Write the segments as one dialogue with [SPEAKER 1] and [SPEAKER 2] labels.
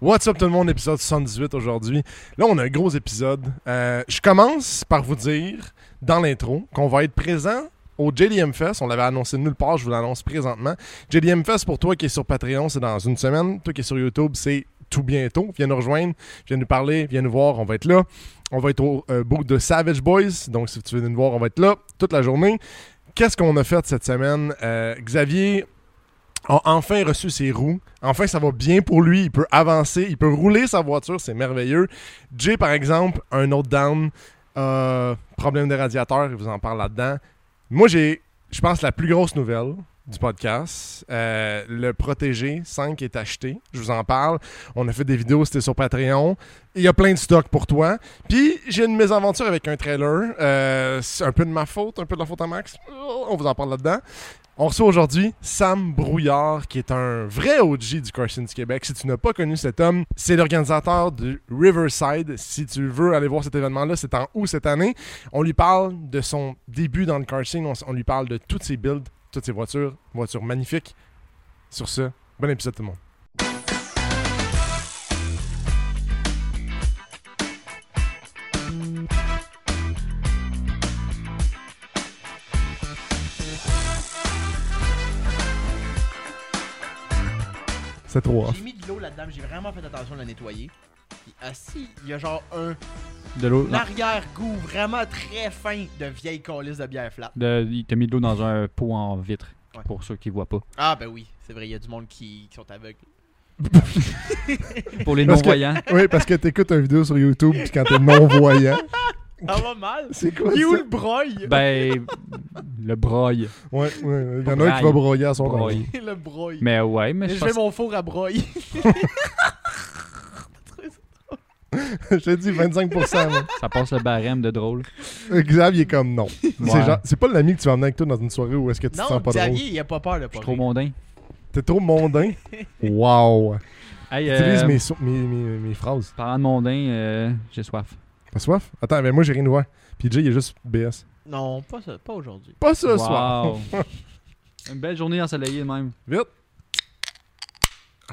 [SPEAKER 1] What's up tout le monde, épisode 78 aujourd'hui. Là, on a un gros épisode. Euh, je commence par vous dire dans l'intro qu'on va être présent au JDM Fest. On l'avait annoncé de nulle part, je vous l'annonce présentement. JDM Fest, pour toi qui est sur Patreon, c'est dans une semaine. Toi qui est sur YouTube, c'est tout bientôt. Viens nous rejoindre, viens nous parler, viens nous voir, on va être là. On va être au euh, book de Savage Boys, donc si tu veux nous voir, on va être là toute la journée. Qu'est-ce qu'on a fait cette semaine? Euh, Xavier, a enfin reçu ses roues. Enfin, ça va bien pour lui. Il peut avancer, il peut rouler sa voiture, c'est merveilleux. Jay, par exemple, un autre down, euh, problème de radiateur, il vous en parle là-dedans. Moi, j'ai, je pense, la plus grosse nouvelle du podcast. Euh, le Protégé 5 est acheté. Je vous en parle. On a fait des vidéos, c'était sur Patreon. Il y a plein de stocks pour toi. Puis, j'ai une mésaventure avec un trailer. Euh, c'est un peu de ma faute, un peu de la faute à Max. On vous en parle là-dedans. On reçoit aujourd'hui Sam Brouillard, qui est un vrai OG du Carson du Québec. Si tu n'as pas connu cet homme, c'est l'organisateur du Riverside. Si tu veux aller voir cet événement-là, c'est en août cette année. On lui parle de son début dans le karting, on, on lui parle de toutes ses builds, toutes ses voitures, voitures magnifiques. Sur ce, bon épisode tout le monde. C'est trop off.
[SPEAKER 2] J'ai mis de l'eau là-dedans, mais j'ai vraiment fait attention de la nettoyer. Puis assis, il y a genre un
[SPEAKER 3] De l'eau. non.
[SPEAKER 2] arrière-goût vraiment très fin de vieille colisse de bière flat.
[SPEAKER 3] De- il t'a mis de l'eau dans un pot en vitre.
[SPEAKER 2] Ouais.
[SPEAKER 3] Pour ceux qui voient pas.
[SPEAKER 2] Ah ben oui, c'est vrai, il y a du monde qui, qui sont aveugles.
[SPEAKER 3] Pour les
[SPEAKER 1] Parce que-
[SPEAKER 3] non-voyants,
[SPEAKER 1] Oui, parce que t'écoutes une vidéo sur YouTube puis quand t'es non-voyant.
[SPEAKER 2] Ça va mal?
[SPEAKER 1] C'est quoi
[SPEAKER 2] Il est où le broil?
[SPEAKER 3] ben, le broil.
[SPEAKER 1] Ouais, ouais. Il y en a un qui va
[SPEAKER 3] Braille.
[SPEAKER 1] broyer à son
[SPEAKER 3] Broil.
[SPEAKER 1] rendez-vous.
[SPEAKER 2] le broil.
[SPEAKER 3] Mais ouais, mais
[SPEAKER 2] je
[SPEAKER 3] je
[SPEAKER 2] fais
[SPEAKER 3] pense
[SPEAKER 2] mon four à broil.
[SPEAKER 1] Je te dis 25%. moi.
[SPEAKER 3] que ça passe le barème de drôle.
[SPEAKER 1] Xavier est comme non. C'est
[SPEAKER 3] Ouais.
[SPEAKER 1] genre- C'est pas l'ami que tu vas emmener avec toi dans une soirée où est-ce que tu te
[SPEAKER 2] non,
[SPEAKER 1] sens pas drôle.
[SPEAKER 2] Xavier, il a pas peur de
[SPEAKER 3] Je
[SPEAKER 2] pas
[SPEAKER 3] suis trop
[SPEAKER 2] rire.
[SPEAKER 3] mondain.
[SPEAKER 1] T'es trop mondain.
[SPEAKER 3] Euh,
[SPEAKER 1] Wow.
[SPEAKER 3] Hey,
[SPEAKER 1] Utilise
[SPEAKER 3] euh,
[SPEAKER 1] mes, sou- mes, mes, mes phrases.
[SPEAKER 3] parlant de mondain, euh, j'ai soif.
[SPEAKER 1] T'as soif? Attends, mais moi j'ai rien de voir. Puis Jay, il est juste BS.
[SPEAKER 2] Non, pas ça, pas aujourd'hui.
[SPEAKER 1] Pas ce
[SPEAKER 3] Wow.
[SPEAKER 1] soir.
[SPEAKER 3] Une belle journée ensoleillée de même.
[SPEAKER 1] Vite.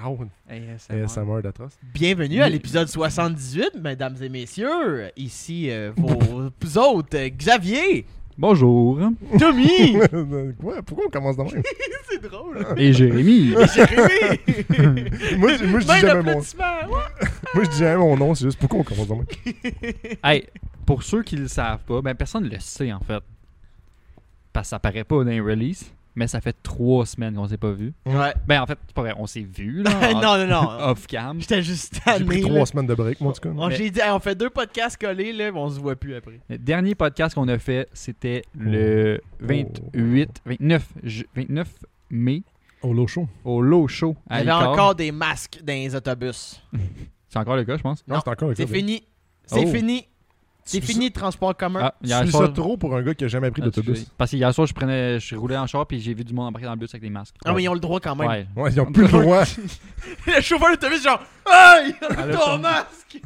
[SPEAKER 1] Ow,
[SPEAKER 3] Hey, euh, ça
[SPEAKER 1] eh,
[SPEAKER 3] va.
[SPEAKER 1] ça meurt d'atroce.
[SPEAKER 2] Bienvenue à l'épisode 78, mesdames et messieurs. Ici, euh, vos autres, euh, Xavier,
[SPEAKER 3] Bonjour.
[SPEAKER 2] Tommy.
[SPEAKER 1] Quoi? Pourquoi on commence de même?
[SPEAKER 2] c'est drôle. hein?
[SPEAKER 3] Et Jérémy.
[SPEAKER 2] Jérémy.
[SPEAKER 1] moi, je- moi, je dis
[SPEAKER 2] Ben
[SPEAKER 1] jamais mon...
[SPEAKER 2] d'applaudissements, ouais.
[SPEAKER 1] moi, je dis jamais mon nom, c'est juste pourquoi on commence de même.
[SPEAKER 3] hey, pour ceux qui le savent pas, ben personne ne le sait en fait. Parce que ça paraît pas dans les releases, mais ça fait trois semaines qu'on s'est pas vu.
[SPEAKER 2] Ouais. Ah,
[SPEAKER 3] Ben en fait, c'est pas vrai, on s'est vu là. en-
[SPEAKER 2] non, non,
[SPEAKER 3] Ah.
[SPEAKER 2] non.
[SPEAKER 3] Off-cam.
[SPEAKER 2] J'étais juste
[SPEAKER 1] J'ai
[SPEAKER 2] tanné.
[SPEAKER 1] pris
[SPEAKER 2] là.
[SPEAKER 1] trois semaines de break, moi, en tout cas.
[SPEAKER 2] Bon,
[SPEAKER 3] Mais-
[SPEAKER 2] J'ai dit, hey, on fait deux podcasts collés, là, mais on se voit plus après.
[SPEAKER 3] Le dernier podcast qu'on a fait, c'était le 28, 29, ju- 29 mai
[SPEAKER 1] Au l'eau chaud.
[SPEAKER 3] au Low Show
[SPEAKER 2] Il y
[SPEAKER 3] à
[SPEAKER 2] avait
[SPEAKER 3] Icare.
[SPEAKER 2] encore des masques dans les autobus.
[SPEAKER 3] C'est encore le cas, je pense.
[SPEAKER 1] Non,
[SPEAKER 2] Non,
[SPEAKER 1] c'est encore le
[SPEAKER 2] C'est
[SPEAKER 1] cas.
[SPEAKER 2] fini. C'est
[SPEAKER 3] Oh.
[SPEAKER 2] fini. C'est
[SPEAKER 1] Tu-
[SPEAKER 2] fini, transport commun.
[SPEAKER 3] Ah,
[SPEAKER 1] Je suis ça trop pour un gars qui a jamais pris
[SPEAKER 3] Ah,
[SPEAKER 1] d'autobus.
[SPEAKER 3] excusez. Parce que hier soir, je prenais, je roulais en char puis j'ai vu du monde embarquer dans le bus avec des masques.
[SPEAKER 2] Ah, mais ils ont le droit quand même.
[SPEAKER 3] Ouais.
[SPEAKER 1] Ouais, ils ont plus le droit.
[SPEAKER 2] le chauffeur d'autobus, genre,
[SPEAKER 3] Ah,
[SPEAKER 2] hey,
[SPEAKER 3] Enlève
[SPEAKER 2] ton
[SPEAKER 3] ton-
[SPEAKER 2] masque.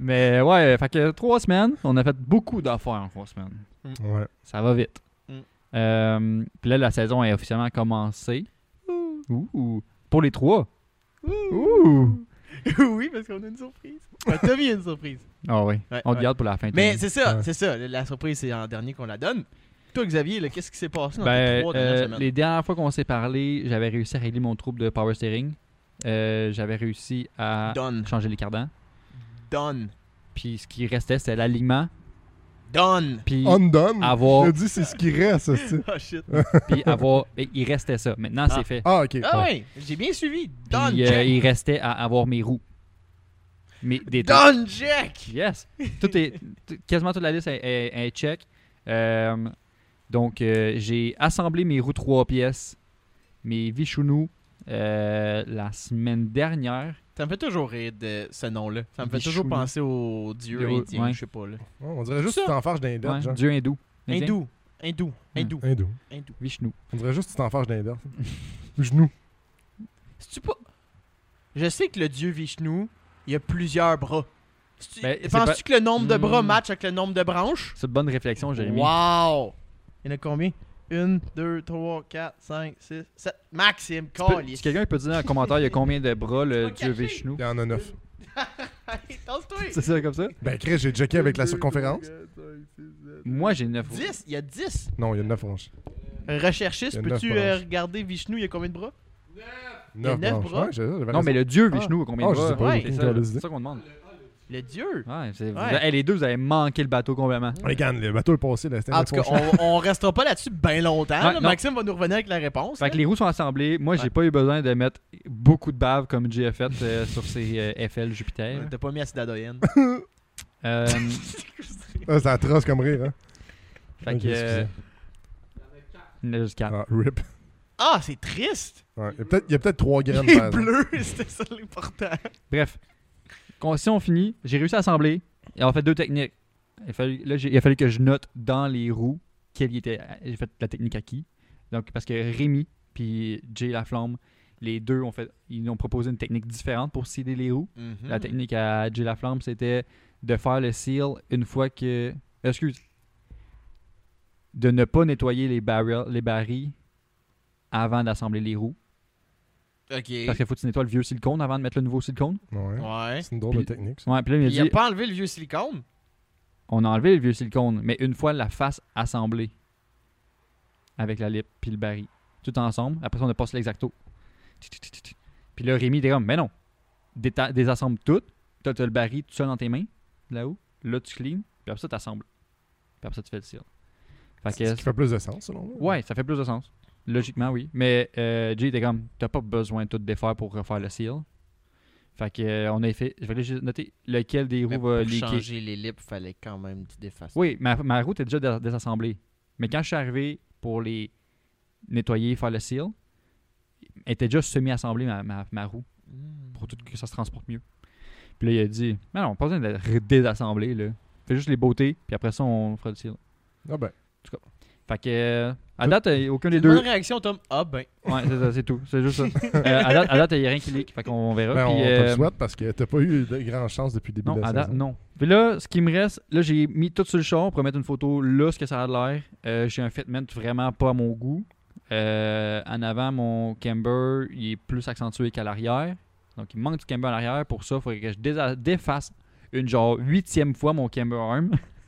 [SPEAKER 3] Mais ouais, fait que trois semaines, on a fait beaucoup d'affaires en trois semaines.
[SPEAKER 1] Ouais.
[SPEAKER 3] Ça va vite.
[SPEAKER 2] Mm.
[SPEAKER 3] Euh, puis là, la saison est officiellement commencée. Ouh. Pour les trois. Ouh.
[SPEAKER 2] oui, parce qu'on a une surprise. Ouais, Tommy a une surprise.
[SPEAKER 3] Ah oui.
[SPEAKER 2] Ouais,
[SPEAKER 3] on te
[SPEAKER 2] ouais.
[SPEAKER 3] garde pour la fin.
[SPEAKER 2] Mais
[SPEAKER 3] Tommy.
[SPEAKER 2] c'est ça,
[SPEAKER 1] Ouais.
[SPEAKER 2] c'est ça. La surprise, c'est en dernier qu'on la donne. Toi, Xavier, là, qu'est-ce qui s'est passé dans tes
[SPEAKER 3] Ben,
[SPEAKER 2] trois
[SPEAKER 3] euh,
[SPEAKER 2] dernières semaines?
[SPEAKER 3] les dernières fois qu'on s'est parlé, j'avais réussi à régler mon trouble de power steering. Euh, j'avais réussi à
[SPEAKER 2] Done,
[SPEAKER 3] changer les cardans.
[SPEAKER 2] done,
[SPEAKER 3] Puis ce qui restait, c'était l'alignement.
[SPEAKER 2] done.
[SPEAKER 3] Puis
[SPEAKER 1] Undone.
[SPEAKER 3] avoir.
[SPEAKER 1] Il a dit c'est ce qui reste, c'est
[SPEAKER 2] Oh shit.
[SPEAKER 3] puis avoir. et il restait ça. Maintenant,
[SPEAKER 2] Ah.
[SPEAKER 3] c'est fait.
[SPEAKER 1] Ah, ok.
[SPEAKER 2] Ah ouais, j'ai bien suivi. Done,
[SPEAKER 3] Puis euh,
[SPEAKER 2] check.
[SPEAKER 3] il restait à avoir mes roues. Mais des
[SPEAKER 2] Done, check.
[SPEAKER 3] Yes! Tout est, tout- quasiment toute la liste est, est- est check. Euh, donc, euh, j'ai assemblé mes roues 3 pièces, mes Vichounou, la semaine dernière.
[SPEAKER 2] Ça me fait toujours rire de ce nom-là. Ça me fait
[SPEAKER 3] Bichou.
[SPEAKER 2] toujours penser au dieu
[SPEAKER 3] Dieu,
[SPEAKER 2] indien,
[SPEAKER 3] ouais.
[SPEAKER 2] je sais pas là.
[SPEAKER 1] Ouais, On dirait juste
[SPEAKER 2] Ça.
[SPEAKER 1] que tu t'enfarges d'un dette,
[SPEAKER 3] Ouais,
[SPEAKER 1] genre.
[SPEAKER 3] Dieu hindou. Indien?
[SPEAKER 2] Hindou, hindou, hindou,
[SPEAKER 1] Hindou.
[SPEAKER 2] hindou.
[SPEAKER 3] Vishnu.
[SPEAKER 1] On dirait juste que tu t'enfarges d'un dette. Genou.
[SPEAKER 2] C'est-tu pas... Je sais que le dieu Vishnu, il a plusieurs bras. C'est-tu-
[SPEAKER 3] Ben, c'est
[SPEAKER 2] Penses-tu que le nombre de bras
[SPEAKER 3] Hmm.
[SPEAKER 2] match avec le nombre de branches?
[SPEAKER 3] C'est une bonne réflexion, Jérémy.
[SPEAKER 2] Wow! Il y en a combien? 1, 2, 3, 4, 5, 6, 7. Maxime,
[SPEAKER 3] Tu peux-
[SPEAKER 2] call.
[SPEAKER 3] si quelqu'un peut dire en commentaire, il y a combien de bras le
[SPEAKER 2] Tu vas
[SPEAKER 3] dieu
[SPEAKER 2] cacher.
[SPEAKER 3] Vishnu
[SPEAKER 1] Il y en a neuf.
[SPEAKER 3] C'est
[SPEAKER 2] Tasse-toi.
[SPEAKER 3] ça comme ça
[SPEAKER 1] Ben, Chris, j'ai checké avec la circonférence.
[SPEAKER 3] Moi, j'ai 9 bras.
[SPEAKER 2] 10, il y a 10.
[SPEAKER 1] Non, il y en a neuf branches.
[SPEAKER 2] Recherchiste,
[SPEAKER 1] Il y a neuf
[SPEAKER 2] peux-tu
[SPEAKER 1] branches.
[SPEAKER 2] euh, regarder Vishnu, il y a combien de bras
[SPEAKER 1] Neuf
[SPEAKER 2] neuf
[SPEAKER 1] branches.
[SPEAKER 2] bras?
[SPEAKER 1] Ouais, j'ai- j'avais
[SPEAKER 3] Non, mais
[SPEAKER 1] raison.
[SPEAKER 3] le dieu Vishnu, a combien
[SPEAKER 1] Ah,
[SPEAKER 3] de
[SPEAKER 1] je
[SPEAKER 3] bras
[SPEAKER 1] sais pas,
[SPEAKER 2] Ouais.
[SPEAKER 1] j'ai
[SPEAKER 3] C'est
[SPEAKER 1] aucune
[SPEAKER 3] ça,
[SPEAKER 1] calice
[SPEAKER 3] c'est
[SPEAKER 1] idée.
[SPEAKER 3] ça qu'on demande.
[SPEAKER 2] Le dieu.
[SPEAKER 3] Ouais, c'est- vous-
[SPEAKER 2] Ouais.
[SPEAKER 3] hey, les deux, vous avez manqué le bateau complètement.
[SPEAKER 1] Regarde, le bateau est passé, là, c'était
[SPEAKER 2] En
[SPEAKER 1] un
[SPEAKER 2] tout cas,
[SPEAKER 1] autre
[SPEAKER 2] on, on restera pas là-dessus bien longtemps.
[SPEAKER 3] Ouais,
[SPEAKER 2] là.
[SPEAKER 3] non.
[SPEAKER 2] Maxime va nous revenir avec la réponse. hein.
[SPEAKER 3] Fait que les roues sont assemblées. Moi, j'ai
[SPEAKER 2] Ouais.
[SPEAKER 3] pas eu besoin de mettre beaucoup de bave comme Jay a fait euh, sur ses euh, FL Jupiter.
[SPEAKER 2] T'as pas mis acide doyenne.
[SPEAKER 3] Euh,
[SPEAKER 1] Ah, C'est atroce comme rire, hein.
[SPEAKER 3] fait
[SPEAKER 1] Ok,
[SPEAKER 3] que. euh,
[SPEAKER 1] excusez.
[SPEAKER 3] Il y en a juste quatre.
[SPEAKER 1] Ah, rip.
[SPEAKER 2] Ah, c'est triste.
[SPEAKER 1] Ouais, Il y a peut-être- il y a peut-être trois graines.
[SPEAKER 2] Les
[SPEAKER 1] par exemple.
[SPEAKER 2] bleus, c'était ça l'important.
[SPEAKER 3] Bref, Con- si on finit, j'ai réussi à assembler. Et on fait deux techniques. Il a fallu, là, j'ai- il a fallu que je note dans les roues quelle y était. J'ai fait la technique à qui. Donc, parce que Rémi puis Jay Laflamme, les deux ont fait, ils ont proposé une technique différente pour sceller les roues. La technique à Jay Laflamme, c'était de faire le seal une fois que. Excuse. De ne pas nettoyer les, barrels, les barils avant d'assembler les roues.
[SPEAKER 2] Ok.
[SPEAKER 3] Parce qu'il faut que tu nettoies le vieux silicone avant de mettre le nouveau silicone.
[SPEAKER 1] Ouais.
[SPEAKER 2] Ouais.
[SPEAKER 1] C'est une drôle de
[SPEAKER 3] Puis-
[SPEAKER 1] technique. ça.
[SPEAKER 3] Ouais, puis là, il
[SPEAKER 2] Puis
[SPEAKER 3] m'a
[SPEAKER 2] Il
[SPEAKER 3] dit-
[SPEAKER 2] a pas enlevé le vieux silicone.
[SPEAKER 3] On a enlevé le vieux silicone, mais une fois la face assemblée avec la lip puis le baril, tout ensemble. Après ça, on a passé l'exacto. Tu, tu, tu, tu, tu. Puis là, Rémi était comme, mais non, Déta- désassemble tout. T'as t'as le baril tout seul dans tes mains, là-haut. Là, tu clean, puis après ça, t'assembles. Puis après ça, tu fais le seal. Fait que,
[SPEAKER 1] Ce qui fait plus de sens, selon moi.
[SPEAKER 3] ouais, ça fait plus de sens. Logiquement, oui. Mais euh, Jay était comme, t'as pas besoin de tout défaire pour refaire le seal. Fait que, euh, on a fait. Je vais juste noter lequel des roues euh, va leaker.
[SPEAKER 2] les lips, fallait quand même tu défaces.
[SPEAKER 3] Oui, ma, ma route est déjà dé- désassemblée. Mais quand je suis arrivé pour les nettoyer, faire le seal, elle était déjà semi-assemblée, ma, ma, ma roue,
[SPEAKER 2] Hmm.
[SPEAKER 3] pour tout que ça se transporte mieux. Puis là, il a dit Mais non, pas besoin de la ré- désassembler, là. Fais juste les beautés, puis après ça, on fera le seal.
[SPEAKER 1] Ah ben,
[SPEAKER 3] Fait que. euh, À date, euh, aucun des
[SPEAKER 2] Une bonne
[SPEAKER 3] deux.
[SPEAKER 2] réaction, Tom. Ah ben.
[SPEAKER 3] Ouais, c'est ça, c'est tout. C'est juste ça. Euh, à date, à date, il n'y a rien qui leak. Fait qu'on verra.
[SPEAKER 1] ben, on
[SPEAKER 3] puis,
[SPEAKER 1] te le
[SPEAKER 3] euh,
[SPEAKER 1] souhaite parce que t'as pas eu de grande chance depuis le début de
[SPEAKER 3] Non,
[SPEAKER 1] la
[SPEAKER 3] à date,
[SPEAKER 1] saison.
[SPEAKER 3] non. Puis là, ce qui me reste, là, j'ai mis tout sur le char pour mettre une photo là, ce que ça a l'air. Euh, j'ai un fitment vraiment pas à mon goût. Euh, en avant, mon camber, il est plus accentué qu'à l'arrière. Donc, il manque du camber à l'arrière. Pour ça, il faudrait que je désa- défasse une genre huitième fois mon camber arm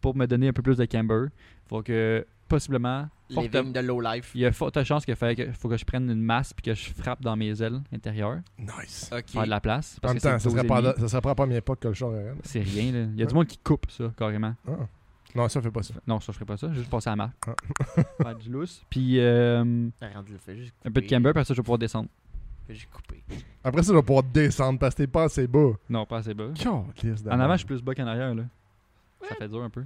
[SPEAKER 3] pour me donner un peu plus de camber. Faut que, possiblement, forte-
[SPEAKER 2] Living de low life.
[SPEAKER 3] il y a forte chance qu'il faut que, faut que je prenne une masse puis que je frappe dans mes ailes intérieures.
[SPEAKER 1] Nice.
[SPEAKER 2] Ok.
[SPEAKER 3] Faire de la place.
[SPEAKER 1] En
[SPEAKER 3] Parce
[SPEAKER 1] même
[SPEAKER 3] que c'est
[SPEAKER 1] temps, ça serait,
[SPEAKER 3] 12,5.
[SPEAKER 1] pas, la- ça serait pas la première époque que le char est Ah.
[SPEAKER 3] C'est rien, là. Il y a du monde qui coupe ça, carrément.
[SPEAKER 1] Non, ça fait pas ça.
[SPEAKER 3] Non, ça, je ferais pas ça. Je vais juste passer à la marque.
[SPEAKER 1] Ah.
[SPEAKER 3] Faire du lousse. Puis euh,
[SPEAKER 2] Ah, rendu le fait juste
[SPEAKER 3] un peu de camber, parce que je vais pouvoir descendre.
[SPEAKER 2] J'ai coupé.
[SPEAKER 1] Après ça, je vais pouvoir descendre parce que t'es pas assez bas.
[SPEAKER 3] Non, pas assez bas.
[SPEAKER 1] Calisse de
[SPEAKER 3] En avant,
[SPEAKER 1] merde.
[SPEAKER 3] je suis plus bas qu'en arrière, là. Ça fait dur un peu.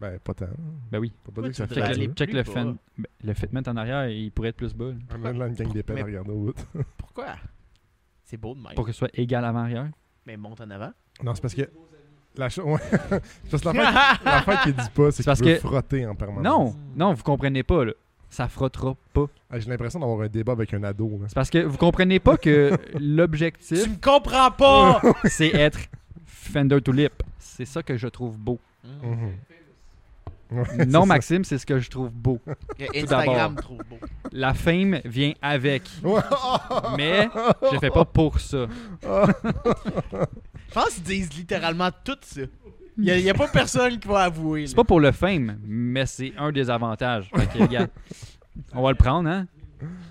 [SPEAKER 1] Ben, pas tant.
[SPEAKER 3] Ben oui.
[SPEAKER 1] Faut pas
[SPEAKER 2] Ouais,
[SPEAKER 1] dire que ça
[SPEAKER 2] tu
[SPEAKER 1] fait
[SPEAKER 3] Check
[SPEAKER 2] devrais
[SPEAKER 1] dur.
[SPEAKER 3] le,
[SPEAKER 2] aller-
[SPEAKER 3] check le
[SPEAKER 2] plus
[SPEAKER 3] fin-
[SPEAKER 2] bas.
[SPEAKER 3] ben, le fitment en arrière, il pourrait être plus bas. là.
[SPEAKER 1] On a là une gang d'épais
[SPEAKER 2] Mais-
[SPEAKER 1] à regarder au bout.
[SPEAKER 2] Pourquoi C'est beau de même.
[SPEAKER 3] Pour que ce soit égal avant-arrière.
[SPEAKER 2] Mais monte en avant.
[SPEAKER 1] Non, c'est parce que. La chose. Ouais. c'est parce que l'affaire l'affaire qu'il dit pas,
[SPEAKER 3] C'est
[SPEAKER 1] c'est
[SPEAKER 3] parce
[SPEAKER 1] qu'il veut
[SPEAKER 3] que-
[SPEAKER 1] frotter en permanence.
[SPEAKER 3] Non,
[SPEAKER 2] Mm.
[SPEAKER 3] non, vous comprenez pas, là. Ça frottera pas.
[SPEAKER 1] Ah, J'ai l'impression d'avoir un débat avec un ado. là.
[SPEAKER 3] C'est parce que vous comprenez pas que l'objectif,
[SPEAKER 2] me comprends pas
[SPEAKER 3] c'est être fender to lip. C'est ça que je trouve beau.
[SPEAKER 2] Hmm.
[SPEAKER 1] Mhm. Ouais,
[SPEAKER 3] Non,
[SPEAKER 1] c'est ça.
[SPEAKER 3] Maxime, c'est ce que je trouve beau.
[SPEAKER 2] Instagram trouve beau.
[SPEAKER 3] La fame vient avec.
[SPEAKER 1] Ouais.
[SPEAKER 3] Mais je le fais pas pour ça.
[SPEAKER 2] Je pense qu'ils disent littéralement tout ça. Il y a, il y a pas personne qui va avouer.
[SPEAKER 3] C'est
[SPEAKER 2] là.
[SPEAKER 3] pas pour le fame, mais c'est un des avantages. Fait que, regarde, on va le prendre, hein?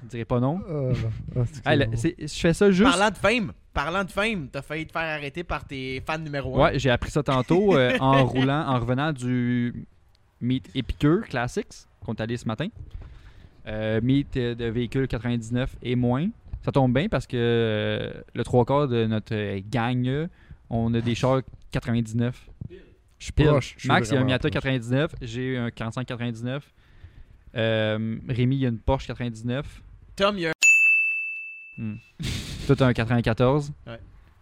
[SPEAKER 3] Je dirais pas non.
[SPEAKER 1] Euh, ah, c'est que
[SPEAKER 3] Hey,
[SPEAKER 1] c'est
[SPEAKER 3] le-
[SPEAKER 1] bon.
[SPEAKER 3] c'est- je fais ça juste.
[SPEAKER 2] Parlant de fame, parlant de fame, t'as failli te faire arrêter par tes fans numéro 1.
[SPEAKER 3] Ouais, j'ai appris ça tantôt euh, en roulant, en revenant du Meet Épicure Classics qu'on est allé ce matin. Euh, meet euh, de véhicules 99 et moins. Ça tombe bien parce que euh, le trois quarts de notre euh, gang, euh, on a des chars 99.
[SPEAKER 1] Je suis
[SPEAKER 3] Pile.
[SPEAKER 1] proche. je suis
[SPEAKER 3] Max, il y a un
[SPEAKER 1] vraiment
[SPEAKER 3] Miata
[SPEAKER 1] proche.
[SPEAKER 3] 99. J'ai un 45-99. Euh, Rémi, il y a une Porsche 99.
[SPEAKER 2] Tom, il y a
[SPEAKER 3] Toi, t'as un 94.
[SPEAKER 2] Ouais.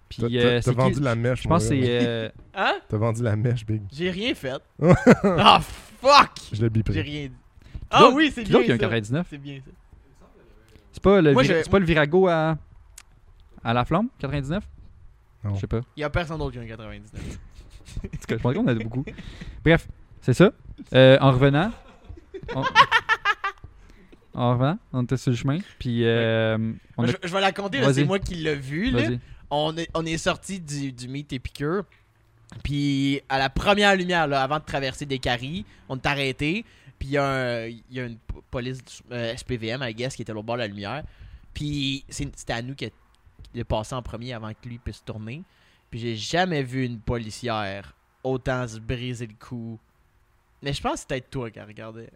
[SPEAKER 3] Puis,
[SPEAKER 1] T'as-
[SPEAKER 3] euh,
[SPEAKER 1] T'as
[SPEAKER 3] c'est
[SPEAKER 1] t'as
[SPEAKER 3] qui-
[SPEAKER 1] vendu la mèche.
[SPEAKER 3] Je pense que
[SPEAKER 1] mon gars.
[SPEAKER 3] c'est. euh,
[SPEAKER 2] Hein?
[SPEAKER 1] T'as vendu la mèche, Big.
[SPEAKER 2] J'ai rien fait. Ah, fuck!
[SPEAKER 1] Je l'ai
[SPEAKER 2] J'ai
[SPEAKER 1] bipé.
[SPEAKER 2] rien dit. Ah oui, c'est
[SPEAKER 3] qui d'autre qui a
[SPEAKER 2] bien
[SPEAKER 3] un
[SPEAKER 2] ça.
[SPEAKER 3] 99
[SPEAKER 2] C'est bien ça.
[SPEAKER 3] C'est pas, le
[SPEAKER 2] Moi,
[SPEAKER 3] vira-
[SPEAKER 2] j'ai-
[SPEAKER 3] c'est pas le Virago à. À la flamme, 99
[SPEAKER 1] Non.
[SPEAKER 3] Je sais pas. En
[SPEAKER 2] Il y a personne d'autre qui a un 99.
[SPEAKER 3] tout cas, je pense qu'on en a beaucoup. Bref, c'est ça. Euh, en revenant. on- en avant. On était sur le chemin. Puis euh, on a-
[SPEAKER 2] Je, je vais la compter, là,
[SPEAKER 3] Vas-y.
[SPEAKER 2] c'est moi qui l'ai vu. Là.
[SPEAKER 3] Vas-y.
[SPEAKER 2] On est, on est sorti du, du meet et piqûre. Puis à la première lumière, là, avant de traverser des caries, on est arrêté. Puis il y, a un- il y a une po- police euh, SPVM, I guess, qui était au bord de la lumière. Puis c'est- c'était à nous qui de passer en premier avant que lui puisse tourner. Puis j'ai jamais vu une policière autant se briser le cou. Mais je pense que c'est peut-être toi qui a regardé.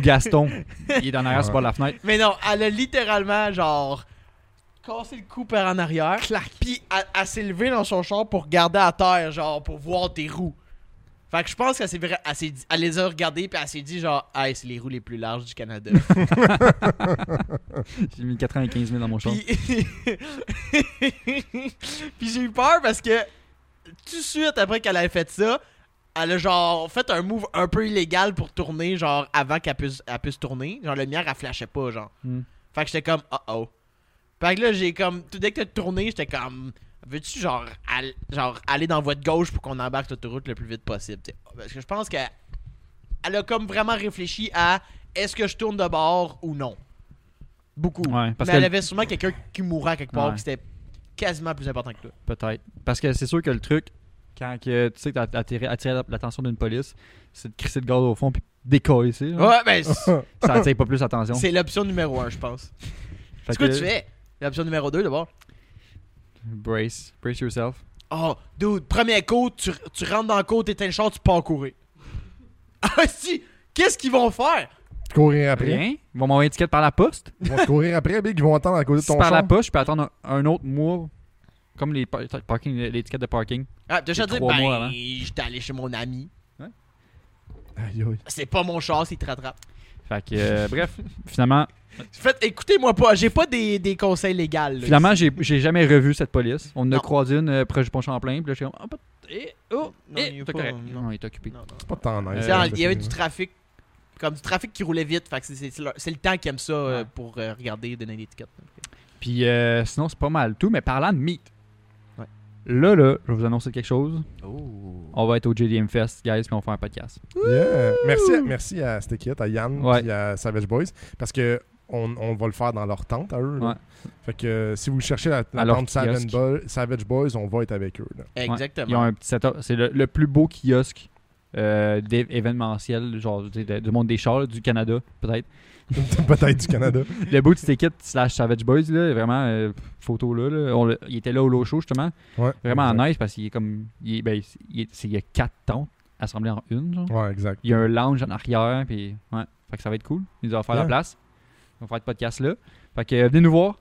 [SPEAKER 3] Gaston. Il est en arrière sur le bord de la fenêtre.
[SPEAKER 2] Mais non, elle a littéralement, genre, cassé le cou par en arrière. Clac. Puis elle, elle s'est levée dans son char pour regarder à terre, genre, pour voir tes roues. Fait que je pense qu'elle s'est vra- elle s'est dit- elle les a regardées, puis elle s'est dit, genre, hey, c'est les roues les plus larges du Canada.
[SPEAKER 3] J'ai mis 95 000 dans mon char.
[SPEAKER 2] puis. puis j'ai eu peur parce que, tout de suite après qu'elle ait fait ça, elle a genre fait un move un peu illégal pour tourner, genre, avant qu'elle puisse, elle puisse tourner. Genre, la lumière, elle flashait pas, genre.
[SPEAKER 3] Hmm.
[SPEAKER 2] Fait que j'étais comme, oh oh. Fait que là, j'ai comme, tout dès que t'as tourné, j'étais comme, veux-tu genre, al- genre aller dans la voie de gauche pour qu'on embarque l'autoroute le plus vite possible? tu sais. Parce que je pense qu'elle elle a comme vraiment réfléchi à est-ce que je tourne de bord ou non. Beaucoup.
[SPEAKER 3] Ouais, parce
[SPEAKER 2] Mais elle
[SPEAKER 3] que-
[SPEAKER 2] avait sûrement quelqu'un qui mourrait quelque part,
[SPEAKER 3] Ouais.
[SPEAKER 2] qui c'était quasiment plus important que toi.
[SPEAKER 3] Peut-être. Parce que c'est sûr que le truc, quand que tu sais que t'as attiré, attiré l'attention d'une police, c'est de crisser le gaz au fond puis décoller ici. là.
[SPEAKER 2] Ouais, ben, c'est-
[SPEAKER 3] Ça attire pas plus l'attention.
[SPEAKER 2] c'est l'option numéro un, je pense.
[SPEAKER 3] Fait
[SPEAKER 2] C'est quoi tu fais? L'option numéro 2 d'abord.
[SPEAKER 3] Brace. Brace yourself.
[SPEAKER 2] Oh, dude, premier coup, tu, tu rentres dans le cours, t'éteins le char, tu pars courir. Ah, si! Qu'est-ce qu'ils vont faire?
[SPEAKER 1] Courir après.
[SPEAKER 3] Rien. Ils vont m'envoyer une étiquette par la poste.
[SPEAKER 1] Ils vont te courir après, Big. Ils vont attendre à côté de
[SPEAKER 3] Si
[SPEAKER 1] ton
[SPEAKER 3] par la
[SPEAKER 1] char.
[SPEAKER 3] poste, je peux attendre un, un autre mois. Comme les par- parking, les étiquettes de parking.
[SPEAKER 2] Ah, déjà
[SPEAKER 3] C'est
[SPEAKER 2] dire,
[SPEAKER 3] trois mois
[SPEAKER 2] ben,
[SPEAKER 3] avant.
[SPEAKER 2] j'étais allé chez mon ami.
[SPEAKER 1] Aïe, aïe.
[SPEAKER 2] C'est pas mon char s'il te rattrape.
[SPEAKER 3] Fait que, euh, bref, finalement,
[SPEAKER 2] Faites, écoutez-moi pas, j'ai pas des, des conseils légaux. là.
[SPEAKER 3] finalement j'ai j'ai jamais revu cette police. On en a
[SPEAKER 2] Non.
[SPEAKER 3] croisé une euh, proche du Pont-Champlain. Puis là, j'étais comme, Ah, peut- eh, oh,
[SPEAKER 2] Non,
[SPEAKER 3] eh,
[SPEAKER 2] il est pas-
[SPEAKER 3] t'as correct.
[SPEAKER 2] non.
[SPEAKER 3] Non, il est occupé.
[SPEAKER 2] Non, non.
[SPEAKER 1] C'est pas tant nice. hein,
[SPEAKER 2] C'est
[SPEAKER 3] Euh,
[SPEAKER 2] en- il y avait du trafic, comme du trafic qui roulait vite. Fait que c'est- c'est c'est le c'est le temps qui aime ça euh,
[SPEAKER 3] Ouais.
[SPEAKER 2] pour euh, regarder et donner des tickets.
[SPEAKER 3] Puis euh, sinon, c'est pas mal tout. Mais parlant de meat,
[SPEAKER 2] Ouais.
[SPEAKER 3] là, là, je vais vous annoncer quelque chose.
[SPEAKER 2] Oh.
[SPEAKER 3] On va être au JDM Fest, guys, puis on va faire un podcast.
[SPEAKER 1] Yeah. Merci, à, merci à cette équipe, à Yann
[SPEAKER 3] Ouais.
[SPEAKER 1] et à Savage Boys, parce que on, on va le faire dans leur tente à eux. là.
[SPEAKER 3] Ouais.
[SPEAKER 1] Fait que euh, si vous cherchez la, la
[SPEAKER 3] À leur
[SPEAKER 1] tente Savage,
[SPEAKER 3] kiosque.
[SPEAKER 1] Boy- Savage Boys, on va être avec eux. là.
[SPEAKER 3] Ils ont
[SPEAKER 2] Exactement.
[SPEAKER 3] un petit setup. C'est le, le plus beau kiosque euh, d'é- événementiel, genre tu sais, de- du monde des chars, là, du Canada, peut-être.
[SPEAKER 1] Peut-être du Canada.
[SPEAKER 3] Le bout de ticket slash Savage Boys, là, vraiment, euh, photo là. là. On l'a- il était là au low show, justement.
[SPEAKER 1] Ouais.
[SPEAKER 3] Vraiment
[SPEAKER 1] exact.
[SPEAKER 3] nice parce qu'il est comme. Il, est- ben, il, est- c'est- il y a quatre tentes assemblées en une, genre.
[SPEAKER 1] Ouais, exact.
[SPEAKER 3] Il y a un lounge en arrière, puis ouais. Fait que ça va être cool. Ils vont faire la
[SPEAKER 1] Yeah.
[SPEAKER 3] place. Ils vont faire le podcast là. Fait que euh, venez nous voir.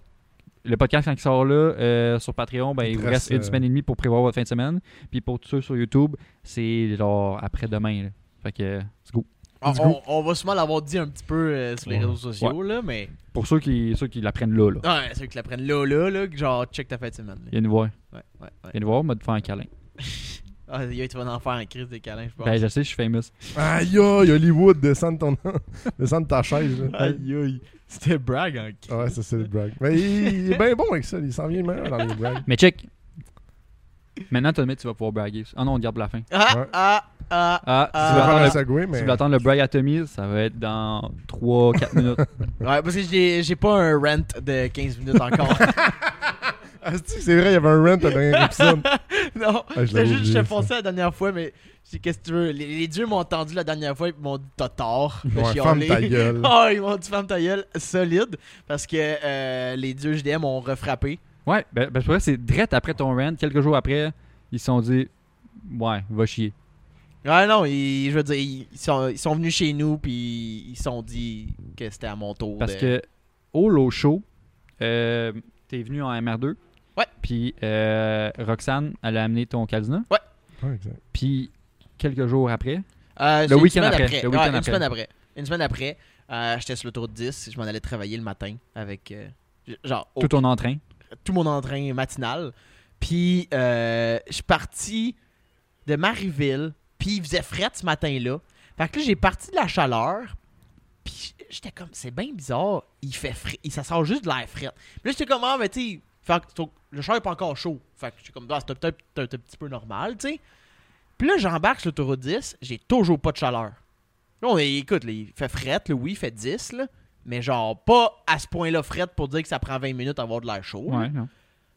[SPEAKER 3] Le podcast, quand il sort là, euh, sur Patreon, ben,
[SPEAKER 1] Il
[SPEAKER 3] il, vous
[SPEAKER 1] reste,
[SPEAKER 3] reste une
[SPEAKER 1] euh,
[SPEAKER 3] semaine et demie pour prévoir votre fin de semaine. Puis pour tous ceux sur YouTube, c'est genre après-demain. là. Fait que, euh, let's go.
[SPEAKER 2] On,
[SPEAKER 1] Let's
[SPEAKER 2] on- on va sûrement l'avoir dit un petit peu euh, sur les
[SPEAKER 1] Ouais.
[SPEAKER 2] réseaux sociaux, là, mais. ah,
[SPEAKER 3] Pour ceux qui, ceux qui l'apprennent là, là.
[SPEAKER 2] Ouais, ceux qui la prennent là, là, là, que genre, check ta fête de semaine. là.
[SPEAKER 3] Viens nous voir.
[SPEAKER 2] Ouais, ouais, ouais.
[SPEAKER 3] Viens nous voir, mode faire un câlin.
[SPEAKER 2] Ah, yo, tu vas en faire un crise des câlins, je pense.
[SPEAKER 3] Ben, je sais, je suis famous.
[SPEAKER 1] Aïe, aïe, Hollywood, descends de, ton... descends de ta chaise. là. Ah
[SPEAKER 2] Aïe, aïe. C'était brag en crise.
[SPEAKER 1] Ouais, ça, c'est le brag. Mais il, il est bien bon avec ça. Il s'en vient meilleur dans les brags.
[SPEAKER 3] Mais check. Maintenant, Tommy, tu vas pouvoir braguer. Ah non, on le garde pour la fin.
[SPEAKER 2] Ah,
[SPEAKER 1] Ouais.
[SPEAKER 2] ah, ah.
[SPEAKER 3] Ah,
[SPEAKER 1] Tu
[SPEAKER 2] Ah.
[SPEAKER 1] veux
[SPEAKER 3] tu, veux
[SPEAKER 1] faire
[SPEAKER 3] attendre
[SPEAKER 1] un
[SPEAKER 3] le,
[SPEAKER 1] segway,
[SPEAKER 3] tu
[SPEAKER 1] mais.
[SPEAKER 3] veux attendre le brag à Tommy, ça va être dans 3-4 minutes.
[SPEAKER 2] Ouais, parce que j'ai j'ai pas un rent de 15 minutes encore.
[SPEAKER 1] Asti, Ah, c'est vrai, il y avait un rent à dernier épisode.
[SPEAKER 2] non,
[SPEAKER 1] Ah, l'avais
[SPEAKER 2] je t'ai juste- je
[SPEAKER 1] oublié,
[SPEAKER 2] t'ai foncé la dernière fois, mais je sais, qu'est-ce que tu veux. Les, les dieux m'ont entendu la dernière fois et m'ont dit t'as tort. J'ai
[SPEAKER 1] Ouais,
[SPEAKER 2] chialé.
[SPEAKER 1] ferme ta gueule.
[SPEAKER 2] Ah, ils m'ont dit ferme ta gueule solide parce que euh, les dieux GDM ont refrappé.
[SPEAKER 3] Ouais, ben, ben, c'est vrai, c'est direct après ton rant, quelques jours après, ils se sont dit Ouais, va chier.
[SPEAKER 2] Ouais, non, ils- je veux dire, ils ils sont, ils sont venus chez nous puis ils se sont dit que c'était à mon tour.
[SPEAKER 3] Parce
[SPEAKER 2] de-
[SPEAKER 3] que au low show, euh, t'es venu en MR2.
[SPEAKER 2] Ouais.
[SPEAKER 3] Puis euh, Roxane, elle a amené ton calzina.
[SPEAKER 1] Ouais, exact.
[SPEAKER 3] Puis quelques jours après,
[SPEAKER 2] Euh, c'est
[SPEAKER 3] Le
[SPEAKER 2] une
[SPEAKER 3] week-end
[SPEAKER 2] semaine
[SPEAKER 3] après. Le week-end
[SPEAKER 2] Ouais, Une
[SPEAKER 3] après.
[SPEAKER 2] semaine après. Une semaine après, euh, j'étais sur l'autoroute 10. Je m'en allais travailler le matin avec euh, j- genre au-
[SPEAKER 3] tout ton entrain.
[SPEAKER 2] tout mon entrain matinal. Puis euh, je suis parti de Marieville. Puis il faisait fret ce matin-là. Fait que là, j'ai parti de la chaleur. Puis j- j'étais comme, c'est bien bizarre. Il fait frais. Il- Ça sort juste de l'air fret. Puis là, j'étais comme, ah, mais tu sais, fait que ton- le char est pas encore chaud. Fait que j'étais comme, ah, c'est peut-être un un petit peu normal, tu sais. Puis là, j'embarque sur l'autoroute 10. J'ai toujours pas de chaleur. Là, Là, on est- écoute, là, il fait frette, là, oui, il fait 10, là, mais genre pas à ce point-là frette pour dire que ça prend 20 minutes à avoir de l'air chaud. là.
[SPEAKER 3] Ouais, non.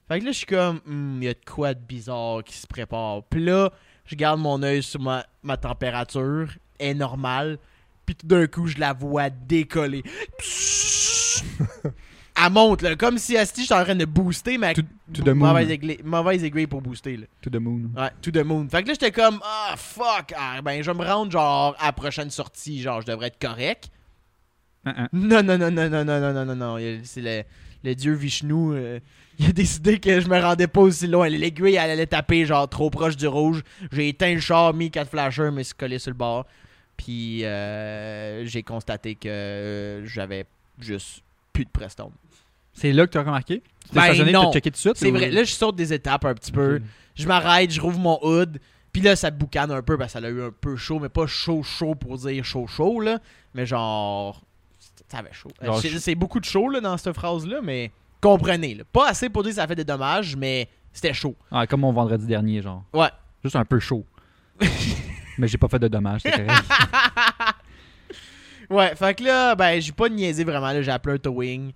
[SPEAKER 2] Fait que là, je suis comme, Hmm, il y a de quoi de bizarre qui se prépare. Puis là, je garde mon œil sur ma, ma température, est normale, puis tout d'un coup, je la vois décoller. Pssst! Elle monte, là, comme si Asti, j'étais en train de booster, mais avec
[SPEAKER 3] To, to the moon.
[SPEAKER 2] mauvaise, aigli- mauvaise aiguille pour booster, là.
[SPEAKER 3] To the moon.
[SPEAKER 2] Ouais, tout the moon. Fait que là, j'étais comme, ah, fuck, ah, ben, je vais me rendre, genre, à la prochaine sortie, genre, je devrais être correct.
[SPEAKER 3] Ah, ah.
[SPEAKER 2] Non, non, non, non, non, non, non, non, non, non, il- c'est le, le dieu Vishnu, euh, il a décidé que je me rendais pas aussi loin. L'aiguille, elle allait taper, genre, trop proche du rouge. J'ai éteint le char, mis quatre flashers, mais c'est collé sur le bord. Puis, euh, j'ai constaté que euh, j'avais juste plus de prestone.
[SPEAKER 3] C'est là que tu as remarqué? Tu t'es
[SPEAKER 2] Ben
[SPEAKER 3] stationné,
[SPEAKER 2] non.
[SPEAKER 3] t'as checké tout de suite?
[SPEAKER 2] C'est
[SPEAKER 3] ou-
[SPEAKER 2] vrai, là, je saute des étapes un petit peu.
[SPEAKER 3] Ok.
[SPEAKER 2] Je m'arrête, je rouvre mon hood. Puis là, ça boucane un peu parce que ça l'a eu un peu chaud, mais pas chaud, chaud pour dire chaud, chaud, là. Mais genre, ça avait chaud.
[SPEAKER 3] Genre,
[SPEAKER 2] C'est-
[SPEAKER 3] je-
[SPEAKER 2] C'est beaucoup de chaud, là, dans cette phrase-là, mais comprenez, là. Pas assez pour dire que ça fait des dommages, mais c'était chaud.
[SPEAKER 3] Ah, comme mon vendredi dernier, genre.
[SPEAKER 2] Ouais.
[SPEAKER 3] Juste un peu chaud. Mais j'ai pas fait de dommages, c'est correct.
[SPEAKER 2] Ouais, fait que là, ben, j'ai pas niaisé vraiment, là. J'ai appelé un towing.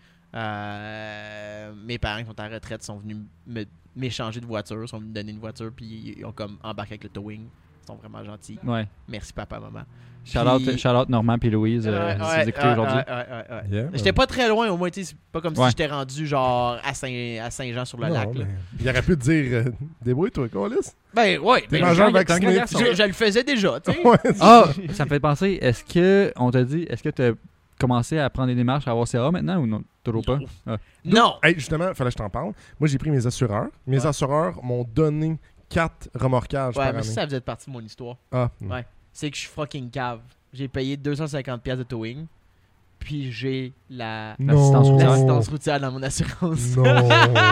[SPEAKER 2] Euh, mes parents qui sont à la retraite sont venus me- m'échanger de voiture, sont venus me donner une voiture, puis ils ont comme embarqué avec le towing. Ils sont vraiment gentils.
[SPEAKER 3] Ouais.
[SPEAKER 2] Merci, papa, maman.
[SPEAKER 3] Shout out,
[SPEAKER 2] Puis-
[SPEAKER 3] shout out Normand puis Louise, euh,
[SPEAKER 2] Ouais,
[SPEAKER 3] si
[SPEAKER 2] ouais,
[SPEAKER 3] vous écoutez
[SPEAKER 2] ouais,
[SPEAKER 3] aujourd'hui.
[SPEAKER 2] ouais, ouais, ouais, ouais.
[SPEAKER 1] Yeah, man.
[SPEAKER 2] J'étais pas très loin, au moins, tu sais, c'est pas comme
[SPEAKER 3] Ouais.
[SPEAKER 2] si j'étais rendu genre à Saint- à Saint-Jean sur le
[SPEAKER 1] Non,
[SPEAKER 2] lac. là.
[SPEAKER 1] mais Il aurait pu te dire euh, débrouille-toi, Colis.
[SPEAKER 2] Ben ouais,
[SPEAKER 1] T'es
[SPEAKER 2] ben,
[SPEAKER 1] majeur
[SPEAKER 3] genre, il y a plein de
[SPEAKER 1] vacciné.
[SPEAKER 3] garçons.
[SPEAKER 2] je, je le faisais déjà, tu sais.
[SPEAKER 1] Ouais.
[SPEAKER 3] Ah, ça me fait penser, est-ce que, on t'a dit, est-ce que t'as commencé à prendre des démarches à avoir CA maintenant ou non? Toujours pas? Ah.
[SPEAKER 2] Non!
[SPEAKER 1] Hey, justement, fallait que je t'en parle. Moi, j'ai pris mes assureurs. Mes
[SPEAKER 2] Ouais.
[SPEAKER 1] assureurs m'ont donné 4 remorquages
[SPEAKER 2] Ouais,
[SPEAKER 1] par
[SPEAKER 2] mais
[SPEAKER 1] année.
[SPEAKER 2] ça, ça faisait partie de mon histoire.
[SPEAKER 1] Ah,
[SPEAKER 2] Ouais. C'est que je suis fucking cave. J'ai payé 250$ piastres de towing, puis j'ai la...
[SPEAKER 3] L'assistance routière.
[SPEAKER 2] l'assistance routière dans mon assurance.
[SPEAKER 1] Non.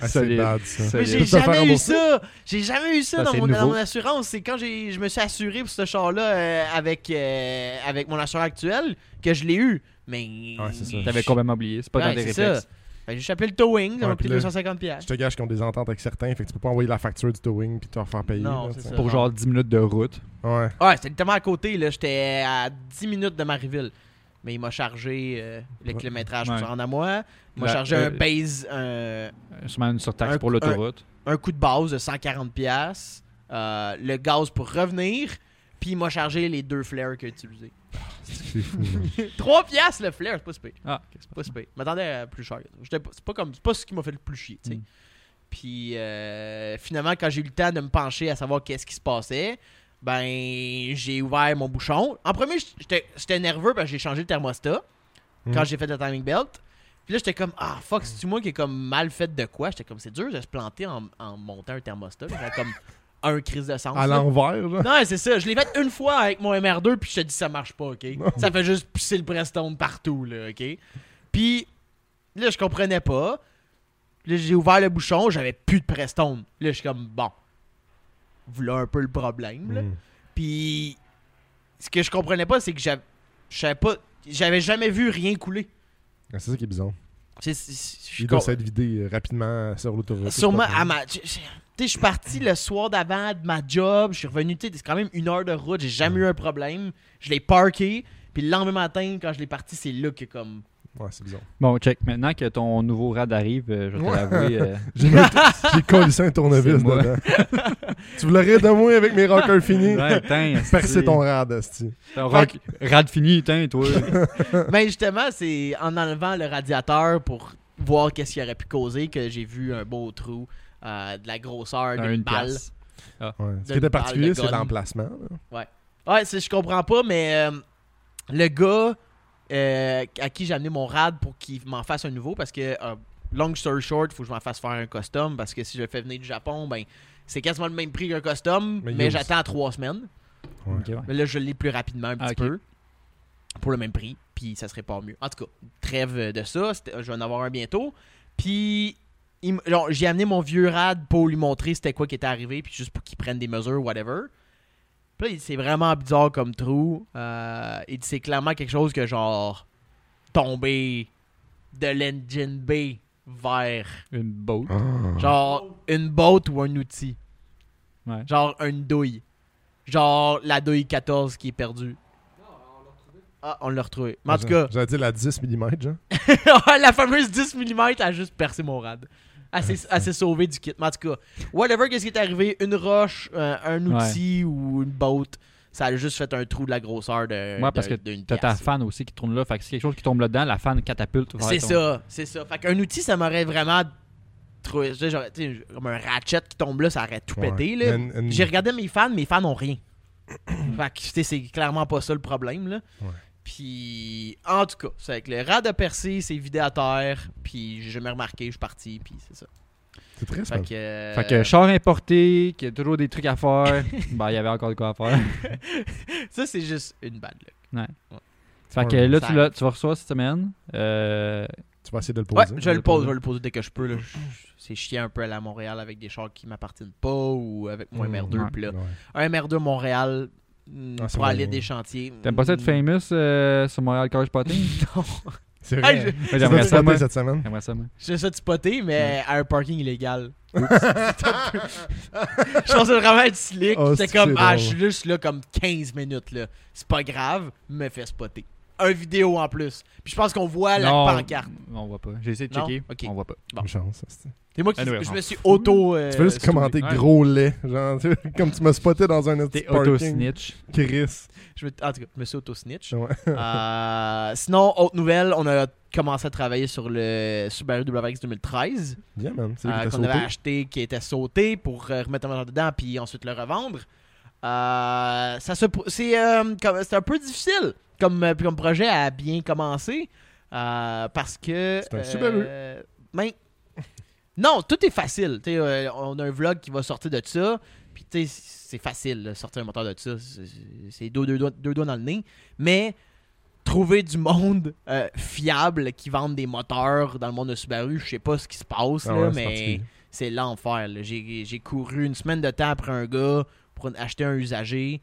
[SPEAKER 1] Ah, c'est
[SPEAKER 3] Solide.
[SPEAKER 1] bad, ça.
[SPEAKER 2] Mais
[SPEAKER 3] Solide.
[SPEAKER 2] j'ai
[SPEAKER 1] Tu peux te faire
[SPEAKER 2] jamais eu
[SPEAKER 1] rembourser.
[SPEAKER 2] ça! J'ai jamais eu ça,
[SPEAKER 3] Ça,
[SPEAKER 2] dans,
[SPEAKER 3] Ben, c'est
[SPEAKER 2] mon, dans
[SPEAKER 3] nouveau.
[SPEAKER 2] mon assurance. C'est quand j'ai, je me suis assuré pour ce char-là euh, avec, euh, avec mon assureur actuel que je l'ai eu. Mais.
[SPEAKER 1] Ouais, c'est ça.
[SPEAKER 3] T'avais complètement oublié, c'est pas dans
[SPEAKER 2] Ouais,
[SPEAKER 3] tes
[SPEAKER 2] c'est
[SPEAKER 3] réflexes.
[SPEAKER 2] ça. Fait que j'ai appelé le towing, ça m'a
[SPEAKER 1] Ouais,
[SPEAKER 2] coûté
[SPEAKER 1] puis là,
[SPEAKER 2] 250 pièces.
[SPEAKER 1] Je te gage qu'ils ont des ententes avec certains, fait que tu peux pas envoyer la facture du towing puis te refaire payer.
[SPEAKER 2] Non,
[SPEAKER 1] là,
[SPEAKER 2] c'est
[SPEAKER 1] t'sais.
[SPEAKER 2] ça.
[SPEAKER 3] Pour genre 10 minutes de route.
[SPEAKER 1] Ouais.
[SPEAKER 2] Ouais, c'était tellement à côté, là. J'étais à 10 minutes de Marieville. Mais il m'a chargé euh, le
[SPEAKER 1] Ouais.
[SPEAKER 2] kilométrage
[SPEAKER 3] Ouais.
[SPEAKER 2] pour se rendre à moi. Il m'a
[SPEAKER 3] La-
[SPEAKER 2] chargé
[SPEAKER 3] euh,
[SPEAKER 2] un base, un,
[SPEAKER 3] Euh, Sûrement une surtaxe
[SPEAKER 2] Un-
[SPEAKER 3] pour l'autoroute.
[SPEAKER 2] un coup de base de 140 pièces, euh, le gaz pour revenir, puis il m'a chargé les deux flares qu'il a utilisés.
[SPEAKER 1] C'est fou. hein. man.
[SPEAKER 2] 3 pièces le flare, c'est pas si pire.
[SPEAKER 3] Ah, ok, c'est pas-
[SPEAKER 2] Pas si pire. Je m'attendais à plus cher. J'étais pas- C'est pas, comme- c'est pas ce qui m'a fait le plus chier, tu sais.
[SPEAKER 3] Mm.
[SPEAKER 2] Puis euh, finalement, quand j'ai eu le temps de me pencher à savoir qu'est-ce qui se passait, ben j'ai ouvert mon bouchon. En premier, j- j'étais j'étais nerveux parce que j'ai changé le thermostat
[SPEAKER 1] Mm.
[SPEAKER 2] quand j'ai fait le timing belt. Puis là, j'étais comme, ah fuck, c'est-tu moi qui est comme mal fait de quoi? J'étais comme, c'est dur de se planter en, en montant un thermostat. J'avais comme un crise de sens.
[SPEAKER 1] À
[SPEAKER 2] là.
[SPEAKER 1] l'envers, là.
[SPEAKER 2] Non, c'est ça. Je l'ai fait une fois avec mon MR2, puis je te dis ça marche pas, OK? Ça fait juste pousser le Prestone partout, là, OK? Puis là, je comprenais pas. Là, j'ai ouvert le bouchon, j'avais plus de Prestone. Là, je suis comme, bon, voilà un peu le problème, là.
[SPEAKER 1] Mm.
[SPEAKER 2] Puis ce que je comprenais pas, c'est que j'avais, je savais pas, j'avais jamais vu rien couler.
[SPEAKER 1] Ah, C'est ça qui est bizarre.
[SPEAKER 2] C'est- c'est- c'est- je
[SPEAKER 1] Il doit
[SPEAKER 2] com-
[SPEAKER 1] s'être vidé euh, rapidement sur l'autoroute.
[SPEAKER 2] Sûrement
[SPEAKER 1] Je sais pas.
[SPEAKER 2] à ma. Tu sais, je suis parti le soir d'avant de ma job. Je suis revenu, tu sais, c'est quand même une heure de route. J'ai jamais eu un problème. Je l'ai parké. Puis le lendemain matin, quand je l'ai parti, c'est là que comme.
[SPEAKER 1] Ouais, c'est bizarre.
[SPEAKER 3] Bon, check. Maintenant que ton nouveau rad arrive, euh, je vais te
[SPEAKER 1] Ouais.
[SPEAKER 3] l'avouer. euh,
[SPEAKER 1] J'ai mis un t- j'ai collé ça un tournevis
[SPEAKER 3] C'est moi.
[SPEAKER 1] dedans. tu voulais rire de moi avec mes rockers finis?
[SPEAKER 3] ouais, tain,
[SPEAKER 1] Percer
[SPEAKER 3] c'est-
[SPEAKER 1] ton rad, Asti.
[SPEAKER 3] ton rock- Rad fini, tain, toi. Euh.
[SPEAKER 2] Mais Ben, justement, c'est en enlevant le radiateur pour voir qu'est-ce qu'il aurait pu causer que j'ai vu un beau trou euh, de la grosseur
[SPEAKER 3] T'as
[SPEAKER 2] d'une
[SPEAKER 3] une
[SPEAKER 2] balle.
[SPEAKER 3] pièce.
[SPEAKER 1] Ouais. Ce qui
[SPEAKER 2] De
[SPEAKER 1] était
[SPEAKER 2] balle de
[SPEAKER 1] particulier, c'est
[SPEAKER 2] gun.
[SPEAKER 1] l'emplacement. là.
[SPEAKER 2] Ouais, c'est- je comprends pas, mais euh, le gars euh, à qui j'ai amené mon rad pour qu'il m'en fasse un nouveau, parce que, euh, long story short, faut que je m'en fasse faire un custom, parce que si je le fais venir du Japon, ben, c'est quasiment le même prix qu'un custom,
[SPEAKER 1] Mais
[SPEAKER 2] mais,
[SPEAKER 1] il use.
[SPEAKER 2] j'attends trois semaines.
[SPEAKER 1] Ouais.
[SPEAKER 3] Ok, ouais.
[SPEAKER 2] Mais là, je l'ai plus rapidement un petit
[SPEAKER 3] Ah, ok.
[SPEAKER 2] peu, pour le même prix, puis ça serait pas mieux. En tout cas, trêve de ça, c'était- je vais en avoir un bientôt. Puis, il m- genre, j'ai amené mon vieux rad pour lui montrer c'était quoi qui était arrivé, puis juste pour qu'il prenne des mesures, whatever. Puis là, il dit, c'est vraiment bizarre comme trou. Euh, il dit, c'est clairement quelque chose que, genre, tombé de l'engine B vers,
[SPEAKER 3] Une boat.
[SPEAKER 1] Ah.
[SPEAKER 2] genre, une botte ou un outil.
[SPEAKER 3] Ouais.
[SPEAKER 2] Genre, une douille. Genre, la douille 14 qui est perdue. Ah, on l'a retrouvé. Mais en tout cas,
[SPEAKER 1] J'allais dire la 10 mm, genre.
[SPEAKER 2] la fameuse 10 mm a juste percé mon rad. Elle s'est elle s'est sauvée du kit. Mais en tout cas, whatever, qu'est-ce qui est arrivé Une roche, euh, un outil ou une botte, ça a juste fait un trou de la grosseur de.
[SPEAKER 3] Ouais, parce
[SPEAKER 2] de-
[SPEAKER 3] que
[SPEAKER 2] d'une
[SPEAKER 3] T'as ta
[SPEAKER 2] pièce.
[SPEAKER 3] fan aussi qui tourne là. Fait que si quelque chose qui tombe là-dedans, la fan catapulte. vers
[SPEAKER 2] C'est
[SPEAKER 3] ton-
[SPEAKER 2] ça, c'est ça. Fait qu'un outil, ça m'aurait vraiment. trou- tu sais, j'aurais- tu sais, Comme un ratchet qui tombe là, ça aurait tout
[SPEAKER 1] Ouais.
[SPEAKER 2] pété. Là.
[SPEAKER 1] Une- une-
[SPEAKER 2] J'ai regardé mes fans, mes fans ont rien. fait que tu sais, c'est clairement pas ça le problème. Là.
[SPEAKER 1] Ouais.
[SPEAKER 2] Puis, en tout cas, c'est avec le rat de percé, c'est vidé à terre. Puis, j'ai jamais remarqué, je suis parti. Puis, c'est ça.
[SPEAKER 1] C'est triste,
[SPEAKER 2] Fait
[SPEAKER 1] man.
[SPEAKER 2] que. euh,
[SPEAKER 3] Fait que char importé, qu'il y a toujours des trucs à faire. ben, il y avait encore de quoi à faire.
[SPEAKER 2] ça, c'est juste une bad luck.
[SPEAKER 3] Fait que là,
[SPEAKER 2] Ça
[SPEAKER 3] tu, l'as- tu vas recevoir cette semaine. Euh,
[SPEAKER 1] Tu vas essayer de le
[SPEAKER 2] Ouais,
[SPEAKER 1] poser.
[SPEAKER 2] je le
[SPEAKER 3] le
[SPEAKER 2] pose,
[SPEAKER 3] poser.
[SPEAKER 2] je vais le poser dès que je peux. là. Je- je- C'est chiant un peu à la Montréal avec des chars qui m'appartiennent pas ou avec mon
[SPEAKER 1] Mm,
[SPEAKER 2] MR2.
[SPEAKER 3] ouais.
[SPEAKER 2] Puis là,
[SPEAKER 1] Ouais.
[SPEAKER 2] un MR2 Montréal mm,
[SPEAKER 1] Ah, c'est
[SPEAKER 2] pour
[SPEAKER 1] bon,
[SPEAKER 2] aller
[SPEAKER 1] ouais.
[SPEAKER 2] des chantiers.
[SPEAKER 3] T'aimes pas ça être
[SPEAKER 2] Mm,
[SPEAKER 3] famous euh, sur Montréal College Potting?
[SPEAKER 2] Non.
[SPEAKER 1] C'est
[SPEAKER 2] Ah,
[SPEAKER 1] vrai.
[SPEAKER 2] je-
[SPEAKER 1] Tu
[SPEAKER 3] Ouais,
[SPEAKER 1] vas
[SPEAKER 3] J'aimerais
[SPEAKER 1] te
[SPEAKER 3] ça,
[SPEAKER 1] spotter
[SPEAKER 3] moi.
[SPEAKER 1] cette semaine.
[SPEAKER 3] J'aimerais ça, moi.
[SPEAKER 2] Je sais ça de spotter, mais à un parking illégal. je pensais vraiment être slick.
[SPEAKER 1] Oh,
[SPEAKER 2] J'étais
[SPEAKER 1] c'est
[SPEAKER 2] comme,
[SPEAKER 1] drôle.
[SPEAKER 2] ah, je suis juste là comme 15 minutes. là. C'est pas grave, me fais spotter. Un vidéo en plus. Puis je pense qu'on voit la
[SPEAKER 3] Non,
[SPEAKER 2] pancarte.
[SPEAKER 3] On voit pas. J'ai essayé de
[SPEAKER 2] Non?
[SPEAKER 3] checker.
[SPEAKER 2] Ok.
[SPEAKER 3] On voit pas.
[SPEAKER 2] Bon.
[SPEAKER 1] Une chance. c'est-
[SPEAKER 2] C'est moi qui
[SPEAKER 3] Anyway,
[SPEAKER 2] je
[SPEAKER 3] on
[SPEAKER 2] me
[SPEAKER 3] s'en
[SPEAKER 2] suis auto. euh,
[SPEAKER 1] Tu peux juste
[SPEAKER 3] c'est
[SPEAKER 1] commenter
[SPEAKER 3] obligé.
[SPEAKER 1] gros lait. Genre, tu sais, comme tu m'as spoté dans un autre
[SPEAKER 3] T'es auto-snitch.
[SPEAKER 1] parking. Chris.
[SPEAKER 2] je me- en tout cas, je me suis auto-snitch.
[SPEAKER 1] Ouais.
[SPEAKER 2] Euh, sinon, autre nouvelle, on a commencé à travailler sur le Subaru WRX 2013.
[SPEAKER 1] Bien, man. C'est
[SPEAKER 2] euh,
[SPEAKER 1] lui qui
[SPEAKER 2] qu'on
[SPEAKER 1] t'a
[SPEAKER 2] avait
[SPEAKER 1] sauté.
[SPEAKER 2] acheté, qui était sauté pour euh, remettre un moteur dedans puis ensuite le revendre. Euh, ça se pro- c'est euh, comme- c'est un peu difficile comme, euh, comme projet à bien commencer euh, parce que
[SPEAKER 1] C'est un
[SPEAKER 2] euh,
[SPEAKER 1] Subaru.
[SPEAKER 2] ben, non, tout est facile. Tu sais, euh, on a un vlog qui va sortir de ça. Puis tu sais, c'est facile là, sortir un moteur de ça. C'est- C'est deux, deux doigts- deux doigts dans le nez. Mais trouver du monde euh, fiable qui vende des moteurs dans le monde de Subaru, je sais pas ce qui se passe,
[SPEAKER 1] Ah
[SPEAKER 2] là,
[SPEAKER 1] ouais, c'est
[SPEAKER 2] mais
[SPEAKER 1] particulier.
[SPEAKER 2] c'est l'enfer. là. J'ai j'ai couru une semaine de temps après un gars pour acheter un usager.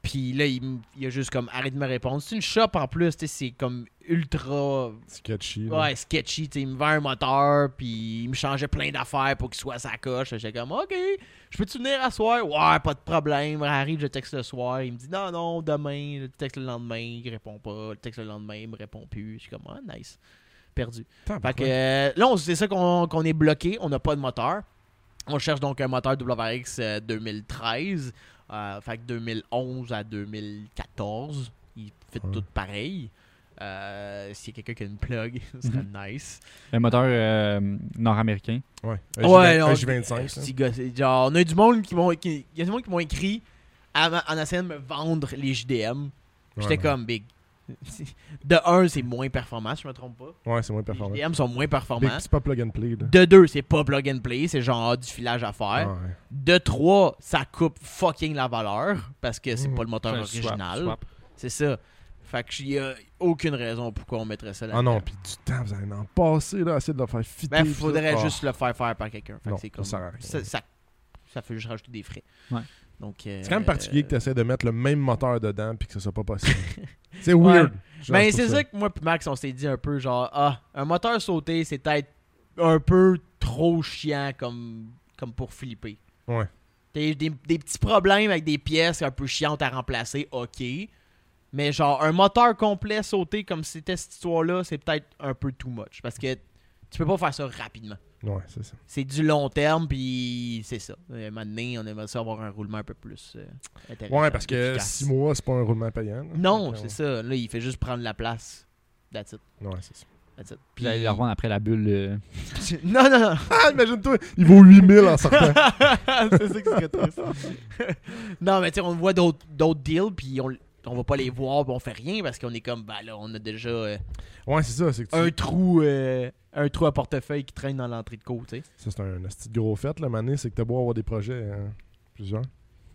[SPEAKER 2] Puis là, il, m- il a juste comme arrêté de me répondre. C'est une shop en plus, tu sais, c'est comme ultra
[SPEAKER 1] Sketchy. là.
[SPEAKER 2] ouais, sketchy. tu sais, Il me vend un moteur, puis il me changeait plein d'affaires pour qu'il soit à sa coche. J'étais comme, OK, je peux-tu venir à soir? Ouais, pas de problème. Arrive, je texte le soir. Il me dit, non, non, demain. Je texte le lendemain, il répond pas. Je texte le lendemain, il me répond plus. Je suis comme, ah, nice. Perdu. Fait que euh, là, on- c'est ça qu'on qu'on est bloqué. On n'a pas de moteur. On cherche donc un moteur WRX euh, 2013. Euh, fait que 2011 à 2014, il fait
[SPEAKER 1] Ouais.
[SPEAKER 2] tout pareil. Euh, S'il y a quelqu'un qui a une plug, ce
[SPEAKER 1] Mhm.
[SPEAKER 2] serait nice.
[SPEAKER 3] Un moteur euh, nord-américain.
[SPEAKER 1] Ouais.
[SPEAKER 2] Ouais, non,
[SPEAKER 1] Un J25. ça.
[SPEAKER 2] Petit Euh, gars, c'est- genre, on a du monde qui m'ont qui- il y a du monde qui m'ont écrit à ma- en essayant de me vendre les JDM. J'étais
[SPEAKER 1] Ouais,
[SPEAKER 2] comme big. De un, c'est moins performant, si je me trompe pas.
[SPEAKER 1] non. Ouais, c'est moins performant.
[SPEAKER 2] Les JDM sont moins
[SPEAKER 1] Big,
[SPEAKER 2] performants.
[SPEAKER 1] C'est pas plug and play. là.
[SPEAKER 2] De deux, c'est pas plug and play, c'est genre du filage à faire.
[SPEAKER 1] Ah, ouais.
[SPEAKER 2] De trois, ça coupe fucking la valeur parce que c'est
[SPEAKER 1] Mm.
[SPEAKER 2] pas le moteur
[SPEAKER 3] Un swap,
[SPEAKER 2] original.
[SPEAKER 3] swap.
[SPEAKER 2] C'est ça. Fait que y a aucune raison pourquoi on mettrait ça là.
[SPEAKER 1] Ah non, pis du temps, vous allez en passer, là, essayer de le faire fitter.
[SPEAKER 2] Ben,
[SPEAKER 1] pis ça.
[SPEAKER 2] faudrait
[SPEAKER 1] Ah.
[SPEAKER 2] juste le faire faire par quelqu'un. Fait
[SPEAKER 1] Non,
[SPEAKER 2] que c'est comme
[SPEAKER 1] ça sert à rien.
[SPEAKER 2] ça, ça, ça fait juste rajouter des frais.
[SPEAKER 3] Ouais.
[SPEAKER 2] Donc euh,
[SPEAKER 1] C'est quand même particulier que tu essaies de mettre le même moteur dedans puis que ce soit pas possible. c'est
[SPEAKER 2] Ouais.
[SPEAKER 1] weird. genre,
[SPEAKER 2] Ben
[SPEAKER 1] je trouve
[SPEAKER 2] c'est ça que moi et Max on s'est dit un peu genre ah un moteur sauté c'est peut-être un peu trop chiant comme comme pour flipper.
[SPEAKER 1] Ouais.
[SPEAKER 2] T'as des, des petits problèmes avec des pièces un peu chiantes à remplacer, ok. Mais genre un moteur complet sauté comme c'était cette histoire-là, c'est peut-être un peu too much. Parce que tu peux pas faire ça rapidement.
[SPEAKER 1] Ouais, c'est ça.
[SPEAKER 2] C'est du long terme, puis c'est ça. À un moment donné, on aimerait ça avoir un roulement un peu plus euh, intéressant.
[SPEAKER 1] Ouais, parce que
[SPEAKER 2] efficace.
[SPEAKER 1] 6 mois, c'est pas un roulement payant. là.
[SPEAKER 2] Non,
[SPEAKER 1] Ouais,
[SPEAKER 2] c'est ça. Là, il fait juste prendre la place. That's it.
[SPEAKER 1] ouais. Ouais, c'est ça.
[SPEAKER 2] That's it.
[SPEAKER 3] Puis là, ils le revendent après la bulle. euh,
[SPEAKER 2] Non, non, non.
[SPEAKER 1] Ah, imagine-toi, il vaut 8000 en sortant.
[SPEAKER 2] c'est ça qui serait triste. non, mais tu sais, on voit d'autres d'autres deals, puis on, on va pas les voir, puis on fait rien parce qu'on est comme, bah là, on a déjà euh,
[SPEAKER 1] ouais, c'est ça. C'est que tu-
[SPEAKER 2] un trou euh, un trou à portefeuille qui traîne dans l'entrée de cours, tu sais.
[SPEAKER 1] Ça, c'est un petit gros fait, là, Mané, c'est que t'as beau avoir des projets, euh, plusieurs.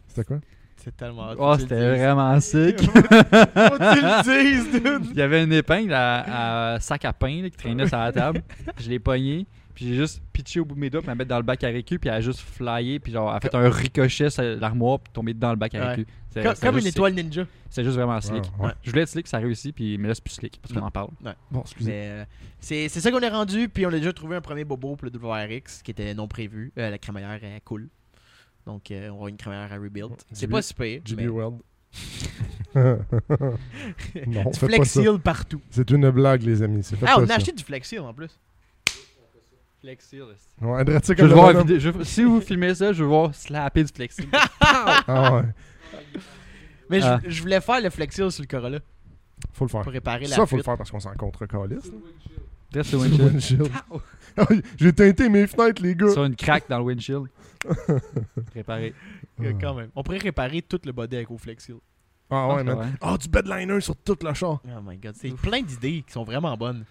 [SPEAKER 1] C'était quoi?
[SPEAKER 2] C'est tellement. hot,
[SPEAKER 3] Oh,
[SPEAKER 2] faut que tu le
[SPEAKER 3] c'était
[SPEAKER 2] dises.
[SPEAKER 3] vraiment sick.
[SPEAKER 2] Faut que tu le dises, dude.
[SPEAKER 3] Il y avait une épingle à, à sac à pain là, qui traînait sur la table. Je l'ai pognée. Puis j'ai juste pitché au bout de mes doigts pour la mettre dans le bac à récu. Puis elle a juste flyé. Puis genre, elle a fait un ricochet sur l'armoire. Puis tombé dans le bac
[SPEAKER 2] Ouais.
[SPEAKER 3] à récu. C'est-
[SPEAKER 2] Comme,
[SPEAKER 3] c'est
[SPEAKER 2] comme une
[SPEAKER 3] juste
[SPEAKER 2] étoile ninja.
[SPEAKER 3] sick. C'est juste vraiment slick.
[SPEAKER 1] Ah, ouais.
[SPEAKER 2] Ouais.
[SPEAKER 3] Je voulais être slick, ça a réussi. Puis, mais là, c'est plus slick. Parce qu'on en parle.
[SPEAKER 1] Bon, excusez.
[SPEAKER 2] Mais euh, c'est c'est ça qu'on est rendu, puis on a déjà trouvé un premier bobo pour le WRX qui était non prévu. Euh, la crémaillère est cool. Donc, euh, on va avoir une crémaillère à rebuild. C'est
[SPEAKER 1] JB
[SPEAKER 2] pas super.
[SPEAKER 1] JB World. non,
[SPEAKER 2] Du
[SPEAKER 1] faites pas
[SPEAKER 2] Flex
[SPEAKER 1] ça.
[SPEAKER 2] Seal partout.
[SPEAKER 1] C'est une blague, les amis. C'est fait
[SPEAKER 2] Ah,
[SPEAKER 1] pas
[SPEAKER 2] on a
[SPEAKER 1] ça.
[SPEAKER 2] acheté du Flex Seal en plus.
[SPEAKER 1] Ouais, Andratique,
[SPEAKER 3] Je veux
[SPEAKER 1] le
[SPEAKER 3] voir la
[SPEAKER 1] bonhomme.
[SPEAKER 3] vidéo. je veux- si vous filmez ça, je veux voir slapper du flexi.
[SPEAKER 1] Ah ouais,
[SPEAKER 2] Mais je-
[SPEAKER 3] Ah.
[SPEAKER 2] je voulais faire le Flex Seal sur le Corolla
[SPEAKER 1] faut le faire.
[SPEAKER 2] pour réparer la
[SPEAKER 1] Ça, faut le
[SPEAKER 2] fuite.
[SPEAKER 1] faire parce qu'on s'en contre-calisse.
[SPEAKER 3] Dresse le
[SPEAKER 1] Sur le
[SPEAKER 3] windshield.
[SPEAKER 1] windshield. Ah oui, J'ai teinté mes fenêtres, les gars.
[SPEAKER 3] Sur une craque dans le windshield. Préparé.
[SPEAKER 2] Euh, Quand même. On pourrait réparer tout le body avec au Flex Seal.
[SPEAKER 1] Ah
[SPEAKER 3] Ah,
[SPEAKER 1] ouais,
[SPEAKER 3] c'est
[SPEAKER 1] man.
[SPEAKER 3] vrai.
[SPEAKER 1] Ah, du bedliner sur tout le char.
[SPEAKER 2] Oh my god, c'est plein d'idées qui sont vraiment bonnes.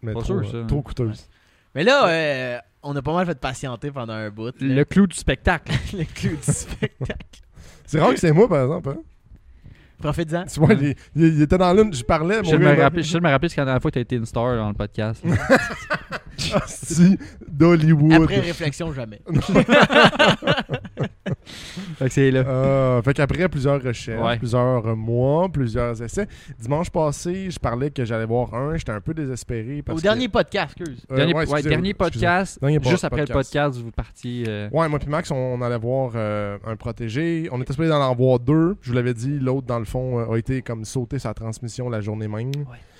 [SPEAKER 1] Mais
[SPEAKER 3] Pas
[SPEAKER 1] trop,
[SPEAKER 3] sûr,
[SPEAKER 1] euh,
[SPEAKER 3] ça.
[SPEAKER 1] trop coûteuse.
[SPEAKER 2] Mais là, euh, on a pas mal fait patienter pendant un bout. là.
[SPEAKER 3] Le clou du spectacle.
[SPEAKER 2] le clou du spectacle.
[SPEAKER 1] C'est rare que c'est moi, par exemple. Hein?
[SPEAKER 2] Profite-en.
[SPEAKER 1] Tu vois, il, il- il était dans l'une, je parlais.
[SPEAKER 3] Je
[SPEAKER 1] Mon
[SPEAKER 3] me
[SPEAKER 1] gars, il-
[SPEAKER 3] rappelle, je me rappelle parce que la dernière fois que t'as été une star dans le podcast.
[SPEAKER 1] Ah, si, d'Hollywood.
[SPEAKER 2] Après réflexion, jamais.
[SPEAKER 3] fait que c'est là.
[SPEAKER 1] Euh, fait qu'après plusieurs recherches,
[SPEAKER 3] Ouais.
[SPEAKER 1] plusieurs euh, mois, plusieurs essais, dimanche passé, je parlais que j'allais voir un, j'étais un peu désespéré. Parce
[SPEAKER 2] Au
[SPEAKER 1] que-
[SPEAKER 2] dernier podcast, excuse.
[SPEAKER 1] Euh,
[SPEAKER 3] dernier,
[SPEAKER 1] ouais,
[SPEAKER 3] ouais,
[SPEAKER 1] excusez,
[SPEAKER 3] dernier
[SPEAKER 1] excusez.
[SPEAKER 3] podcast.
[SPEAKER 1] Dernier po-
[SPEAKER 3] juste après le
[SPEAKER 1] podcast.
[SPEAKER 3] podcast, vous partiez. euh,
[SPEAKER 1] Ouais, moi puis Max, on, on allait voir euh, un protégé. On était supposé d'en en voir deux. Je vous l'avais dit, l'autre, dans le fond, euh, a été comme sauté sa transmission la journée même.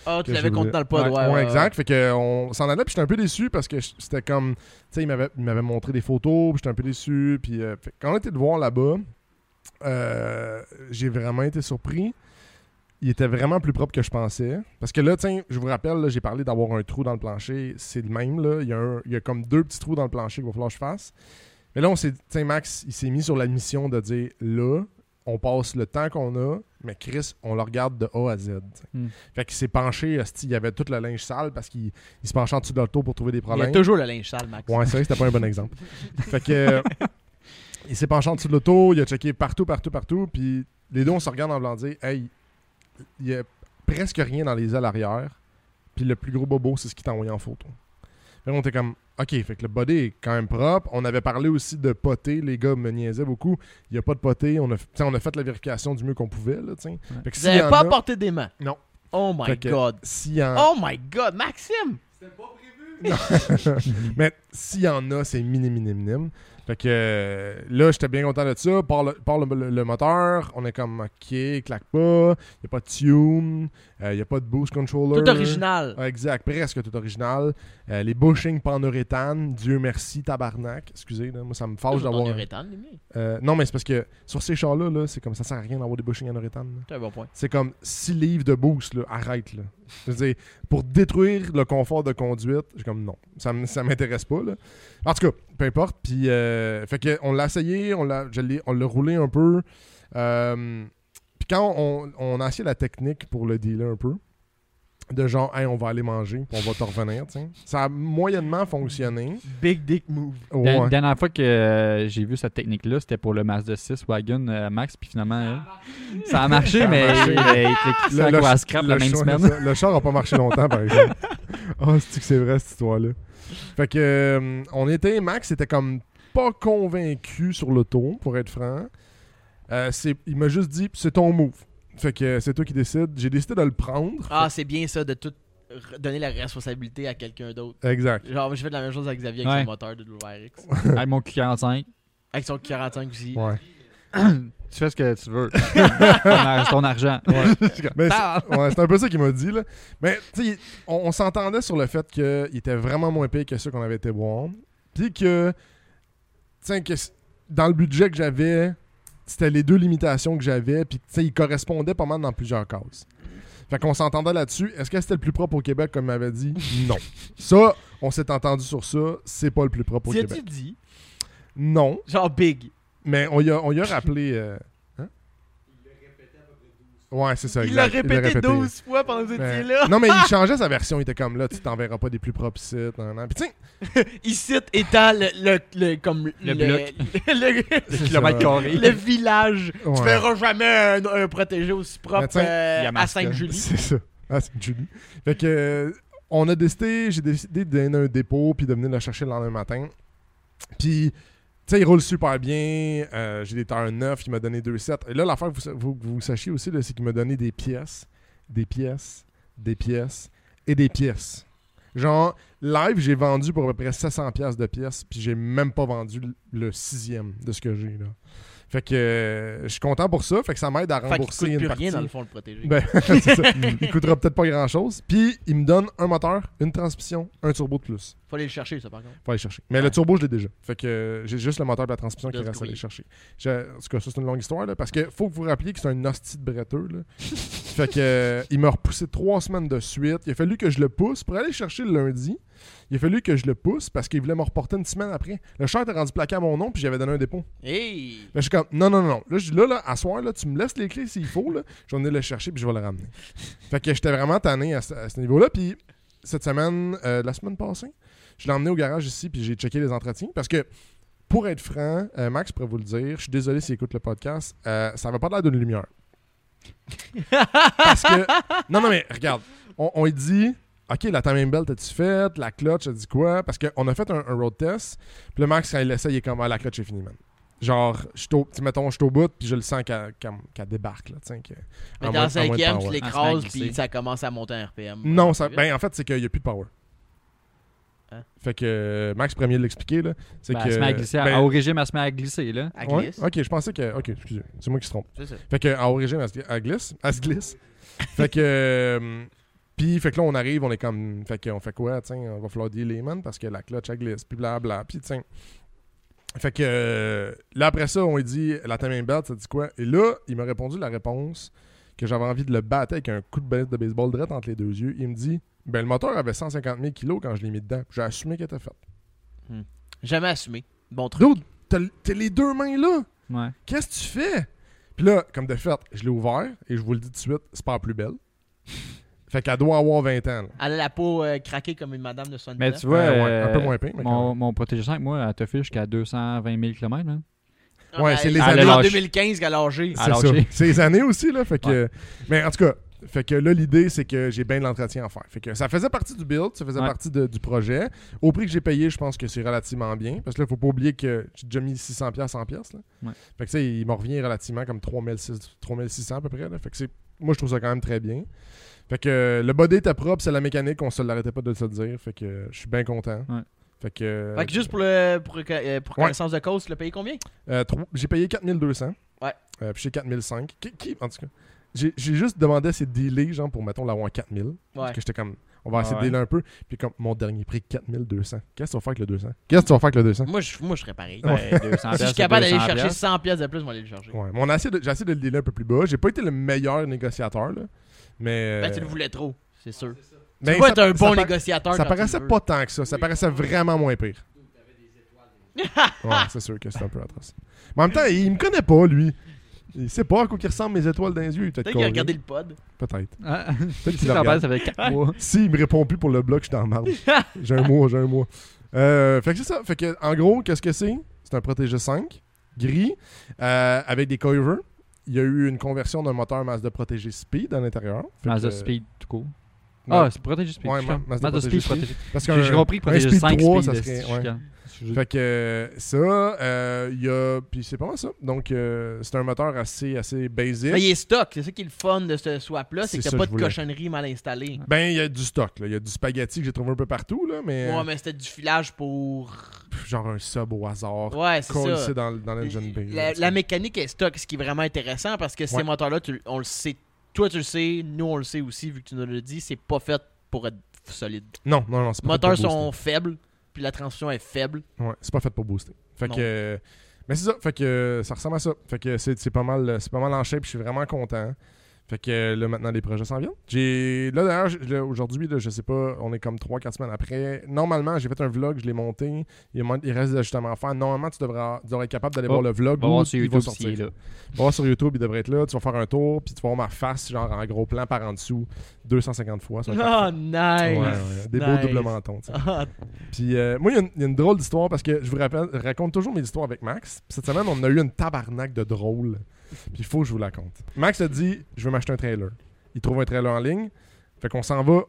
[SPEAKER 2] Ah, tu
[SPEAKER 1] que
[SPEAKER 2] l'avais
[SPEAKER 1] je
[SPEAKER 2] compté
[SPEAKER 1] voulais.
[SPEAKER 2] dans le euh, pod,
[SPEAKER 3] Ouais,
[SPEAKER 2] ouais.
[SPEAKER 1] Ouais,
[SPEAKER 2] ouais,
[SPEAKER 1] exact. Fait que on s'en allait, puis j'étais un peu déçu parce que j- c'était comme. Tu sais, il m'avait il m'avait montré des photos, puis j'étais un peu déçu. Puis euh, fait que quand on était de voir là-bas, euh, j'ai vraiment été surpris. Il était vraiment plus propre que je pensais. Parce que là, tiens, je vous rappelle, là, j'ai parlé d'avoir un trou dans le plancher. C'est le même, là. Il y, a un- il y a comme deux petits trous dans le plancher qu'il va falloir que je fasse. Mais là, on s'est. Tiens, Max, il s'est mis sur la mission de dire là, on passe le temps qu'on a, mais Chris, on le regarde de A à Z. t'sais.
[SPEAKER 3] Hmm.
[SPEAKER 1] Fait qu'il s'est penché, hostie, il avait tout le linge sale parce qu'il il se penchait en dessous de l'auto pour trouver des
[SPEAKER 2] Il y a
[SPEAKER 1] problèmes.
[SPEAKER 2] toujours le linge sale, Max.
[SPEAKER 1] Ouais, c'est vrai, c'était pas un bon exemple. fait que. euh, il s'est penché en dessous de l'auto, il a checké partout, partout, partout, puis les deux, on se regarde en voulant dire hey, il y a presque rien dans les ailes arrière, puis le plus gros bobo, c'est ce qui t'a envoyé en photo. Fait qu'on était comme. Ok, fait que le body est quand même propre. On avait parlé aussi de poté, les gars me niaisaient beaucoup. Il n'y a pas de poté. On a, t'sais, on a fait la vérification du mieux qu'on pouvait. Là, t'sais. Fait que
[SPEAKER 2] Vous
[SPEAKER 1] s'il y
[SPEAKER 2] n'avez
[SPEAKER 1] en
[SPEAKER 2] pas
[SPEAKER 1] a-
[SPEAKER 2] apporté des mains.
[SPEAKER 1] Non.
[SPEAKER 2] Oh my
[SPEAKER 1] Fait que-
[SPEAKER 2] god.
[SPEAKER 1] s'il y en-
[SPEAKER 2] Oh my god, Maxime!
[SPEAKER 1] Mais s'il y en a, c'est minime, minime, minime. Fait que euh, là, j'étais bien content de ça. Par le, par le, le- le moteur, on est comme OK, il claque pas. Il n'y a pas de tune. Il n'y a pas de boost controller.
[SPEAKER 2] Tout original.
[SPEAKER 1] Ah, Exact, presque tout original. Euh, les bushings panuréthane, Dieu merci, tabarnak. Excusez, là, moi ça me fâche
[SPEAKER 2] Toujours
[SPEAKER 1] d'avoir.
[SPEAKER 2] en uréthane, les miens.
[SPEAKER 1] Euh, non, mais c'est parce que sur ces chars-là, là, c'est comme ça sert à rien d'avoir des bushings en uréthane. là.
[SPEAKER 2] C'est un bon point.
[SPEAKER 1] C'est comme 6 livres de boost, là, arrête. Là. Je veux dire, pour détruire le confort de conduite, j'ai comme non, ça, m- ça m'intéresse pas. Là. En tout cas, peu importe. Puis, euh, fait que on l'a essayé, on l'a, je l'ai- on l'a roulé un peu. Euh, puis quand on, on a essayé la technique pour le dealer un peu, de genre, hey, on va aller manger, puis on va te revenir, tu sais. Ça a moyennement fonctionné.
[SPEAKER 2] Big dick move.
[SPEAKER 3] La
[SPEAKER 1] Ouais.
[SPEAKER 3] dernière fois que euh, j'ai vu cette technique-là, c'était pour le Mazda 6 Wagon euh, Max, puis finalement, euh, ça a marché,
[SPEAKER 1] Ça a
[SPEAKER 3] mais
[SPEAKER 1] marché.
[SPEAKER 3] il était quitté ça à quoi à scrap la même
[SPEAKER 1] char-
[SPEAKER 3] semaine.
[SPEAKER 1] le char n'a pas marché longtemps, par exemple. oh, c'est que c'est vrai, cette histoire-là. Fait que, euh, on était, Max était comme pas convaincu sur l'auto, pour être franc. Euh, c'est- il m'a juste dit, c'est ton move. Fait que euh, c'est toi qui décides. J'ai décidé de le prendre.
[SPEAKER 2] Ah, c'est bien ça de tout r- donner la responsabilité à quelqu'un d'autre.
[SPEAKER 1] Exact.
[SPEAKER 2] Genre, je fais de la même chose avec Xavier avec
[SPEAKER 3] Ouais.
[SPEAKER 2] son moteur de WRX.
[SPEAKER 3] Avec mon Q45,
[SPEAKER 2] Avec son 45 aussi.
[SPEAKER 1] Ouais.
[SPEAKER 3] tu fais ce que tu veux. ton, ar- ton argent.
[SPEAKER 1] Mais c'est ouais, c'est un peu ça qu'il m'a dit. Là. Mais tu sais, il- on, on s'entendait sur le fait qu'il était vraiment moins payé que ceux qu'on avait été boire. Puis que, tu sais, que c- dans le budget que j'avais, c'était les deux limitations que j'avais. Puis tu sais, il correspondait pas mal dans plusieurs cases. Fait qu'on s'entendait là-dessus. Est-ce que c'était le plus propre au Québec, comme il m'avait dit Non. Ça, on s'est entendu sur ça. C'est pas le plus propre au
[SPEAKER 2] T'y
[SPEAKER 1] Québec.
[SPEAKER 2] as-tu dit?
[SPEAKER 1] Non.
[SPEAKER 2] Genre, big.
[SPEAKER 1] Mais on y a, on y a rappelé. euh, hein? Ouais, c'est ça.
[SPEAKER 2] Il
[SPEAKER 1] exact.
[SPEAKER 2] l'a
[SPEAKER 1] l'a
[SPEAKER 2] répété 12 fois pendant que vous
[SPEAKER 1] Mais-
[SPEAKER 2] étiez là.
[SPEAKER 1] Ben, Non, mais il changeait sa version. Il était comme là, tu t'enverras pas des plus propres sites. nan, nan. Puis tu sais,
[SPEAKER 2] Il cite étant le, le, le- comme
[SPEAKER 3] Le bloc.
[SPEAKER 2] le,
[SPEAKER 3] Le kilomètre
[SPEAKER 1] ça.
[SPEAKER 3] carré.
[SPEAKER 2] le village. Tu
[SPEAKER 1] Ouais.
[SPEAKER 2] verras jamais un, un protégé aussi
[SPEAKER 1] Mais
[SPEAKER 2] propre
[SPEAKER 1] tiens,
[SPEAKER 2] euh, à
[SPEAKER 3] Yamaska.
[SPEAKER 2] Sainte-Julie.
[SPEAKER 1] C'est ça. Ah, c'est Julie. Fait que, euh, on a décidé, j'ai décidé de donner un dépôt puis de venir le chercher le lendemain matin. Puis, tu sais, il roule super bien. Euh, j'ai des tailleurs neufs, il m'a donné 2-7. Et là, l'affaire que vous, vous, vous sachiez aussi, là, c'est qu'il m'a donné des pièces, des pièces, des pièces et des pièces. Genre, live, j'ai vendu pour à peu près 700 pièces de pièces, puis j'ai même pas vendu le- le sixième de ce que j'ai, là. Fait que euh, je suis content pour ça. Fait que ça m'aide à
[SPEAKER 2] Fait qu'il
[SPEAKER 1] rembourser
[SPEAKER 2] coûte plus
[SPEAKER 1] une partie.
[SPEAKER 2] rien dans le fond le protéger.
[SPEAKER 1] Ben, c'est ça. Il coûtera peut-être pas grand-chose. Puis, il me donne un moteur, une transmission, un turbo de plus.
[SPEAKER 2] Faut aller le chercher ça par contre.
[SPEAKER 1] Faut aller chercher. Mais le turbo, je l'ai déjà. Fait que euh, j'ai juste le moteur de la transmission qui
[SPEAKER 2] Let's
[SPEAKER 1] reste à
[SPEAKER 2] go.
[SPEAKER 1] aller chercher. J'ai- En tout cas, ça, c'est une longue histoire. là, parce que faut que vous vous rappeliez que c'est un hostie de breteux. là. fait que euh, il m'a repoussé trois semaines de suite. Il a fallu que je le pousse pour aller chercher le lundi. Il a fallu que je le pousse parce qu'il voulait me reporter une semaine après. Le char était rendu plaqué à mon nom puis j'avais donné un dépôt.
[SPEAKER 2] Hey!
[SPEAKER 1] Là, Ben, je suis comme, non, non, non, non. Là, je dis, là, là, à soir, là, tu me laisses les clés s'il faut, là. Je vais venir le chercher, puis je vais le ramener. Fait que j'étais vraiment tanné à ce, à ce niveau-là. Puis cette semaine, euh, la semaine passée, je l'ai emmené au garage ici, puis j'ai checké les entretiens. Parce que, pour être franc, euh, Max pourrait vous le dire, je suis désolé s'il écoute le podcast, euh, ça va pas l'air d'une lumière. Parce que, non, non, mais regarde, on, on lui dit, OK, la timing belt, t'as-tu faite? La clutch, t'as dit quoi? Parce qu'on a fait un, un road test, puis le Max, quand il l'essaie, il est comme, ah, la clutch est finie, man. Genre, je suis au- tu sais, mettons, je suis au bout, puis je le sens qu'elle qu'elle- qu'elle débarque. Là, tu sais, que-
[SPEAKER 2] Mais
[SPEAKER 1] en moins- en
[SPEAKER 2] dans la
[SPEAKER 1] moins de
[SPEAKER 2] cinquième,
[SPEAKER 1] power.
[SPEAKER 2] tu
[SPEAKER 3] Ah,
[SPEAKER 2] l'écrases
[SPEAKER 3] c'est glissé.
[SPEAKER 2] puis ça commence à monter en RPM.
[SPEAKER 1] Non, ça,
[SPEAKER 2] C'est vite.
[SPEAKER 1] ben, en fait, c'est qu'il n'y a plus de power.
[SPEAKER 2] Hein?
[SPEAKER 1] Fait que euh, Max Premier l'expliquer, là. C'est
[SPEAKER 3] Ben,
[SPEAKER 1] que.
[SPEAKER 3] Elle se met à glisser.
[SPEAKER 1] ben,
[SPEAKER 3] à- Au régime, elle se met à glisser, là.
[SPEAKER 2] Elle
[SPEAKER 1] ouais,
[SPEAKER 2] glisse.
[SPEAKER 1] Ok, je pensais que. Ok, excusez, c'est moi qui se trompe.
[SPEAKER 2] C'est ça.
[SPEAKER 1] Fait que à origine, elle se gli- elle glisse. Elle se glisse. fait que. euh, puis, fait que là, on arrive, on est comme. Fait qu'on fait quoi, tiens, on va falloir dealer, man, parce que la clutch, elle glisse, puis blabla, puis tiens. Fait que euh, là, après ça, on lui dit la timing belt, ça dit quoi? Et là, il m'a répondu la réponse que j'avais envie de le battre avec un coup de balle de baseball direct entre les deux yeux. Il me dit, ben, le moteur avait 150 000 kilos quand je l'ai mis dedans. J'ai assumé qu'elle était faite.
[SPEAKER 2] Jamais assumé. Bon truc.
[SPEAKER 1] Dude, t'as l- t'as les deux mains là!
[SPEAKER 3] Ouais.
[SPEAKER 1] Qu'est-ce que tu fais? Puis là, comme de fait, je l'ai ouvert et je vous le dis tout de suite, c'est pas la plus belle. Fait qu'elle doit avoir 20 ans. là.
[SPEAKER 2] Elle a la peau euh, craquée comme une madame de 79.
[SPEAKER 3] Mais tu vois,
[SPEAKER 1] Euh, ouais, un peu
[SPEAKER 3] euh,
[SPEAKER 1] moins pire. mais quand
[SPEAKER 3] Mon, mon protégé 5, moi, elle te fait jusqu'à 220 000 km. Hein.
[SPEAKER 2] Ah,
[SPEAKER 1] ouais,
[SPEAKER 2] ben,
[SPEAKER 1] c'est les
[SPEAKER 2] elle est
[SPEAKER 3] années-
[SPEAKER 2] en 2015 qu'elle a lâché.
[SPEAKER 1] même.
[SPEAKER 3] Ah,
[SPEAKER 1] C'est
[SPEAKER 3] alors,
[SPEAKER 1] ça.
[SPEAKER 3] j'ai-
[SPEAKER 1] C'est les années aussi, là. Fait que,
[SPEAKER 3] Ouais.
[SPEAKER 1] euh, Mais en tout cas, fait que là, l'idée, c'est que j'ai bien de l'entretien à faire. Fait que ça faisait partie du build, ça faisait
[SPEAKER 3] Ouais.
[SPEAKER 1] partie de- du projet. Au prix que j'ai payé, je pense que c'est relativement bien. Parce que là, faut pas oublier que j'ai déjà mis 600$, 100$. Là.
[SPEAKER 3] Ouais.
[SPEAKER 1] Fait que tu sais, il m'en revient relativement comme 3600 3600 à peu près. là. Fait que c'est. Moi, je trouve ça quand même très bien. Fait que euh, le body était propre, c'est la mécanique, on se l'arrêtait pas de se le dire. Fait que euh, je suis bien content.
[SPEAKER 3] Ouais.
[SPEAKER 1] Fait que, euh,
[SPEAKER 2] Fait que juste pour, le, pour, euh, pour
[SPEAKER 1] Ouais.
[SPEAKER 2] connaissance de cause, tu l'as payé combien
[SPEAKER 1] euh, trois- j'ai payé 4200.
[SPEAKER 2] Ouais.
[SPEAKER 1] Euh, puis j'ai 4005. Qui, qui- en tout cas, j'ai j'ai juste demandé à ces délais, genre, pour, mettons, l'avoir à 4000. Parce
[SPEAKER 2] Ouais.
[SPEAKER 1] que j'étais comme, on va essayer
[SPEAKER 3] Ah
[SPEAKER 1] de délai un peu. Puis comme, mon dernier prix, 4200. Qu'est-ce que tu vas faire avec le 200? Qu'est-ce que tu vas faire avec le 200?
[SPEAKER 2] Moi, je, moi, je serais pareil. Euh,
[SPEAKER 3] Ben, 200
[SPEAKER 2] Si je suis capable d'aller chercher 100 pièces de plus, je vais aller le chercher.
[SPEAKER 1] Ouais, mais on a essayé de- j'ai essayé de le délai un peu plus bas. J'ai pas été le meilleur négociateur, là. Mais.
[SPEAKER 2] Ben, tu le
[SPEAKER 1] euh,
[SPEAKER 2] voulais trop, c'est sûr.
[SPEAKER 1] ben,
[SPEAKER 2] tu peux
[SPEAKER 1] ça-
[SPEAKER 2] être un
[SPEAKER 1] ça
[SPEAKER 2] bon
[SPEAKER 1] par-
[SPEAKER 2] négociateur.
[SPEAKER 1] Ça
[SPEAKER 2] quand tu le
[SPEAKER 1] paraissait
[SPEAKER 2] veux.
[SPEAKER 1] pas tant que ça. Ça paraissait vraiment moins pire. ouais, c'est sûr que c'est un peu atroce. Mais en même temps, il me connaît pas, lui. Il sait pas à quoi qui ressemble mes étoiles dans les yeux. Peut-être
[SPEAKER 2] Peut-être qu'il a regardé le pod.
[SPEAKER 1] Peut-être. Peut-être
[SPEAKER 3] Si
[SPEAKER 1] qu'il le
[SPEAKER 3] ça
[SPEAKER 1] regarde.
[SPEAKER 3] ça fait 4 mois.
[SPEAKER 1] S'il me répond plus pour le bloc, je suis dans le marde. J'ai un mois, j'ai un mois. Euh, fait que c'est ça. Fait que, en gros, qu'est-ce que c'est C'est un protégé 5, gris, euh, avec des coivers. Il y a eu une conversion d'un moteur Mazda protégé Speed à l'intérieur. Fait
[SPEAKER 3] Mazda
[SPEAKER 1] que-
[SPEAKER 3] Speed, tout court.
[SPEAKER 1] Non,
[SPEAKER 3] Ah, c'est protégé Speed.
[SPEAKER 1] Ouais,
[SPEAKER 3] je suis con.
[SPEAKER 1] Mazda
[SPEAKER 3] Mazda
[SPEAKER 1] protégé
[SPEAKER 3] Speed, protégé.
[SPEAKER 1] parce
[SPEAKER 3] J'ai
[SPEAKER 1] qu'un-
[SPEAKER 3] j'ai compris,
[SPEAKER 1] un
[SPEAKER 3] protégé
[SPEAKER 1] Speed
[SPEAKER 3] 5
[SPEAKER 1] 3,
[SPEAKER 3] Speed.
[SPEAKER 1] ça
[SPEAKER 3] euh,
[SPEAKER 1] serait-
[SPEAKER 3] je suis
[SPEAKER 1] ouais.
[SPEAKER 3] con. Je-
[SPEAKER 1] Fait que euh, ça, euh, il y a. Puis c'est pas mal ça. Donc, euh, c'est un moteur assez, assez
[SPEAKER 3] Ah,
[SPEAKER 1] basic.
[SPEAKER 2] Mais Ben, il est stock, c'est ça qui est le fun de ce swap-là, c'est
[SPEAKER 1] C'est
[SPEAKER 2] que
[SPEAKER 1] ça
[SPEAKER 2] t'as pas
[SPEAKER 1] que je
[SPEAKER 2] de
[SPEAKER 1] voulais.
[SPEAKER 2] cochonnerie mal installée.
[SPEAKER 1] Ben, il y a du stock. là. Il y a du spaghetti que j'ai trouvé un peu partout, là, mais
[SPEAKER 2] Ouais, mais c'était du filage pour.
[SPEAKER 1] pff, genre un sub au hasard.
[SPEAKER 2] Ouais, c'est
[SPEAKER 1] collé
[SPEAKER 2] ça.
[SPEAKER 1] dans, dans l'engine bay, là,
[SPEAKER 2] La,
[SPEAKER 1] tu sais.
[SPEAKER 2] la mécanique est stock, ce qui est vraiment intéressant parce que
[SPEAKER 1] Ouais.
[SPEAKER 2] ces moteurs-là, tu- on le sait. Toi, tu le sais, nous, on le sait aussi, vu que tu nous l'as dit, c'est pas fait pour être solide.
[SPEAKER 1] Non, non, non, c'est
[SPEAKER 2] Les
[SPEAKER 1] pas fait pour
[SPEAKER 2] moteurs
[SPEAKER 1] booster.
[SPEAKER 2] sont faibles, puis la transmission est faible.
[SPEAKER 1] Ouais, c'est pas fait pour booster. Fait
[SPEAKER 2] Non.
[SPEAKER 1] que. euh, Mais c'est ça, fait que euh, ça ressemble à ça. Fait que c'est c'est pas mal, c'est pas mal en shape, je suis vraiment content. Fait que euh, là maintenant les projets s'en viennent. J'ai là d'ailleurs j- là, aujourd'hui là, je sais pas, on est comme 3 4 semaines après. Normalement, j'ai fait un vlog, je l'ai monté, il, man- il reste des ajustements à faire. Normalement, tu devrais tu devrais être capable d'aller
[SPEAKER 3] Oh,
[SPEAKER 1] voir le vlog
[SPEAKER 3] Va
[SPEAKER 1] où
[SPEAKER 3] voir sur
[SPEAKER 1] il
[SPEAKER 3] YouTube
[SPEAKER 1] va sortir.
[SPEAKER 3] s'il est là.
[SPEAKER 1] Va voir sur YouTube, il devrait être là, tu vas faire un tour, puis tu vas voir ma face genre en gros plan par en dessous 250 fois, ça va être parfait.
[SPEAKER 2] Oh, nice!
[SPEAKER 1] Ouais, ouais, des beaux
[SPEAKER 2] nice.
[SPEAKER 1] doubles mentons. tu sais.
[SPEAKER 2] Ah,
[SPEAKER 1] Puis euh, moi, il y, a une- il y a une drôle d'histoire parce que je vous rappelle, raconte toujours mes histoires avec Max. Puis cette semaine, on a eu une tabarnak de drôle. Puis il faut que je vous la conte. Max a dit Je veux m'acheter un trailer. Il trouve un trailer en ligne. Fait qu'on s'en va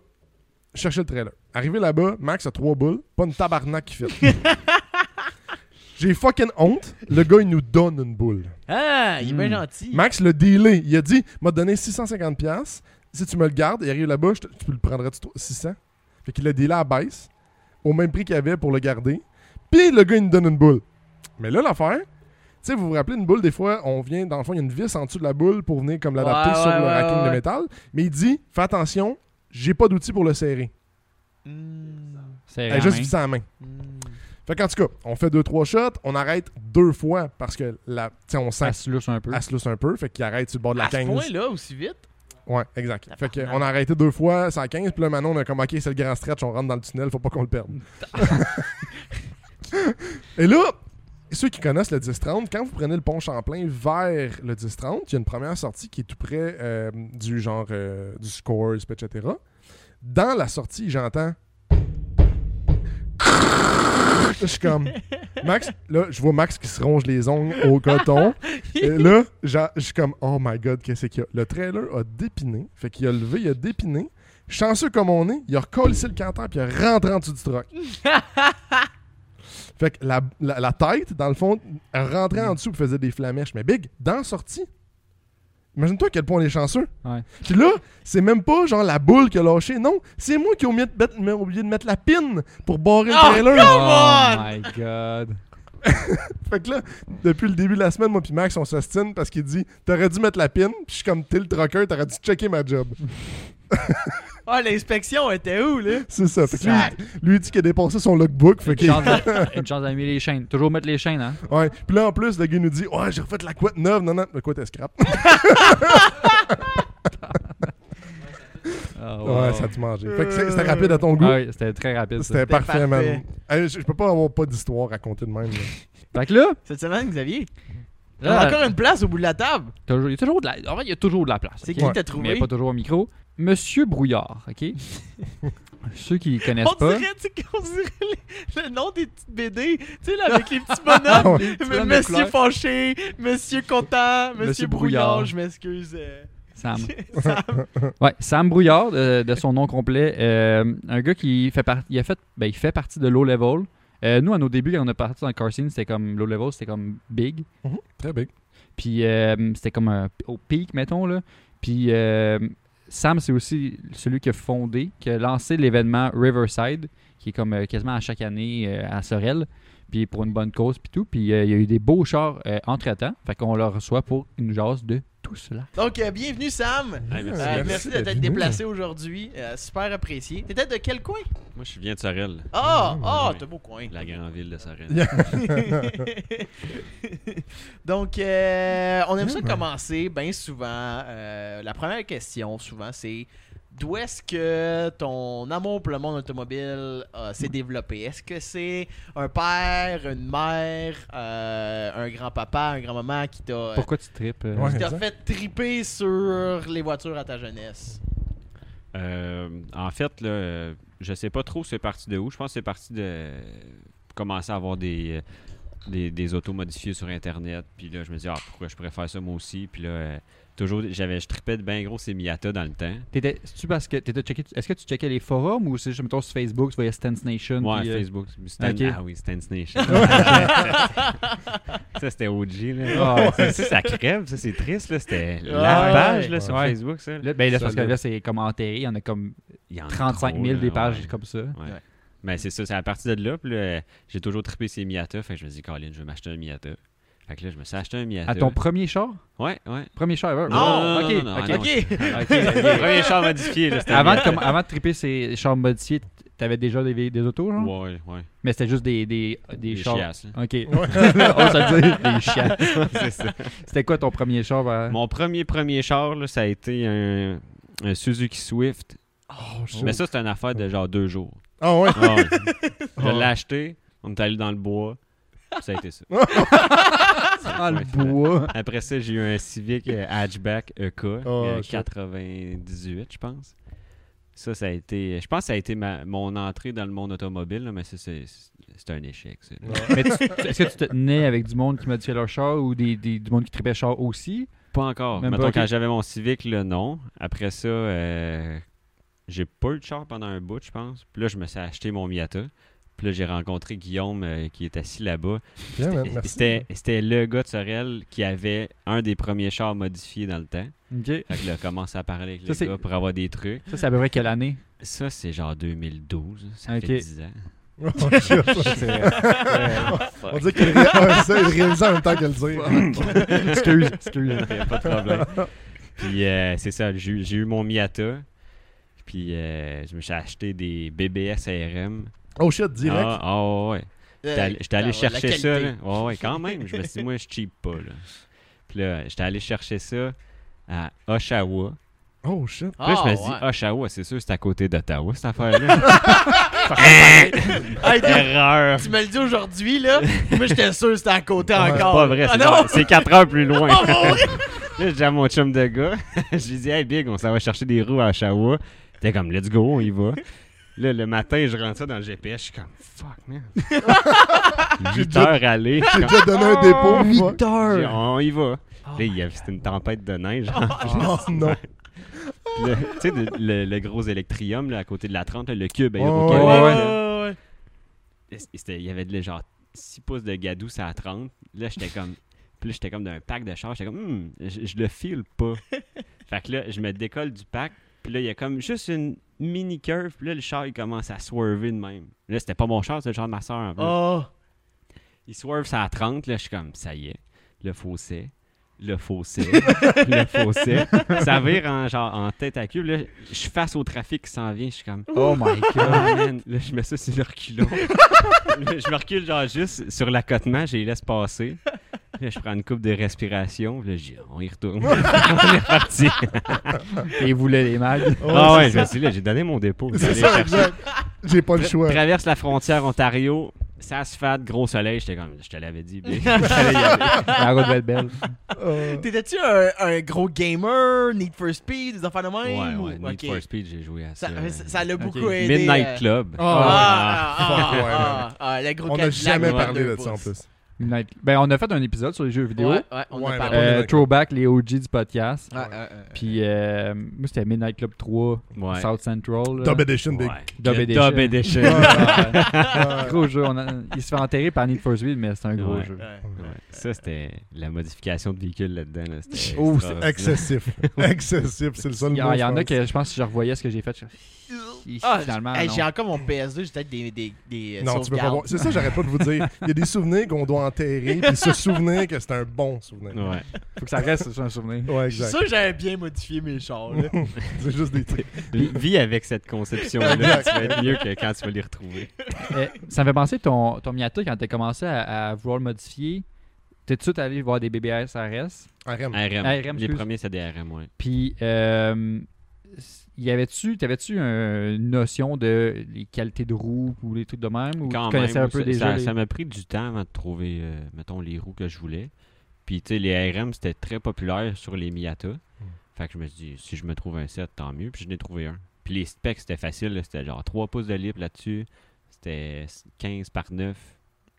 [SPEAKER 1] chercher le trailer. Arrivé là-bas, Max a trois boules, pas une tabarnak qui fit. J'ai fucking honte. Le gars, il nous donne une boule.
[SPEAKER 2] ah, il est bien
[SPEAKER 1] Mm.
[SPEAKER 3] Hmm.
[SPEAKER 2] gentil.
[SPEAKER 1] Max le dealé. Il a dit m'a donné 650$. piastres. Si tu me le gardes, il arrive là-bas, je te- tu le prendrais-tu toi- 600$. Fait qu'il l'a dealé à la baisse, au même prix qu'il avait pour le garder. Puis le gars, il nous donne une boule. Mais là, l'affaire, sais, vous vous rappelez une boule, des fois, on vient, dans le fond, il y a une vis en dessous de la boule pour venir comme l'adapter
[SPEAKER 2] Ouais,
[SPEAKER 1] sur
[SPEAKER 2] ouais,
[SPEAKER 1] le
[SPEAKER 2] ouais,
[SPEAKER 1] racking de
[SPEAKER 2] ouais.
[SPEAKER 1] métal. Mais il dit, fais attention, j'ai pas d'outil pour le serrer.
[SPEAKER 2] Hmm.
[SPEAKER 3] C'est
[SPEAKER 1] Elle a juste vissé à la main.
[SPEAKER 2] Hmm.
[SPEAKER 1] Fait qu'en tout cas, on fait deux, trois shots, on arrête deux fois parce que la, tu sais, on sent
[SPEAKER 3] Ça se louche un peu.
[SPEAKER 1] qu'elle se lousse un peu, fait qu'il arrête sur le bord de la
[SPEAKER 2] À ce
[SPEAKER 1] 15.
[SPEAKER 2] point-là, aussi vite?
[SPEAKER 1] Ouais, exact. Fait que,
[SPEAKER 2] Tabarnak.
[SPEAKER 1] on a arrêté deux fois, c'est à 15, puis là maintenant on a comme ok, c'est le grand stretch, on rentre dans le tunnel, faut pas qu'on le perde. Et là, ceux qui connaissent le 10-30, quand vous prenez le pont Champlain vers le 10-30, il y a une première sortie qui est tout près euh, du genre euh, du Scores, etc. Dans la sortie, j'entends. Je suis comme. Max, là, je vois Max qui se ronge les ongles au coton. Et là, j'a- je suis comme, oh my god, qu'est-ce qu'il y a? Le trailer a dépiné. Fait qu'il a levé, il a dépiné. Chanceux comme on est, il a recollé le canton puis il a rentré en dessous du truck. fait que la, la- la tête, dans le fond, elle rentrait en dessous et faisait des flamèches. Mais big, dans la sortie, imagine-toi à quel point on est chanceux.
[SPEAKER 3] Ouais.
[SPEAKER 1] Puis là, c'est même pas genre la boule qui a lâché. Non, c'est moi qui ai oublié de mettre, mais oublié de mettre la pine pour barrer le
[SPEAKER 2] Oh,
[SPEAKER 1] trailer.
[SPEAKER 2] come
[SPEAKER 3] Oh
[SPEAKER 2] on!
[SPEAKER 3] my god.
[SPEAKER 1] Fait que là, depuis le début de la semaine, moi puis Max, on s'ostine parce qu'il dit T'aurais dû mettre la pin, puis je suis comme T'es le trucker, t'aurais dû checker ma job.
[SPEAKER 2] Ah, l'inspection était où, là?
[SPEAKER 1] C'est ça. Fait que lui, lui, il dit qu'il a dépensé son logbook. Fait
[SPEAKER 3] Une
[SPEAKER 1] que.
[SPEAKER 3] chance de- une chance d'allumer les chaînes. Toujours mettre les chaînes, hein?
[SPEAKER 1] Ouais. Puis là, en plus, le gars nous dit Ouais, j'ai refait de la couette neuve. Non, non, la couette est scrap.
[SPEAKER 3] Ah,
[SPEAKER 1] Ouais,
[SPEAKER 3] wow.
[SPEAKER 1] ça a tout mangé. Fait que c'est- c'était rapide à ton goût.
[SPEAKER 3] Ah oui, c'était très rapide. ça.
[SPEAKER 1] C'était parfait,
[SPEAKER 2] parfait.
[SPEAKER 1] man. Hey, je, je peux pas avoir pas d'histoire racontée de même. là.
[SPEAKER 3] Fait que là,
[SPEAKER 2] Cette semaine, Xavier, on a
[SPEAKER 3] là,
[SPEAKER 2] encore une place au bout de la table.
[SPEAKER 3] toujours- il y a toujours de la, en vrai, il y a toujours de la place.
[SPEAKER 2] C'est
[SPEAKER 3] ok?
[SPEAKER 2] qui
[SPEAKER 1] Ouais,
[SPEAKER 2] t'a
[SPEAKER 3] Mais
[SPEAKER 2] trouvé?
[SPEAKER 3] pas toujours au micro. Monsieur Brouillard, OK? Ceux qui connaissent
[SPEAKER 2] On
[SPEAKER 3] pas.
[SPEAKER 2] dirait, tu sais, on dirait les- le nom des petites BD, tu sais, là, avec les petits bonhommes.
[SPEAKER 1] ouais.
[SPEAKER 2] M-
[SPEAKER 3] bonhommes de
[SPEAKER 2] Monsieur
[SPEAKER 3] couleur.
[SPEAKER 2] Fâché, Monsieur Content, Monsieur,
[SPEAKER 3] Monsieur
[SPEAKER 2] Brouillard,
[SPEAKER 3] Brouillard.
[SPEAKER 2] je m'excuse. euh,
[SPEAKER 3] Sam.
[SPEAKER 2] ça-
[SPEAKER 3] Ouais, Sam Brouillard, euh, de son nom complet. euh, un gars qui fait, par- il a fait, ben, il fait partie de Low Level. Euh, nous, à nos débuts, quand on est parti dans le car scene, c'était comme Low Level, c'était comme big.
[SPEAKER 1] Très big.
[SPEAKER 3] Puis euh, c'était comme un- au peak, mettons. Là. Puis euh, Sam, c'est aussi celui qui a fondé, qui a lancé l'événement Riverside, qui est comme euh, quasiment à chaque année euh, à Sorel. Puis pour une bonne cause, puis tout. Puis euh, il y a eu des beaux chars euh, entre-temps. Fait qu'on leur reçoit pour une jase de tout cela.
[SPEAKER 2] Donc, euh, bienvenue, Sam.
[SPEAKER 4] Hey,
[SPEAKER 2] Euh,
[SPEAKER 4] merci.
[SPEAKER 1] Merci
[SPEAKER 2] merci de
[SPEAKER 1] d'être
[SPEAKER 2] t'être
[SPEAKER 1] venu.
[SPEAKER 2] déplacé aujourd'hui. euh, super apprécié. T'étais de quel coin?
[SPEAKER 4] Moi, je viens de Sorel,
[SPEAKER 2] Ah,
[SPEAKER 1] Ouais,
[SPEAKER 2] ah,
[SPEAKER 4] ouais.
[SPEAKER 2] t'as beau coin.
[SPEAKER 4] la grande ville de Sorel.
[SPEAKER 1] Yeah.
[SPEAKER 2] Donc, euh, on aime ça
[SPEAKER 1] Ouais, ouais.
[SPEAKER 2] commencer bien souvent. euh, la première question, souvent, c'est d'où est-ce que ton amour pour le monde automobile euh, s'est développé? Est-ce que c'est un père, une mère, euh, un grand-papa, un grand-maman qui t'a
[SPEAKER 3] Pourquoi tu tripes euh,
[SPEAKER 1] Ouais.
[SPEAKER 2] qui t'a
[SPEAKER 1] exact.
[SPEAKER 2] fait triper sur les voitures à ta jeunesse?
[SPEAKER 4] Euh, en fait, là, euh, je sais pas trop c'est parti de où. Je pense que c'est parti de euh, commencer à avoir des, euh, des, des autos modifiées sur Internet. Puis là, je me dis, ah, pourquoi je pourrais faire ça moi aussi. Puis là, euh, toujours, j'avais, je tripais de bien gros ces Miata dans le temps.
[SPEAKER 3] T'étais, tu parce que t'étais checké, est-ce que tu checkais les forums ou c'est, je mettons, sur Facebook, tu voyais Stance Nation?
[SPEAKER 4] Ouais,
[SPEAKER 3] puis, euh,
[SPEAKER 4] Facebook. Stan-
[SPEAKER 3] ok.
[SPEAKER 4] Ah oui, Stance Nation. ça, c'était OG. Là.
[SPEAKER 3] Ah,
[SPEAKER 4] ça, ça, ça crève. Ça, c'est triste. Là. C'était
[SPEAKER 2] Ah,
[SPEAKER 4] la
[SPEAKER 2] ouais.
[SPEAKER 4] page là, sur
[SPEAKER 3] Ouais.
[SPEAKER 4] Facebook. Ça, là.
[SPEAKER 3] Là, ben là, parce que
[SPEAKER 1] Solide.
[SPEAKER 3] là, c'est comme enterré, il y en a comme
[SPEAKER 4] Il y en a
[SPEAKER 3] 35
[SPEAKER 4] Ah, trop,
[SPEAKER 3] 000 des
[SPEAKER 4] là,
[SPEAKER 3] pages
[SPEAKER 4] ouais.
[SPEAKER 3] comme ça.
[SPEAKER 4] Ouais.
[SPEAKER 2] Ouais.
[SPEAKER 4] Mais c'est ça, c'est à partir de là, puis là, euh, j'ai toujours trippé ces Miata, fait que je me dis, Colin, je vais m'acheter un Miata. Fait que là, je me suis acheté un Miata.
[SPEAKER 3] À ton premier char?
[SPEAKER 4] Ouais, ouais.
[SPEAKER 3] Premier char ever?
[SPEAKER 4] Non,
[SPEAKER 3] ok,
[SPEAKER 4] non, non, non,
[SPEAKER 3] ok.
[SPEAKER 4] non,
[SPEAKER 2] Ok!
[SPEAKER 3] ok,
[SPEAKER 4] Le
[SPEAKER 3] ok.
[SPEAKER 4] premier char modifié, là, c'était
[SPEAKER 3] avant,
[SPEAKER 4] un
[SPEAKER 3] de, comme, avant de triper ces chars modifiés, t- t'avais déjà des, des autos, genre?
[SPEAKER 4] Miata. Ouais, ouais.
[SPEAKER 3] Mais c'était juste des, des, des,
[SPEAKER 4] Des
[SPEAKER 3] chars.
[SPEAKER 4] chiasses, là.
[SPEAKER 3] Ok. On se le dit, des chiasses.
[SPEAKER 4] C'est ça.
[SPEAKER 3] C'était quoi ton premier char? ben?
[SPEAKER 4] Mon premier premier char, là, ça a été un, un Suzuki Swift.
[SPEAKER 1] Oh, je
[SPEAKER 4] Mais ça, c'est une affaire de genre deux jours.
[SPEAKER 1] Ah ouais.
[SPEAKER 4] Ah ouais. Je
[SPEAKER 3] Oh.
[SPEAKER 1] Ah.
[SPEAKER 4] l'ai acheté, on est allé dans le bois, puis ça a été ça.
[SPEAKER 3] Ah, le
[SPEAKER 4] Ouais, c'est
[SPEAKER 3] bois.
[SPEAKER 4] Après ça, j'ai eu un Civic euh, Hatchback
[SPEAKER 3] Oh,
[SPEAKER 4] EK euh,
[SPEAKER 1] shit.
[SPEAKER 4] 98, je pense. Ça, ça a été. euh, Je pense que ça a été ma- mon entrée dans le monde automobile, là, mais ça, c'est c'est un échec. ça.
[SPEAKER 3] Mais tu- tu- est-ce que tu te tenais avec du monde qui modifiait leur char ou des, des- du monde qui tripait char aussi?
[SPEAKER 4] Pas encore.
[SPEAKER 3] Même
[SPEAKER 4] Mettons,
[SPEAKER 3] pas, ok.
[SPEAKER 4] quand j'avais mon Civic, là, non. Après ça, euh, j'ai pas eu de char pendant un bout, je pense. Puis là, je me suis acheté mon Miata. Puis là, j'ai rencontré Guillaume euh, qui est assis là-bas.
[SPEAKER 1] Bien, man, merci.
[SPEAKER 4] C'était c'était le gars de Sorel qui avait un des premiers chars modifiés dans le temps.
[SPEAKER 3] Ok.
[SPEAKER 4] Fait que là, commence à parler avec
[SPEAKER 3] Ça,
[SPEAKER 4] le
[SPEAKER 3] c'est-
[SPEAKER 4] gars pour avoir des trucs.
[SPEAKER 3] Ça, c'est à peu près quelle année?
[SPEAKER 4] Ça, c'est genre 2012. Ça
[SPEAKER 3] Ok.
[SPEAKER 4] fait 10 ans.
[SPEAKER 1] Oh, shit. On dit qu'il ré- ouais, ça, il réalisait en même temps qu'elle le dit.
[SPEAKER 3] excuse, excuse.
[SPEAKER 4] Il a pas de problème. Puis euh, c'est ça, j'ai eu- j'ai eu mon Miata. Puis euh, je me suis acheté des BBS ARM.
[SPEAKER 1] Oh shit, direct.
[SPEAKER 4] Ah, ah, ouais. J'étais
[SPEAKER 2] Euh,
[SPEAKER 4] allé- J'étais
[SPEAKER 2] ben
[SPEAKER 4] allé chercher ça. là. Ouais, ouais, quand même. Je me suis dit, moi, je cheap pas. Là. Puis là, j'étais allé chercher ça à Oshawa.
[SPEAKER 1] Oh shit.
[SPEAKER 4] Puis là,
[SPEAKER 2] Ah,
[SPEAKER 4] je me suis dit, Oshawa, c'est sûr, c'est à côté d'Ottawa, cette affaire-là. ah, Erreur.
[SPEAKER 2] Tu me le dis aujourd'hui, là. Moi, j'étais sûr que c'était à côté
[SPEAKER 1] Ouais,
[SPEAKER 4] C'est
[SPEAKER 2] encore.
[SPEAKER 4] pas vrai,
[SPEAKER 2] Ah
[SPEAKER 4] c'est
[SPEAKER 2] non!
[SPEAKER 4] pas- c'est 4 heures plus loin.
[SPEAKER 2] Ah, bon,
[SPEAKER 4] là,
[SPEAKER 2] oui!
[SPEAKER 4] j'ai dit à mon chum de gars, j'ai dit, hey Big, on s'en va chercher des roues à Oshawa. T'es comme, let's go, on y va. Là, le matin, je rentre ça dans le GPS, je suis comme, fuck, man. 8 heures aller.
[SPEAKER 1] J'ai déjà donné un
[SPEAKER 4] Oh,
[SPEAKER 1] dépôt. fuck.
[SPEAKER 4] J'ai dit, On y va. Là, il y avait- c'était une tempête de neige.
[SPEAKER 1] Oh non.
[SPEAKER 4] Puis là, tu sais, le, le- le gros électrium là, à côté de la 30, là, le cube
[SPEAKER 1] Ouais,
[SPEAKER 4] aéro
[SPEAKER 3] ouais, ouais.
[SPEAKER 4] Il y avait de, genre 6 pouces de gadou à la 30. Là, j'étais comme. Puis là, j'étais comme d'un pack de char. J'étais comme, Hmm, je, je le file pas. fait que là, je me décolle du pack. Puis là, il y a comme juste une mini curve. Puis là, le char, il commence à swerver de même. Là, c'était pas mon char, c'était le char de ma soeur. En plus.
[SPEAKER 2] Oh!
[SPEAKER 4] Il swerve ça à 30, là, je suis comme, ça y est, le fossé, le fossé, le fossé. Ça vire en, genre, en tête à cul, là, je suis face au trafic qui s'en vient, je suis comme,
[SPEAKER 3] Oh my
[SPEAKER 4] ah,
[SPEAKER 3] god.
[SPEAKER 4] man. là, je mets ça sur le reculon. Là, je me recule, genre, juste sur l'accotement, je les laisse passer. Là, je prends une coupe de respiration, là, je dis, on y retourne. on est parti.
[SPEAKER 3] Et voulait les mags.
[SPEAKER 4] ah ouais,
[SPEAKER 1] c'est
[SPEAKER 4] je me suis dit, là, j'ai donné mon dépôt. je vais
[SPEAKER 1] C'est
[SPEAKER 4] aller
[SPEAKER 1] ça,
[SPEAKER 4] chercher.
[SPEAKER 1] exact. J'ai pas le choix.
[SPEAKER 4] Traverse la frontière Ontario, ça se fait, gros soleil, j'étais comme, je te l'avais dit, Bill. J'allais y aller.
[SPEAKER 3] La route va être belle.
[SPEAKER 1] Euh,
[SPEAKER 2] T'étais-tu un, un gros gamer, Need for Speed, des affaires de
[SPEAKER 4] Ouais,
[SPEAKER 2] même?
[SPEAKER 4] ouais,
[SPEAKER 2] ou-
[SPEAKER 4] Need
[SPEAKER 2] ok.
[SPEAKER 4] for Speed, j'ai joué à ça. euh,
[SPEAKER 2] Ça mais ça- ça l'a beaucoup
[SPEAKER 3] Ok.
[SPEAKER 2] aidé.
[SPEAKER 4] Midnight
[SPEAKER 2] euh,
[SPEAKER 4] Club.
[SPEAKER 2] Ah, ah,
[SPEAKER 1] fuck,
[SPEAKER 2] ah,
[SPEAKER 1] ouais,
[SPEAKER 2] ah, ah, le gros
[SPEAKER 1] on n'a
[SPEAKER 2] Cadillac
[SPEAKER 1] jamais
[SPEAKER 2] de
[SPEAKER 1] parlé
[SPEAKER 2] deux
[SPEAKER 1] de ça en
[SPEAKER 2] pouces.
[SPEAKER 1] plus.
[SPEAKER 3] Midnight- Ben, on a fait un épisode sur les jeux vidéo.
[SPEAKER 2] Ouais, Ah, ouais, on
[SPEAKER 1] Ouais,
[SPEAKER 2] a
[SPEAKER 1] mais
[SPEAKER 2] parlé.
[SPEAKER 1] bon.
[SPEAKER 3] Euh,
[SPEAKER 1] Midnight Club.
[SPEAKER 3] throwback, les OG du podcast.
[SPEAKER 2] Ouais, ouais, ouais.
[SPEAKER 3] Puis, euh, moi, c'était Midnight Club 3,
[SPEAKER 4] Ouais.
[SPEAKER 3] South Central. là.
[SPEAKER 1] Dub Edition, big.
[SPEAKER 4] Ouais.
[SPEAKER 3] Dub
[SPEAKER 4] Que
[SPEAKER 3] Edition.
[SPEAKER 4] Dub Edition.
[SPEAKER 3] Un gros jeu. on a- Il se fait enterrer par Need for Speed, mais c'est un gros
[SPEAKER 4] Ouais.
[SPEAKER 3] jeu.
[SPEAKER 2] Ouais.
[SPEAKER 4] Ouais. Ça, c'était la modification de véhicule là-dedans. là, c'était
[SPEAKER 3] Oh, c'est
[SPEAKER 4] extraordinaire.
[SPEAKER 1] Excessif. Excessif, c'est le seul
[SPEAKER 3] Il y,
[SPEAKER 1] mot,
[SPEAKER 3] en- il y
[SPEAKER 1] je
[SPEAKER 3] en a
[SPEAKER 1] pense.
[SPEAKER 3] que je pense que si je revoyais ce que j'ai fait. je- Puis,
[SPEAKER 2] Ah,
[SPEAKER 3] finalement,
[SPEAKER 2] hey,
[SPEAKER 3] non.
[SPEAKER 2] j'ai encore mon PS2, j'ai peut-être des, des, des euh,
[SPEAKER 1] Non, tu peux pas
[SPEAKER 2] sauvegardes.
[SPEAKER 1] voir. C'est ça, j'arrête pas de vous dire. Il y a des souvenirs qu'on doit enterrer, puis se souvenir que c'est un bon souvenir.
[SPEAKER 4] Ouais.
[SPEAKER 3] Faut que ça reste sur un souvenir.
[SPEAKER 1] Ouais,
[SPEAKER 2] Je suis
[SPEAKER 1] exact.
[SPEAKER 2] sûr que j'avais bien modifié mes chars. là.
[SPEAKER 1] C'est juste des trucs.
[SPEAKER 4] Vis- Vis avec cette conception-là. tu vas être mieux que quand tu vas les retrouver.
[SPEAKER 3] Eh, ça me fait penser ton, ton Miata quand t'as commencé à, à vouloir le modifier. T'es tout de suite allé voir des BBS RS.
[SPEAKER 1] RM.
[SPEAKER 4] RM.
[SPEAKER 3] RM,
[SPEAKER 4] les
[SPEAKER 3] excuse.
[SPEAKER 4] premiers, c'est des RM, ouais.
[SPEAKER 3] Puis, euh, y avait-tu, t'avais-tu un- une notion de les qualités de roues ou les trucs de même ou
[SPEAKER 4] Quand
[SPEAKER 3] tu connaissais
[SPEAKER 4] même,
[SPEAKER 3] un peu
[SPEAKER 4] ça-
[SPEAKER 3] déjà
[SPEAKER 4] ça-
[SPEAKER 3] les-
[SPEAKER 4] Ça m'a pris du temps avant de trouver, euh, mettons, les roues que je voulais. Puis, tu sais, les RM, c'était très populaire sur les Miata. Fait que je me suis dit, si je me trouve un set, tant mieux. Puis, je n'ai trouvé un. Puis, les specs, c'était facile. là. C'était genre 3 pouces de libre là-dessus. C'était 15 par 9,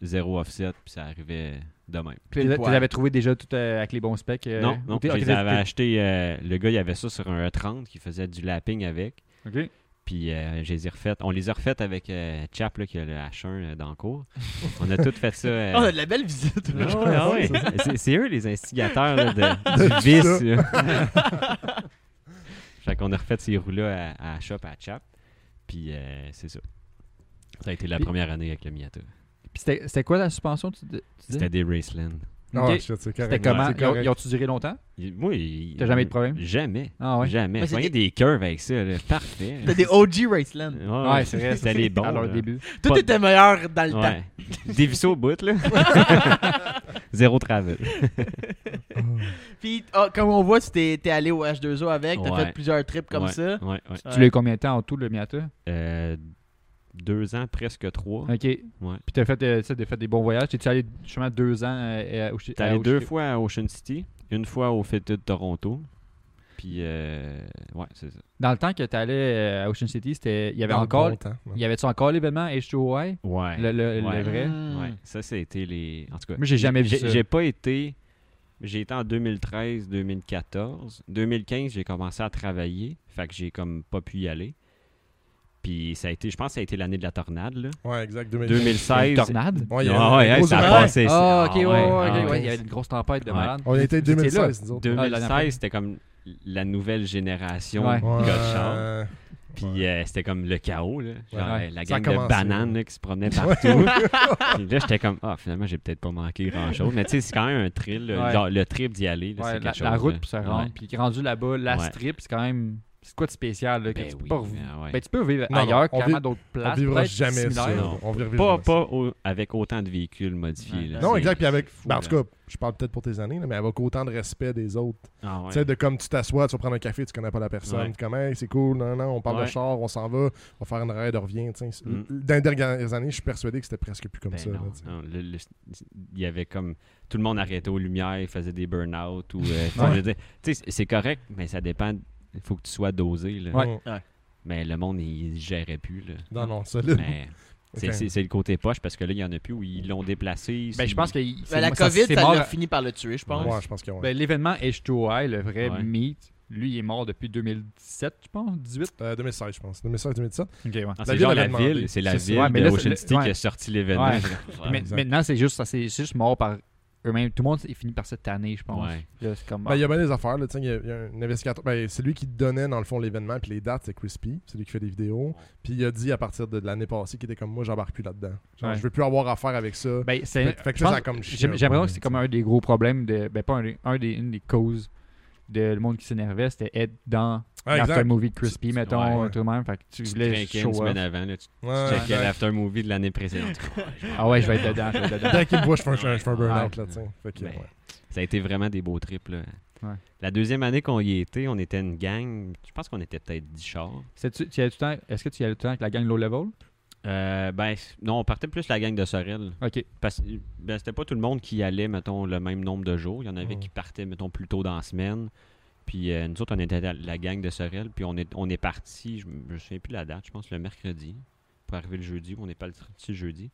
[SPEAKER 4] 0 offset. Puis, ça arrivait de même.
[SPEAKER 3] Tu les- tu les avais trouvé déjà tout euh, avec les bons specs euh,
[SPEAKER 4] non, non,
[SPEAKER 3] ou t'es-
[SPEAKER 4] je
[SPEAKER 3] ok,
[SPEAKER 4] les
[SPEAKER 3] t'es-
[SPEAKER 4] avais acheté. euh, le gars, il avait ça sur un E30 qui faisait du lapping avec.
[SPEAKER 3] ok.
[SPEAKER 4] Puis euh, je les ai refaites. On les a refaites avec euh, Chap, là, qui a le H1 euh, dans le cours. On a tout fait ça. euh,
[SPEAKER 2] Oh, on a de la belle visite. là.
[SPEAKER 4] ah ouais, ah ouais. C'est- C'est eux les instigateurs là, de, du vice. là. fait qu'on a refait ces roues-là à, à Shop, à Chap. Puis euh, c'est ça. Ça a été la
[SPEAKER 3] Puis-
[SPEAKER 4] première année avec le Miata.
[SPEAKER 3] Puis c'était c'était quoi la suspension tu, dis- tu disais?
[SPEAKER 4] C'était des Raceland.
[SPEAKER 1] Ah,
[SPEAKER 3] Ok.
[SPEAKER 1] shit, c'est
[SPEAKER 3] C'était
[SPEAKER 1] carrément-
[SPEAKER 3] comment
[SPEAKER 1] c'est
[SPEAKER 3] Ils ont-
[SPEAKER 1] correct.
[SPEAKER 3] Ils ont-tu duré longtemps
[SPEAKER 4] Il- Moi, il-
[SPEAKER 3] T'as jamais eu de problème?
[SPEAKER 4] Jamais.
[SPEAKER 3] Ah ouais.
[SPEAKER 4] Jamais.
[SPEAKER 2] Mais
[SPEAKER 4] Vous voyez
[SPEAKER 2] c'était-
[SPEAKER 4] des curves avec ça. là. Parfait.
[SPEAKER 2] T'as des OG Raceland.
[SPEAKER 4] Ouais,
[SPEAKER 3] Ouais, c'est vrai.
[SPEAKER 4] C'était les bons.
[SPEAKER 3] À leur
[SPEAKER 4] là.
[SPEAKER 3] début.
[SPEAKER 2] Tout
[SPEAKER 4] Pas-
[SPEAKER 2] était meilleur dans le temps.
[SPEAKER 4] Ouais. Des visseux au bout, là. Zéro travel.
[SPEAKER 2] Puis, ah, comme on voit, tu t'es t'es allé au H2O avec, t'as
[SPEAKER 4] Ouais.
[SPEAKER 2] fait plusieurs trips comme
[SPEAKER 4] Ouais,
[SPEAKER 2] ça.
[SPEAKER 4] Ouais, ouais.
[SPEAKER 3] Tu l'as eu combien de temps en tout, le Miata
[SPEAKER 4] Euh, deux ans, presque trois.
[SPEAKER 3] Ok. Puis
[SPEAKER 4] Ouais.
[SPEAKER 3] t'as fait, euh, ça, t'as fait des bons voyages. T'es-tu allé justement deux ans euh, à Oshi-
[SPEAKER 4] T'es
[SPEAKER 3] à
[SPEAKER 4] allé deux
[SPEAKER 3] Oshi-
[SPEAKER 4] fois à Ocean City, une fois au Fêté de Toronto. Puis, euh, ouais, c'est ça.
[SPEAKER 3] Dans le temps que tu allais à Ocean City, c'était il y avait
[SPEAKER 1] Dans le
[SPEAKER 3] encore
[SPEAKER 1] bon temps, ouais.
[SPEAKER 3] il y avait tu encore l'événement H2OI
[SPEAKER 4] Ouais.
[SPEAKER 3] le, le- le
[SPEAKER 4] Ouais.
[SPEAKER 3] vrai.
[SPEAKER 2] Hmm.
[SPEAKER 4] Ouais, ça, ça a été les. En tout cas,
[SPEAKER 3] Moi, j'ai jamais vu ça.
[SPEAKER 4] J'ai pas été. J'ai été en 2013, 2014. 2015, j'ai commencé à travailler. Fait que j'ai comme pas pu y aller. Puis ça a été, je pense que ça a été l'année de la tornade, là.
[SPEAKER 1] Ouais, exact. 2000.
[SPEAKER 4] 2016.
[SPEAKER 3] Une tornade.
[SPEAKER 1] Ouais, il y a-
[SPEAKER 4] Ah ouais, hey, ça a
[SPEAKER 1] Ouais.
[SPEAKER 4] passé.
[SPEAKER 3] Ah, ok, ouais, ouais,
[SPEAKER 4] ah
[SPEAKER 3] ok,
[SPEAKER 4] ouais.
[SPEAKER 3] ouais, il y avait une grosse tempête de
[SPEAKER 4] Ouais.
[SPEAKER 3] malade.
[SPEAKER 1] On était
[SPEAKER 3] C'était là.
[SPEAKER 1] 2016, nous autres.
[SPEAKER 3] Ah, la dernière fois.
[SPEAKER 4] 2016, c'était comme la nouvelle génération
[SPEAKER 3] Ouais.
[SPEAKER 4] de gars de char. Puis euh, c'était comme le chaos, là. Genre,
[SPEAKER 3] Ouais.
[SPEAKER 4] euh, la
[SPEAKER 1] Ça a
[SPEAKER 4] gang
[SPEAKER 1] commencé,
[SPEAKER 4] de bananes
[SPEAKER 1] ouais.
[SPEAKER 4] là, qui se promenaient partout. Puis là, j'étais comme, ah, finalement, j'ai peut-être pas manqué grand-chose. Mais tu sais, c'est quand même un thrill. là.
[SPEAKER 3] Ouais.
[SPEAKER 4] Genre, le trip d'y aller, là,
[SPEAKER 3] Ouais,
[SPEAKER 4] c'est
[SPEAKER 3] la,
[SPEAKER 4] quelque
[SPEAKER 3] la
[SPEAKER 4] chose,
[SPEAKER 3] route
[SPEAKER 4] là.
[SPEAKER 3] pour se rendre.
[SPEAKER 4] Ouais.
[SPEAKER 3] Puis rendu là-bas, la
[SPEAKER 4] Ouais.
[SPEAKER 3] strip, c'est quand même. C'est quoi de spécial là, que
[SPEAKER 4] Ben
[SPEAKER 3] tu peux
[SPEAKER 4] oui,
[SPEAKER 3] pas rev-
[SPEAKER 4] ben ouais.
[SPEAKER 3] Ben, tu peux vivre
[SPEAKER 1] Non, non,
[SPEAKER 3] ailleurs,
[SPEAKER 1] on
[SPEAKER 3] carrément
[SPEAKER 1] vit-
[SPEAKER 3] d'autres places.
[SPEAKER 1] On vivra
[SPEAKER 3] peut-être
[SPEAKER 1] jamais ça.
[SPEAKER 3] similaires.
[SPEAKER 4] non.
[SPEAKER 1] On vivra
[SPEAKER 4] pas
[SPEAKER 1] jamais ça.
[SPEAKER 4] pas au- avec autant de véhicules modifiés.
[SPEAKER 3] Ouais.
[SPEAKER 4] là.
[SPEAKER 1] Non,
[SPEAKER 4] C'est-
[SPEAKER 1] exact. Puis avec.
[SPEAKER 4] c'est fou,
[SPEAKER 1] ben, en
[SPEAKER 4] là.
[SPEAKER 1] tout cas, je parle peut-être pour tes années, là, mais avec autant de respect des autres.
[SPEAKER 4] Ah, ouais.
[SPEAKER 1] Tu sais, de comme tu t'assois, tu vas prendre un café, tu connais pas la personne.
[SPEAKER 4] Ouais.
[SPEAKER 1] Tu Comme, Hey, c'est cool, non, non, on parle
[SPEAKER 4] Ouais.
[SPEAKER 1] de char, on s'en va, on va faire une raid, on revient. tu sais.
[SPEAKER 4] Mm.
[SPEAKER 1] Dans les dernières années, je suis persuadé que c'était presque plus comme
[SPEAKER 4] Ben
[SPEAKER 1] ça.
[SPEAKER 4] non,
[SPEAKER 1] là, tu sais.
[SPEAKER 4] non, le- le- il y avait comme tout le monde arrêtait aux lumières, il faisait des burn-out ou euh, tu sais,
[SPEAKER 1] Ouais.
[SPEAKER 4] je veux dire, tu sais, c'est correct, mais ça dépend. Il faut que tu sois dosé. là.
[SPEAKER 3] Ouais.
[SPEAKER 1] Mm.
[SPEAKER 4] Mais le monde, il se gérait plus. Là.
[SPEAKER 1] Non, non, solide.
[SPEAKER 4] Mais c'est,
[SPEAKER 1] Ok.
[SPEAKER 4] c'est- c'est le côté poche parce que là, il y en a plus où ils l'ont déplacé.
[SPEAKER 3] Ben, je pense que
[SPEAKER 2] Ben, la
[SPEAKER 3] ça-
[SPEAKER 2] COVID,
[SPEAKER 3] c'est
[SPEAKER 2] ça
[SPEAKER 3] mort.
[SPEAKER 2] l'a fini par le tuer, je pense.
[SPEAKER 1] Ouais, je pense qu'il y a-
[SPEAKER 3] Ben, L'événement H2I, le vrai
[SPEAKER 4] Ouais.
[SPEAKER 3] meet, lui, il est mort depuis 2017, je pense, Ben, 18.
[SPEAKER 1] Euh, 2016, je pense. 2016-2017.
[SPEAKER 3] Ok, ouais.
[SPEAKER 4] Ah,
[SPEAKER 1] la
[SPEAKER 4] c'est
[SPEAKER 1] ville
[SPEAKER 4] genre la
[SPEAKER 1] avait demandé.
[SPEAKER 4] ville, c'est la
[SPEAKER 1] C'est ça.
[SPEAKER 4] ville
[SPEAKER 3] Ouais, mais là,
[SPEAKER 4] de
[SPEAKER 3] c'est
[SPEAKER 4] Ocean
[SPEAKER 3] le-
[SPEAKER 4] City qui
[SPEAKER 3] ouais.
[SPEAKER 4] a sorti l'événement.
[SPEAKER 3] Ouais.
[SPEAKER 4] Ouais.
[SPEAKER 3] Mais-
[SPEAKER 1] exact.
[SPEAKER 3] maintenant, c'est juste, ça, c'est juste mort par eux-mêmes. Tout le monde est fini par cette année, je pense.
[SPEAKER 4] Ouais.
[SPEAKER 3] Là, c'est comme,
[SPEAKER 1] Ben, il y a bien des affaires. là, tu sais, Il y, a- il y a un investigateur. Ben, c'est lui qui donnait, dans le fond, l'événement. Puis les dates, c'est Crispy. C'est lui qui fait des vidéos. Puis il a dit à partir de de l'année passée qu'il était comme moi, j'embarque plus là-dedans. Genre,
[SPEAKER 3] Ouais.
[SPEAKER 1] Je veux plus avoir affaire avec ça.
[SPEAKER 3] Ben, c'est-
[SPEAKER 1] Fait- fait que
[SPEAKER 3] je
[SPEAKER 1] ça,
[SPEAKER 3] pense-
[SPEAKER 1] ça a comme
[SPEAKER 3] j'ai-
[SPEAKER 1] chié un
[SPEAKER 3] J'ai l'impression
[SPEAKER 1] peu,
[SPEAKER 3] que c'est
[SPEAKER 1] tu sais.
[SPEAKER 3] comme un des gros problèmes de. Ben, pas un, des- un des, une des causes de le monde qui s'énervait, c'était être dans
[SPEAKER 1] Ouais,
[SPEAKER 3] l'after
[SPEAKER 1] exact.
[SPEAKER 3] movie de Crispy,
[SPEAKER 4] Tu-
[SPEAKER 3] mettons,
[SPEAKER 1] ouais.
[SPEAKER 3] tout de même. Fait que tu
[SPEAKER 4] Tu
[SPEAKER 3] voulais
[SPEAKER 4] trinquais
[SPEAKER 3] show
[SPEAKER 4] une semaine
[SPEAKER 3] off.
[SPEAKER 4] avant, là, tu
[SPEAKER 1] Ouais,
[SPEAKER 4] checkais
[SPEAKER 1] ouais.
[SPEAKER 4] l'after movie de l'année précédente.
[SPEAKER 3] Ah ouais, je vais être dedans, je vais être dedans.
[SPEAKER 1] Dès qu'il me voit, je fais un, je fais un burn-out.
[SPEAKER 3] Ouais.
[SPEAKER 1] là, tu sais. Fait que,
[SPEAKER 4] Mais-
[SPEAKER 1] ouais.
[SPEAKER 4] Ben, Ça a été vraiment des beaux trips. là.
[SPEAKER 3] Ouais.
[SPEAKER 4] La deuxième année qu'on y était, on était une gang. Je pense qu'on était peut-être 10 chars.
[SPEAKER 3] C'est-tu- tu y allais tout le temps- Est-ce que tu y allais tout le temps avec la gang low level?
[SPEAKER 4] Euh, ben, c- non, on partait plus la gang de Sorel.
[SPEAKER 3] Ok.
[SPEAKER 4] Parce que ben, c'était pas tout le monde qui y allait, mettons, le même nombre de jours. Il y en avait
[SPEAKER 1] Mm.
[SPEAKER 4] qui partaient, mettons, plus tôt dans la semaine. Puis euh, nous autres, on était la, la gang de Sorel. Puis on est, on est parti, je me je me souviens plus la date, je pense le mercredi, pour arriver le jeudi. On est parti le jeudi.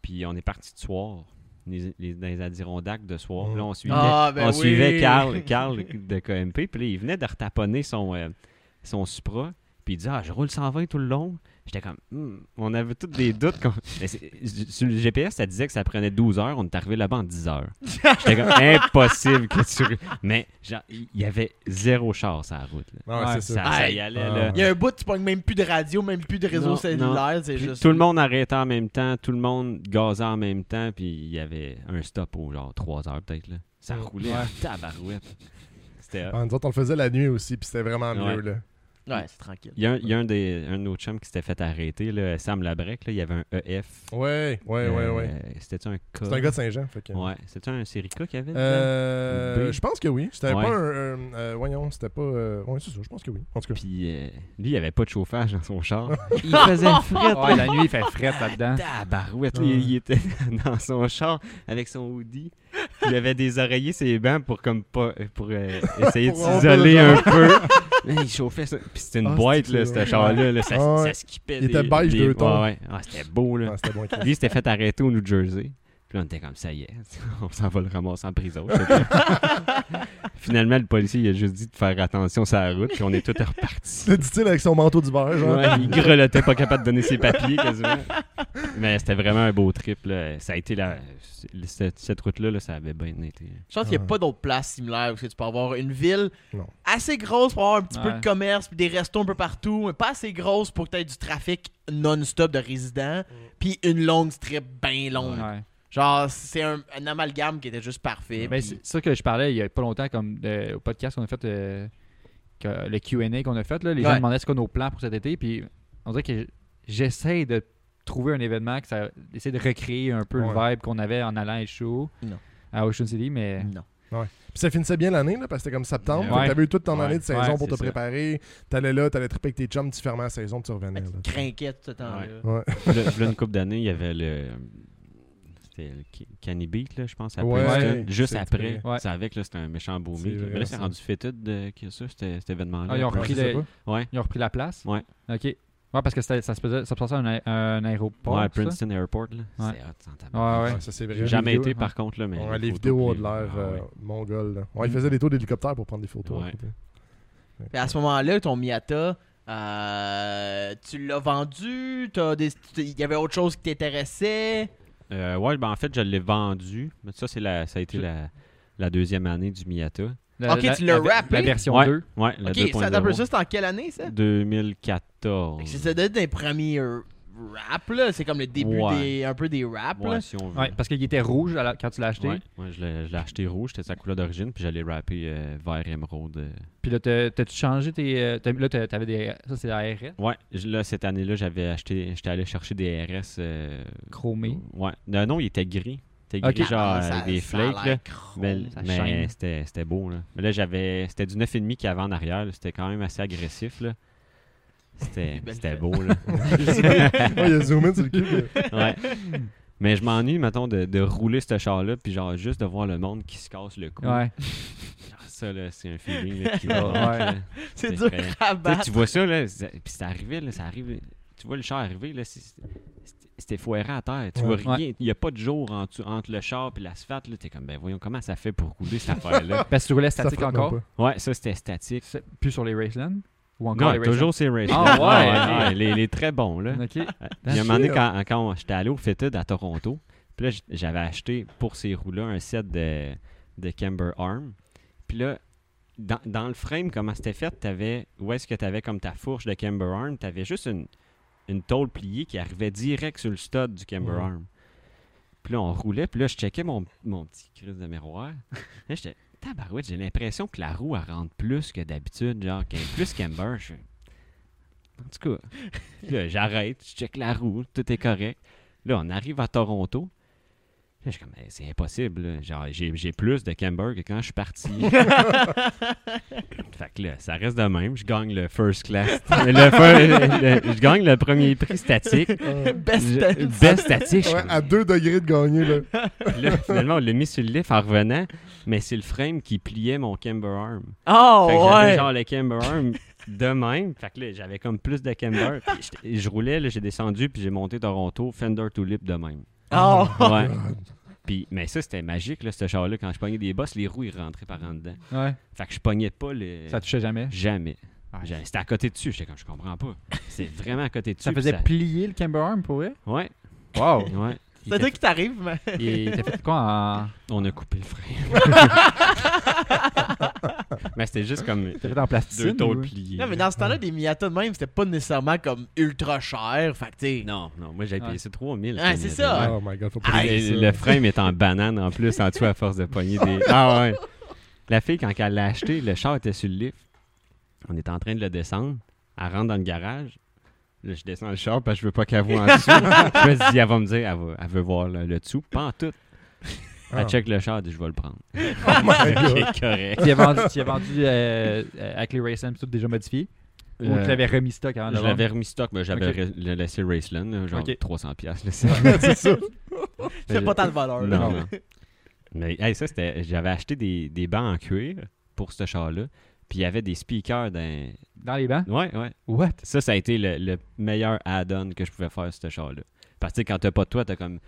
[SPEAKER 4] Puis on est parti de soir, les- les- dans les Adirondacks de soir.
[SPEAKER 1] Mm.
[SPEAKER 4] Là, on suivait,
[SPEAKER 2] Ah, ben
[SPEAKER 4] on
[SPEAKER 2] oui.
[SPEAKER 4] suivait Carl, Carl de KMP. Puis là, il venait de retaponner son, euh, son Supra. Puis il disait, ah, je roule 120 tout le long. J'étais comme, Hmm. on avait tous des doutes. qu'on- Mais c'est- sur le GPS, ça disait que ça prenait 12 heures. On est arrivé là-bas en 10 heures. J'étais comme, impossible que tu. Mais genre, il y avait zéro char sur la route. là.
[SPEAKER 1] Ouais,
[SPEAKER 3] Ouais,
[SPEAKER 1] c'est
[SPEAKER 4] Ça,
[SPEAKER 1] ça.
[SPEAKER 4] ça
[SPEAKER 2] Hey.
[SPEAKER 4] y allait.
[SPEAKER 1] Ah.
[SPEAKER 4] là.
[SPEAKER 2] Il y a un bout, tu pognes même plus de radio, même plus de réseau
[SPEAKER 4] Non,
[SPEAKER 2] cellulaire. C'est
[SPEAKER 4] Puis
[SPEAKER 2] juste.
[SPEAKER 4] tout le monde arrêtait en même temps, tout le monde gazait en même temps, puis il y avait un stop au genre 3 heures peut-être. là. Ça
[SPEAKER 2] Oh,
[SPEAKER 1] Ouais.
[SPEAKER 4] roulait
[SPEAKER 3] Ouais.
[SPEAKER 4] en tabarouette. C'était hot.
[SPEAKER 1] Ah, nous autres, on le faisait la nuit aussi, puis c'était vraiment
[SPEAKER 4] Ouais.
[SPEAKER 1] mieux. Là.
[SPEAKER 2] Ouais, c'est tranquille.
[SPEAKER 4] Il y a, un, il y a un des, un de nos chums qui s'était fait arrêter, là, Sam Labrec, là, il y avait un EF.
[SPEAKER 1] Ouais, ouais, ouais,
[SPEAKER 4] Euh,
[SPEAKER 1] ouais.
[SPEAKER 4] C'était-tu un cas?
[SPEAKER 1] C'est un gars de Saint-Jean. Fait que...
[SPEAKER 4] Ouais, c'était un Sirica qu'il y avait? dedans?
[SPEAKER 1] Euh,
[SPEAKER 4] B.
[SPEAKER 1] je pense que oui. C'était
[SPEAKER 4] Ouais.
[SPEAKER 1] pas un. euh, euh, voyons, c'était pas. euh, ouais, c'est ça, je pense que oui. En tout cas.
[SPEAKER 4] Puis euh, lui, il avait pas de chauffage dans son char. il faisait fret. hein.
[SPEAKER 3] Ouais, la nuit, il fait fret là-dedans.
[SPEAKER 4] Tabarouette,
[SPEAKER 1] Ouais.
[SPEAKER 4] lui, il était dans son char avec son hoodie. Il avait des oreillers ses bancs pour comme pas pour euh, essayer
[SPEAKER 1] Pour
[SPEAKER 4] de s'isoler un
[SPEAKER 1] avoir
[SPEAKER 4] peu. Mais il chauffait ça. Puis c'était une
[SPEAKER 1] Ah,
[SPEAKER 4] boîte
[SPEAKER 1] c'était
[SPEAKER 4] là,
[SPEAKER 1] cool.
[SPEAKER 4] ce char-là, là. ça,
[SPEAKER 1] Ah ouais.
[SPEAKER 4] ça skippait.
[SPEAKER 1] Il
[SPEAKER 4] des-
[SPEAKER 1] était beige
[SPEAKER 4] des-
[SPEAKER 1] deux tons.
[SPEAKER 4] Ouais, ouais. Ah, c'était beau là.
[SPEAKER 1] Ouais, c'était bon. Chris.
[SPEAKER 4] Lui, il s'était fait arrêter au New Jersey. Puis là, on était comme ça y est, on s'en va le ramasser en prison. je sais pas. Finalement, le policier il a juste dit de faire attention sur la route, puis on est tous repartis.
[SPEAKER 1] Le dit-il avec son manteau d'hiver, genre.
[SPEAKER 4] Ouais, il grelottait, pas capable de donner ses papiers quasiment. Mais c'était vraiment un beau trip. là. Ça a été la... cette, cette route-là, là, ça avait bien été.
[SPEAKER 2] Je pense qu'il n'y
[SPEAKER 1] Ouais.
[SPEAKER 2] a pas d'autres places similaires où tu peux avoir une ville
[SPEAKER 1] Non.
[SPEAKER 2] assez grosse pour avoir un petit peu
[SPEAKER 3] Ouais.
[SPEAKER 2] de commerce, puis des restos un peu partout, mais pas assez grosse pour que tu du trafic non-stop de
[SPEAKER 3] Mm.
[SPEAKER 2] résidents, puis une longue strip bien longue.
[SPEAKER 3] Ouais.
[SPEAKER 2] Genre, c'est un, un amalgame qui était juste parfait.
[SPEAKER 3] Ben,
[SPEAKER 2] puis-
[SPEAKER 3] c'est ça que je parlais il y a pas longtemps, comme euh, au podcast qu'on a fait, euh, que- le QA qu'on a fait. Là, les gens
[SPEAKER 2] Ouais.
[SPEAKER 3] demandaient ce qu'on a nos plans pour cet été. Puis on dirait que j'essaie de trouver un événement, que ça, d'essayer de recréer un peu le
[SPEAKER 1] Ouais.
[SPEAKER 3] vibe qu'on avait en allant à Show
[SPEAKER 2] Non. Mm.
[SPEAKER 3] à Ocean City. Mais
[SPEAKER 2] Non.
[SPEAKER 1] Puis ça finissait bien l'année, là, parce que c'était comme septembre.
[SPEAKER 4] Ouais.
[SPEAKER 1] Fait que T'avais eu toute ton
[SPEAKER 4] Ouais.
[SPEAKER 1] année de saison
[SPEAKER 3] Ouais,
[SPEAKER 1] pour te
[SPEAKER 4] c'est ça.
[SPEAKER 1] préparer. T'allais là, t'allais triper avec tes chums, tu fermais la saison, tu revenais.
[SPEAKER 2] Ah,
[SPEAKER 1] là.
[SPEAKER 2] Crinquait tout ce temps-là.
[SPEAKER 1] Ouais.
[SPEAKER 4] Là, là, une couple d'années, il y avait le. C'était le Ca- Canny Beat, là, je pense, à
[SPEAKER 1] Ouais,
[SPEAKER 4] Princeton. Juste
[SPEAKER 1] c'est
[SPEAKER 4] après.
[SPEAKER 3] vrai. Ouais.
[SPEAKER 4] C'est avec, là, c'était un méchant beau
[SPEAKER 1] C'est
[SPEAKER 4] meet, là.
[SPEAKER 1] vrai,
[SPEAKER 4] Mais là, c'est
[SPEAKER 1] ça.
[SPEAKER 4] rendu fétude euh, de que ça, c'était- cet événement-là.
[SPEAKER 3] Ah, ils ont
[SPEAKER 1] Ouais,
[SPEAKER 3] repris
[SPEAKER 1] je sais
[SPEAKER 3] le-
[SPEAKER 1] pas.
[SPEAKER 4] Ouais.
[SPEAKER 3] ils ont repris la place.
[SPEAKER 4] Ouais.
[SPEAKER 3] OK. Ouais, parce que c'était- ça se, faisait- ça se passait à un, a- un aéroport.
[SPEAKER 4] Ouais,
[SPEAKER 3] tout ça?
[SPEAKER 4] Princeton Airport, là.
[SPEAKER 3] Ouais.
[SPEAKER 4] C'est hot, sans
[SPEAKER 3] Ouais,
[SPEAKER 4] tabac.
[SPEAKER 3] ouais.
[SPEAKER 1] Ouais, ça, c'est vrai.
[SPEAKER 3] Jamais.
[SPEAKER 4] Jamais
[SPEAKER 3] vidéos,
[SPEAKER 4] été,
[SPEAKER 3] ouais.
[SPEAKER 4] par contre, là, mais.
[SPEAKER 1] Ouais, les
[SPEAKER 4] photos
[SPEAKER 1] vidéos ont de
[SPEAKER 4] prises,
[SPEAKER 1] l'air
[SPEAKER 4] ah, ouais. Mm.
[SPEAKER 1] euh, mongol. là. Ouais, ils faisaient des tours d'hélicoptère pour prendre des photos.
[SPEAKER 4] Ouais.
[SPEAKER 2] Puis à ce moment-là, ton Miata, euh, tu l'as vendu, t'as des- tu- il y avait autre chose qui t'intéressait.
[SPEAKER 4] Euh, ouais, ben en fait, je l'ai vendu. Mais ça, c'est la, ça a été
[SPEAKER 3] Je-
[SPEAKER 4] la, la deuxième année du Miata.
[SPEAKER 3] La-
[SPEAKER 2] Ok,
[SPEAKER 3] la-
[SPEAKER 2] tu l'as
[SPEAKER 3] la-
[SPEAKER 2] rappé?
[SPEAKER 3] La version
[SPEAKER 4] ouais,
[SPEAKER 3] 2.
[SPEAKER 4] Ouais, la
[SPEAKER 2] Ok, ça t'appelle
[SPEAKER 4] 2.0.
[SPEAKER 2] ça, c'est en quelle année ça
[SPEAKER 4] 2014.
[SPEAKER 2] C'est d'être des premiers euh, rap là, c'est comme le début
[SPEAKER 4] Ouais.
[SPEAKER 2] des un peu des rap
[SPEAKER 4] Ouais,
[SPEAKER 2] là.
[SPEAKER 4] si on veut.
[SPEAKER 3] Ouais, parce qu'il était rouge à la- quand tu l'as acheté.
[SPEAKER 4] Ouais, ouais, je l'ai je l'ai acheté rouge, c'était sa couleur d'origine, puis j'allais rapper euh, vert émeraude. euh.
[SPEAKER 3] Puis là, t'as- t'as-tu changé tes. euh, t'as- Là, t'as- t'avais des. Ça, c'est la RS.
[SPEAKER 4] Ouais, je- là, cette année-là, j'avais acheté, j'étais allé chercher des RS. euh,
[SPEAKER 3] Chromé.
[SPEAKER 4] Ouais. Non, non, il était gris. Il était
[SPEAKER 3] Ok.
[SPEAKER 4] gris, genre
[SPEAKER 2] Ah,
[SPEAKER 4] avec
[SPEAKER 2] ça-
[SPEAKER 4] des
[SPEAKER 2] ça a
[SPEAKER 4] flakes.
[SPEAKER 2] l'air
[SPEAKER 4] là.
[SPEAKER 2] chrome.
[SPEAKER 4] Mais,
[SPEAKER 3] ça
[SPEAKER 4] mais
[SPEAKER 3] shine.
[SPEAKER 4] c'était c'était beau, là. Mais là, j'avais. C'était du 9,5 qu'il y avait en arrière, là. C'était quand même assez agressif, là. C'était
[SPEAKER 2] Belle
[SPEAKER 4] c'était
[SPEAKER 2] fête.
[SPEAKER 4] beau, là.
[SPEAKER 1] Ouais, il a zoomé sur le cul. là.
[SPEAKER 4] Ouais. Mais je m'ennuie, mettons, de, de rouler ce char-là, puis genre juste de voir le monde qui se casse le cou.
[SPEAKER 3] Ouais.
[SPEAKER 4] Ah, Ça, là, c'est un feeling là, qui
[SPEAKER 3] Ouais.
[SPEAKER 4] me manque, là.
[SPEAKER 2] C'est dur
[SPEAKER 4] C'est
[SPEAKER 2] Ah, bah,
[SPEAKER 4] vrai.
[SPEAKER 2] à battre.
[SPEAKER 4] Tu sais, tu vois ça, là, c'est- puis c'est arrivé, là, ça arrive. Tu vois le char arriver, là, c'est- c'est- c'était foiré à terre. Tu
[SPEAKER 1] Ouais.
[SPEAKER 4] vois rien. Il n'y a pas de jour en dessous- entre le char et l'asphalte. là. T'es comme, ben voyons comment ça fait pour couler cette affaire-là.
[SPEAKER 3] Parce que tu roulais
[SPEAKER 1] Ça
[SPEAKER 3] statique
[SPEAKER 1] frappe même
[SPEAKER 3] encore.
[SPEAKER 1] pas.
[SPEAKER 4] ouais, ça, c'était statique.
[SPEAKER 3] C'est- Plus sur les Raceland. Ou encore
[SPEAKER 4] Non,
[SPEAKER 3] les Raceland.
[SPEAKER 4] toujours ces races.
[SPEAKER 3] Ah, ouais.
[SPEAKER 4] les, les très bons, là.
[SPEAKER 3] Ok.
[SPEAKER 4] Il y a un moment donné, quand, quand j'étais allé au Fitted à Toronto, puis là, j- j'avais acheté pour ces roues-là un set de, de Camber Arm. Puis là, dans, dans le frame, comment c'était fait, t'avais, où est-ce que tu avais comme ta fourche de Camber Arm, tu avais juste une, une tôle pliée qui arrivait direct sur le stud du Camber
[SPEAKER 1] Ouais.
[SPEAKER 4] Arm. Puis là, on roulait, puis là, je checkais mon, mon petit crise de miroir. Là, j'étais, tabarouette, j'ai l'impression que la roue, elle rentre plus que d'habitude, genre, qu'elle est plus Camber. Je... En tout cas, Puis là, j'arrête, je check la roue, tout est correct. Là, on arrive à Toronto. Là, je suis comme, Hey, c'est impossible. là. Genre, j'ai, j'ai plus de camber que quand je suis parti. fait que là, ça reste de même. Je gagne le first class. le fir- le- je gagne le premier prix statique.
[SPEAKER 1] Ouais.
[SPEAKER 2] Best
[SPEAKER 4] Je- best statique. Je suis
[SPEAKER 1] Ouais,
[SPEAKER 4] comme,
[SPEAKER 1] à 2 degrés de gagner. Là.
[SPEAKER 4] Puis là, finalement, on l'a mis sur le lift en revenant, mais c'est le frame qui pliait mon camber arm.
[SPEAKER 2] Oh
[SPEAKER 4] Fait que j'avais
[SPEAKER 2] ouais.
[SPEAKER 4] genre le camber arm de même. Fait que là, j'avais comme plus de camber. Puis j'étais- je roulais, là, j'ai descendu, puis j'ai monté Toronto, Fender to lip de même.
[SPEAKER 2] Oh.
[SPEAKER 4] Ouais. Puis, mais ça, c'était magique, là, ce char-là. Quand je pognais des bosses, les roues, ils rentraient par en dedans.
[SPEAKER 3] Ouais.
[SPEAKER 4] Fait que je pognais pas les...
[SPEAKER 3] Ça touchait jamais.
[SPEAKER 4] Jamais.
[SPEAKER 3] Ouais.
[SPEAKER 4] Jamais. C'était à côté dessus. J'étais comme, je comprends pas. C'est vraiment à côté dessus.
[SPEAKER 3] Ça
[SPEAKER 4] puis
[SPEAKER 3] faisait plier le camber arm pour vrai?
[SPEAKER 4] Ouais,
[SPEAKER 3] Wow! Il
[SPEAKER 4] ouais.
[SPEAKER 2] C'est
[SPEAKER 3] était-
[SPEAKER 2] toi qui t'arrive mais
[SPEAKER 3] il était fait quoi en.
[SPEAKER 4] On a coupé le frein. mais c'était juste comme
[SPEAKER 3] Il était fait en
[SPEAKER 4] deux
[SPEAKER 3] plastique.
[SPEAKER 4] tôles pliées.
[SPEAKER 2] Non mais dans ce temps-là des Miata de même, c'était pas nécessairement comme ultra cher, fait que tu sais.
[SPEAKER 4] Non, non, moi j'avais payé
[SPEAKER 3] Ouais.
[SPEAKER 4] ça 3000.
[SPEAKER 2] Ouais, c'est ça.
[SPEAKER 4] Ouais.
[SPEAKER 1] Oh my god, faut pas
[SPEAKER 4] Puis
[SPEAKER 1] dire
[SPEAKER 4] le,
[SPEAKER 1] ça.
[SPEAKER 4] Ah. le frame est en banane en plus, en dessous à force de poigner des. Ah ouais. La fille, quand elle l'a acheté, le char était sur le lift. On est en train de le descendre. Elle rentre dans le garage. Là, je descends le char parce que je veux pas qu'elle voit en dessous. je me dis, elle va me dire, elle, va- elle veut voir le, le dessous. Pas en tout.
[SPEAKER 1] Ah.
[SPEAKER 4] Elle check le char, elle dit, je vais le prendre.
[SPEAKER 1] Oh my god.
[SPEAKER 4] Ok, correct.
[SPEAKER 3] Tu as vendu, tu as vendu euh, euh, avec les Raceland tout déjà modifié? Ou
[SPEAKER 4] Euh,
[SPEAKER 3] tu l'avais remis stock avant de
[SPEAKER 4] Je
[SPEAKER 3] le vendre?
[SPEAKER 4] l'avais remis stock, mais j'avais
[SPEAKER 3] Ok.
[SPEAKER 4] re- le laissé Raceland, là, genre
[SPEAKER 3] Ok.
[SPEAKER 4] 300$. piastres, là,
[SPEAKER 1] c'est ça.
[SPEAKER 2] C'est pas tant de valeur. là.
[SPEAKER 4] Non. Mais hey, ça, c'était. J'avais acheté des, des bancs en cuir pour ce char-là. Puis il y avait des speakers dans.
[SPEAKER 3] Dans les bancs?
[SPEAKER 4] Ouais, ouais.
[SPEAKER 3] What?
[SPEAKER 4] Ça, ça a été le, le meilleur add-on que je pouvais faire sur ce char-là. Parce que tu sais, quand t'as pas de toi, t'as comme.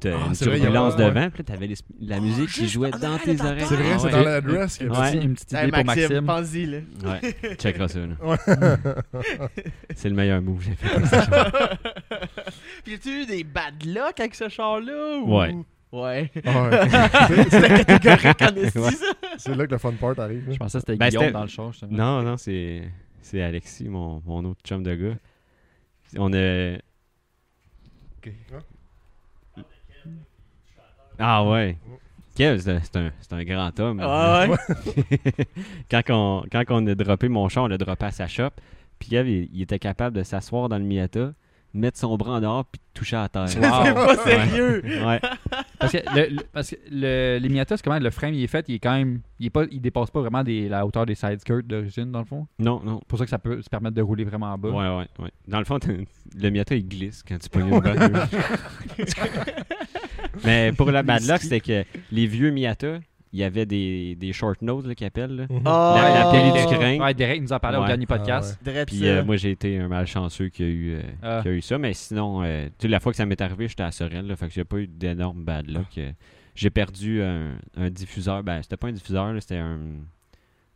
[SPEAKER 4] T'as
[SPEAKER 1] Ah,
[SPEAKER 4] une
[SPEAKER 1] c'est vrai, il y a Ah,
[SPEAKER 4] turbulence
[SPEAKER 1] pas-
[SPEAKER 4] devant, puis là, t'avais les sp- la musique qui
[SPEAKER 2] juste
[SPEAKER 4] jouait
[SPEAKER 2] en
[SPEAKER 4] dans
[SPEAKER 2] arrière
[SPEAKER 4] tes
[SPEAKER 2] de ta
[SPEAKER 4] oreilles.
[SPEAKER 1] C'est vrai,
[SPEAKER 4] Ah,
[SPEAKER 1] c'est
[SPEAKER 4] ouais.
[SPEAKER 1] dans l'adresse. qu'il y a
[SPEAKER 4] Ouais.
[SPEAKER 1] petit-
[SPEAKER 3] Une petite
[SPEAKER 2] Hey,
[SPEAKER 3] idée pour Maxime.
[SPEAKER 2] Pense-y là.
[SPEAKER 4] Ouais, checkera ça. là.
[SPEAKER 1] Ouais.
[SPEAKER 4] C'est le meilleur move que j'ai fait.
[SPEAKER 2] Puis tu eu des bad luck avec ce char là ou
[SPEAKER 4] Ouais.
[SPEAKER 2] Ouais.
[SPEAKER 1] Ah,
[SPEAKER 2] Ah,
[SPEAKER 1] Ouais.
[SPEAKER 2] C'était catégorique en esti,
[SPEAKER 4] Ouais.
[SPEAKER 2] ça.
[SPEAKER 1] C'est là que le fun part arrive. là.
[SPEAKER 3] Je pensais que c'était
[SPEAKER 4] Ben,
[SPEAKER 3] Guillaume
[SPEAKER 4] c'était-
[SPEAKER 3] dans le char, justement.
[SPEAKER 4] Non, non, c'est, c'est Alexis, mon, mon autre chum de gars. On a. Ah ouais. Kev, c'est un- c'est un, c'est un grand homme.
[SPEAKER 2] Ah, Ouais, ouais.
[SPEAKER 4] quand, on, quand on a droppé mon chat, on l'a droppé à sa shop. Puis Kev, il, il était capable de s'asseoir dans le Miata, mettre son bras en dehors, puis de toucher à terre.
[SPEAKER 2] C'est pas sérieux.
[SPEAKER 4] Ouais.
[SPEAKER 3] Parce que, le, le- parce que le, les Miata, c'est comment le frame il est fait, il est quand même. Il, est pas, il dépasse pas vraiment des, la hauteur des side skirts d'origine, dans le fond.
[SPEAKER 4] Non, non.
[SPEAKER 3] C'est pour ça que ça peut se permettre de rouler vraiment en bas.
[SPEAKER 4] Ouais, ouais, ouais. Dans le fond, t'as- le Miata, il glisse quand tu pognes une balle. Mais pour la bad luck, c'était que les vieux Miata, il y avait des, des short nose là, qu'ils appellent. là.
[SPEAKER 1] Mhm.
[SPEAKER 2] Oh.
[SPEAKER 4] La, la pelée du
[SPEAKER 3] Oh.
[SPEAKER 4] crin.
[SPEAKER 3] Ouais, Derek nous en parlait au
[SPEAKER 4] Ouais.
[SPEAKER 3] dernier podcast.
[SPEAKER 2] Drette
[SPEAKER 4] Puis
[SPEAKER 2] ça.
[SPEAKER 4] euh, moi, j'ai été un malchanceux qui a eu, euh,
[SPEAKER 3] Ah.
[SPEAKER 4] qui a eu ça. Mais sinon, euh, tu sais, la fois que ça m'est arrivé, j'étais à Sorel. Là, fait que j'ai pas eu d'énorme bad luck.
[SPEAKER 1] Ah.
[SPEAKER 4] euh. J'ai perdu un, un diffuseur. Ben, c'était pas un diffuseur, là, c'était un.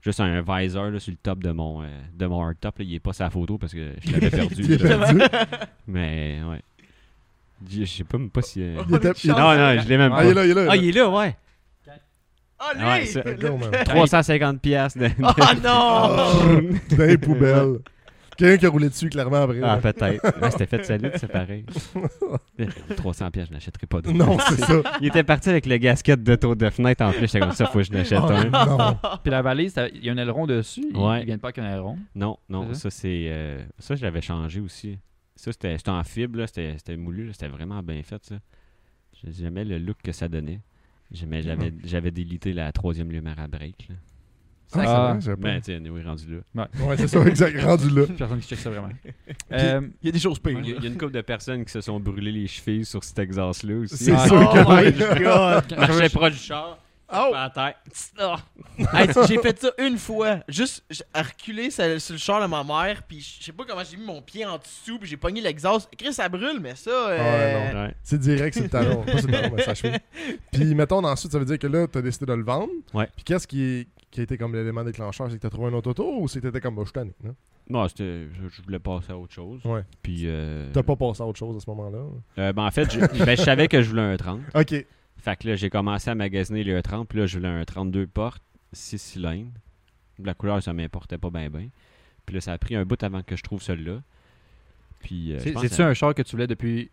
[SPEAKER 4] Juste un visor là, sur le top de mon, euh, de mon hardtop. là. Il est pas sa photo parce que je l'avais perdu.
[SPEAKER 1] Il est
[SPEAKER 4] là.
[SPEAKER 1] perdu.
[SPEAKER 4] Mais ouais. Je je sais pas, même pas si. euh,
[SPEAKER 2] Oh,
[SPEAKER 1] Il était- il-
[SPEAKER 4] Non, non, je l'ai même
[SPEAKER 1] Ah,
[SPEAKER 4] pas.
[SPEAKER 1] il est là, il est là.
[SPEAKER 4] Ah, il est là, ouais.
[SPEAKER 2] Ah, lui!
[SPEAKER 4] Ouais, c'est-
[SPEAKER 1] Fait que go, man.
[SPEAKER 4] 350 piastres de-
[SPEAKER 2] Oh
[SPEAKER 1] Ah,
[SPEAKER 2] non!
[SPEAKER 1] Dans les poubelles. Quelqu'un qui a roulé dessus, clairement, après.
[SPEAKER 4] Ah,
[SPEAKER 1] là.
[SPEAKER 4] peut-être. Ouais, c'était fait de salut, c'est pareil. 300 pièces, je n'achèterai pas d'autres.
[SPEAKER 1] Non, c'est ça.
[SPEAKER 4] Il était parti avec le gasket de tour de fenêtre en plus. J'étais comme ça, faut que je n'achète
[SPEAKER 1] Oh,
[SPEAKER 4] un.
[SPEAKER 1] non.
[SPEAKER 3] Puis la valise, t'as- il y a un aileron dessus. Ils
[SPEAKER 4] Ouais.
[SPEAKER 3] Ils viennent pas avec un aileron.
[SPEAKER 4] Non, non,
[SPEAKER 3] C'est ça?
[SPEAKER 4] ça, c'est. euh, ça, je l'avais changé aussi. Ça, c'était c'était en fibre, là, c'était c'était moulu, là, c'était vraiment bien fait, ça. J'ai- J'aimais le look que ça donnait.
[SPEAKER 1] Mm-hmm.
[SPEAKER 4] J'aimais- J'avais j'avais délité la troisième lumière à break. Là.
[SPEAKER 1] Ah, c'est
[SPEAKER 3] Ah.
[SPEAKER 1] vrai, j'avais pas-
[SPEAKER 4] Ben, tiens, anyway, rendu là.
[SPEAKER 1] Ouais, c'est ça, exact. Rendu là.
[SPEAKER 3] Personne qui check ça vraiment. Euh,
[SPEAKER 2] Il y a des choses pires.
[SPEAKER 4] Il y, a-
[SPEAKER 2] là.
[SPEAKER 4] il y a une couple de personnes qui se sont brûlées les chevilles sur cet Texas-là aussi.
[SPEAKER 1] C'est
[SPEAKER 3] Ah,
[SPEAKER 1] sûr
[SPEAKER 3] non.
[SPEAKER 1] que
[SPEAKER 2] Oh my
[SPEAKER 1] oui.
[SPEAKER 2] god!
[SPEAKER 4] Marchait proche du char,
[SPEAKER 1] Oh!
[SPEAKER 2] Ah.
[SPEAKER 4] par terre.
[SPEAKER 2] Hey, j'ai fait ça une fois. Juste j- à reculer sur sur le char de ma mère, puis je sais pas comment j'ai mis mon pied en dessous, puis j'ai pogné l'exhaust. Chris, ça brûle, mais ça.
[SPEAKER 1] Ah,
[SPEAKER 2] euh,
[SPEAKER 1] non.
[SPEAKER 4] Ouais.
[SPEAKER 1] C'est direct sur le talon. Pas sur le talon, mais ça cheville. Puis, mettons, ensuite, ça veut dire que là, t'as décidé de le vendre.
[SPEAKER 4] Ouais.
[SPEAKER 1] Puis, qu'est-ce qui, qui a été comme l'élément déclencheur? C'est que t'as trouvé un autre auto ou c'est que t'étais comme, bah, je suis tanné, non?
[SPEAKER 4] Non, c'était- je, je voulais passer à autre chose.
[SPEAKER 1] Ouais.
[SPEAKER 4] Puis, euh,
[SPEAKER 1] T'as pas passé à autre chose à ce moment-là?
[SPEAKER 4] euh, ben, en fait, je, ben, je savais que je voulais un 30.
[SPEAKER 1] Ok.
[SPEAKER 4] Fait que là, j'ai commencé à magasiner le 30. Puis là, je voulais un 32 portes, 6 cylindres. La couleur, ça m'importait pas bien, bien. Puis là, ça a pris un bout avant que je trouve celui-là. Puis, euh, je
[SPEAKER 3] c'est-
[SPEAKER 4] pense
[SPEAKER 3] C'est-tu
[SPEAKER 4] à-
[SPEAKER 3] un char que tu voulais depuis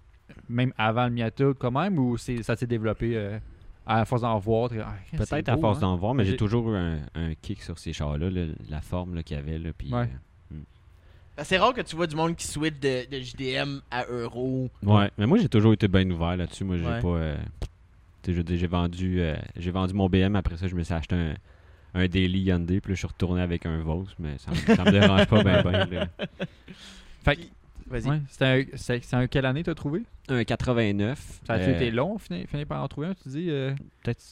[SPEAKER 3] même avant le Miata quand même ou c'est- ça s'est développé euh, à force d'en voir t'es- Ah, c'est
[SPEAKER 4] Peut-être à
[SPEAKER 3] beau,
[SPEAKER 4] force
[SPEAKER 3] hein.
[SPEAKER 4] d'en voir, mais j'ai
[SPEAKER 3] J'ai-
[SPEAKER 4] toujours eu un, un kick sur ces chars-là, là, la forme là, qu'il y avait. Là, puis, euh,
[SPEAKER 3] Ouais.
[SPEAKER 2] ben, c'est rare que tu vois du monde qui switch de, de JDM à Euro.
[SPEAKER 4] euh, ouais. Mais moi, j'ai toujours été bien ouvert là-dessus. Moi, j'ai
[SPEAKER 2] Ouais.
[SPEAKER 4] pas. euh, tu sais, je veux dire, j'ai vendu, euh, j'ai vendu mon BM. Après ça, je me suis acheté un, un Daily Hyundai. Puis là, je suis retourné avec un Vos, mais ça, me- ça me dérange pas bien.
[SPEAKER 3] Fait que-
[SPEAKER 2] Vas-y.
[SPEAKER 3] Ouais, c'est un, c'est- c'est un quelle année t'as trouvé
[SPEAKER 4] Un 89.
[SPEAKER 3] Ça a
[SPEAKER 4] euh,
[SPEAKER 3] été long, fini, fini par en trouver un, tu dis euh,
[SPEAKER 4] Peut-être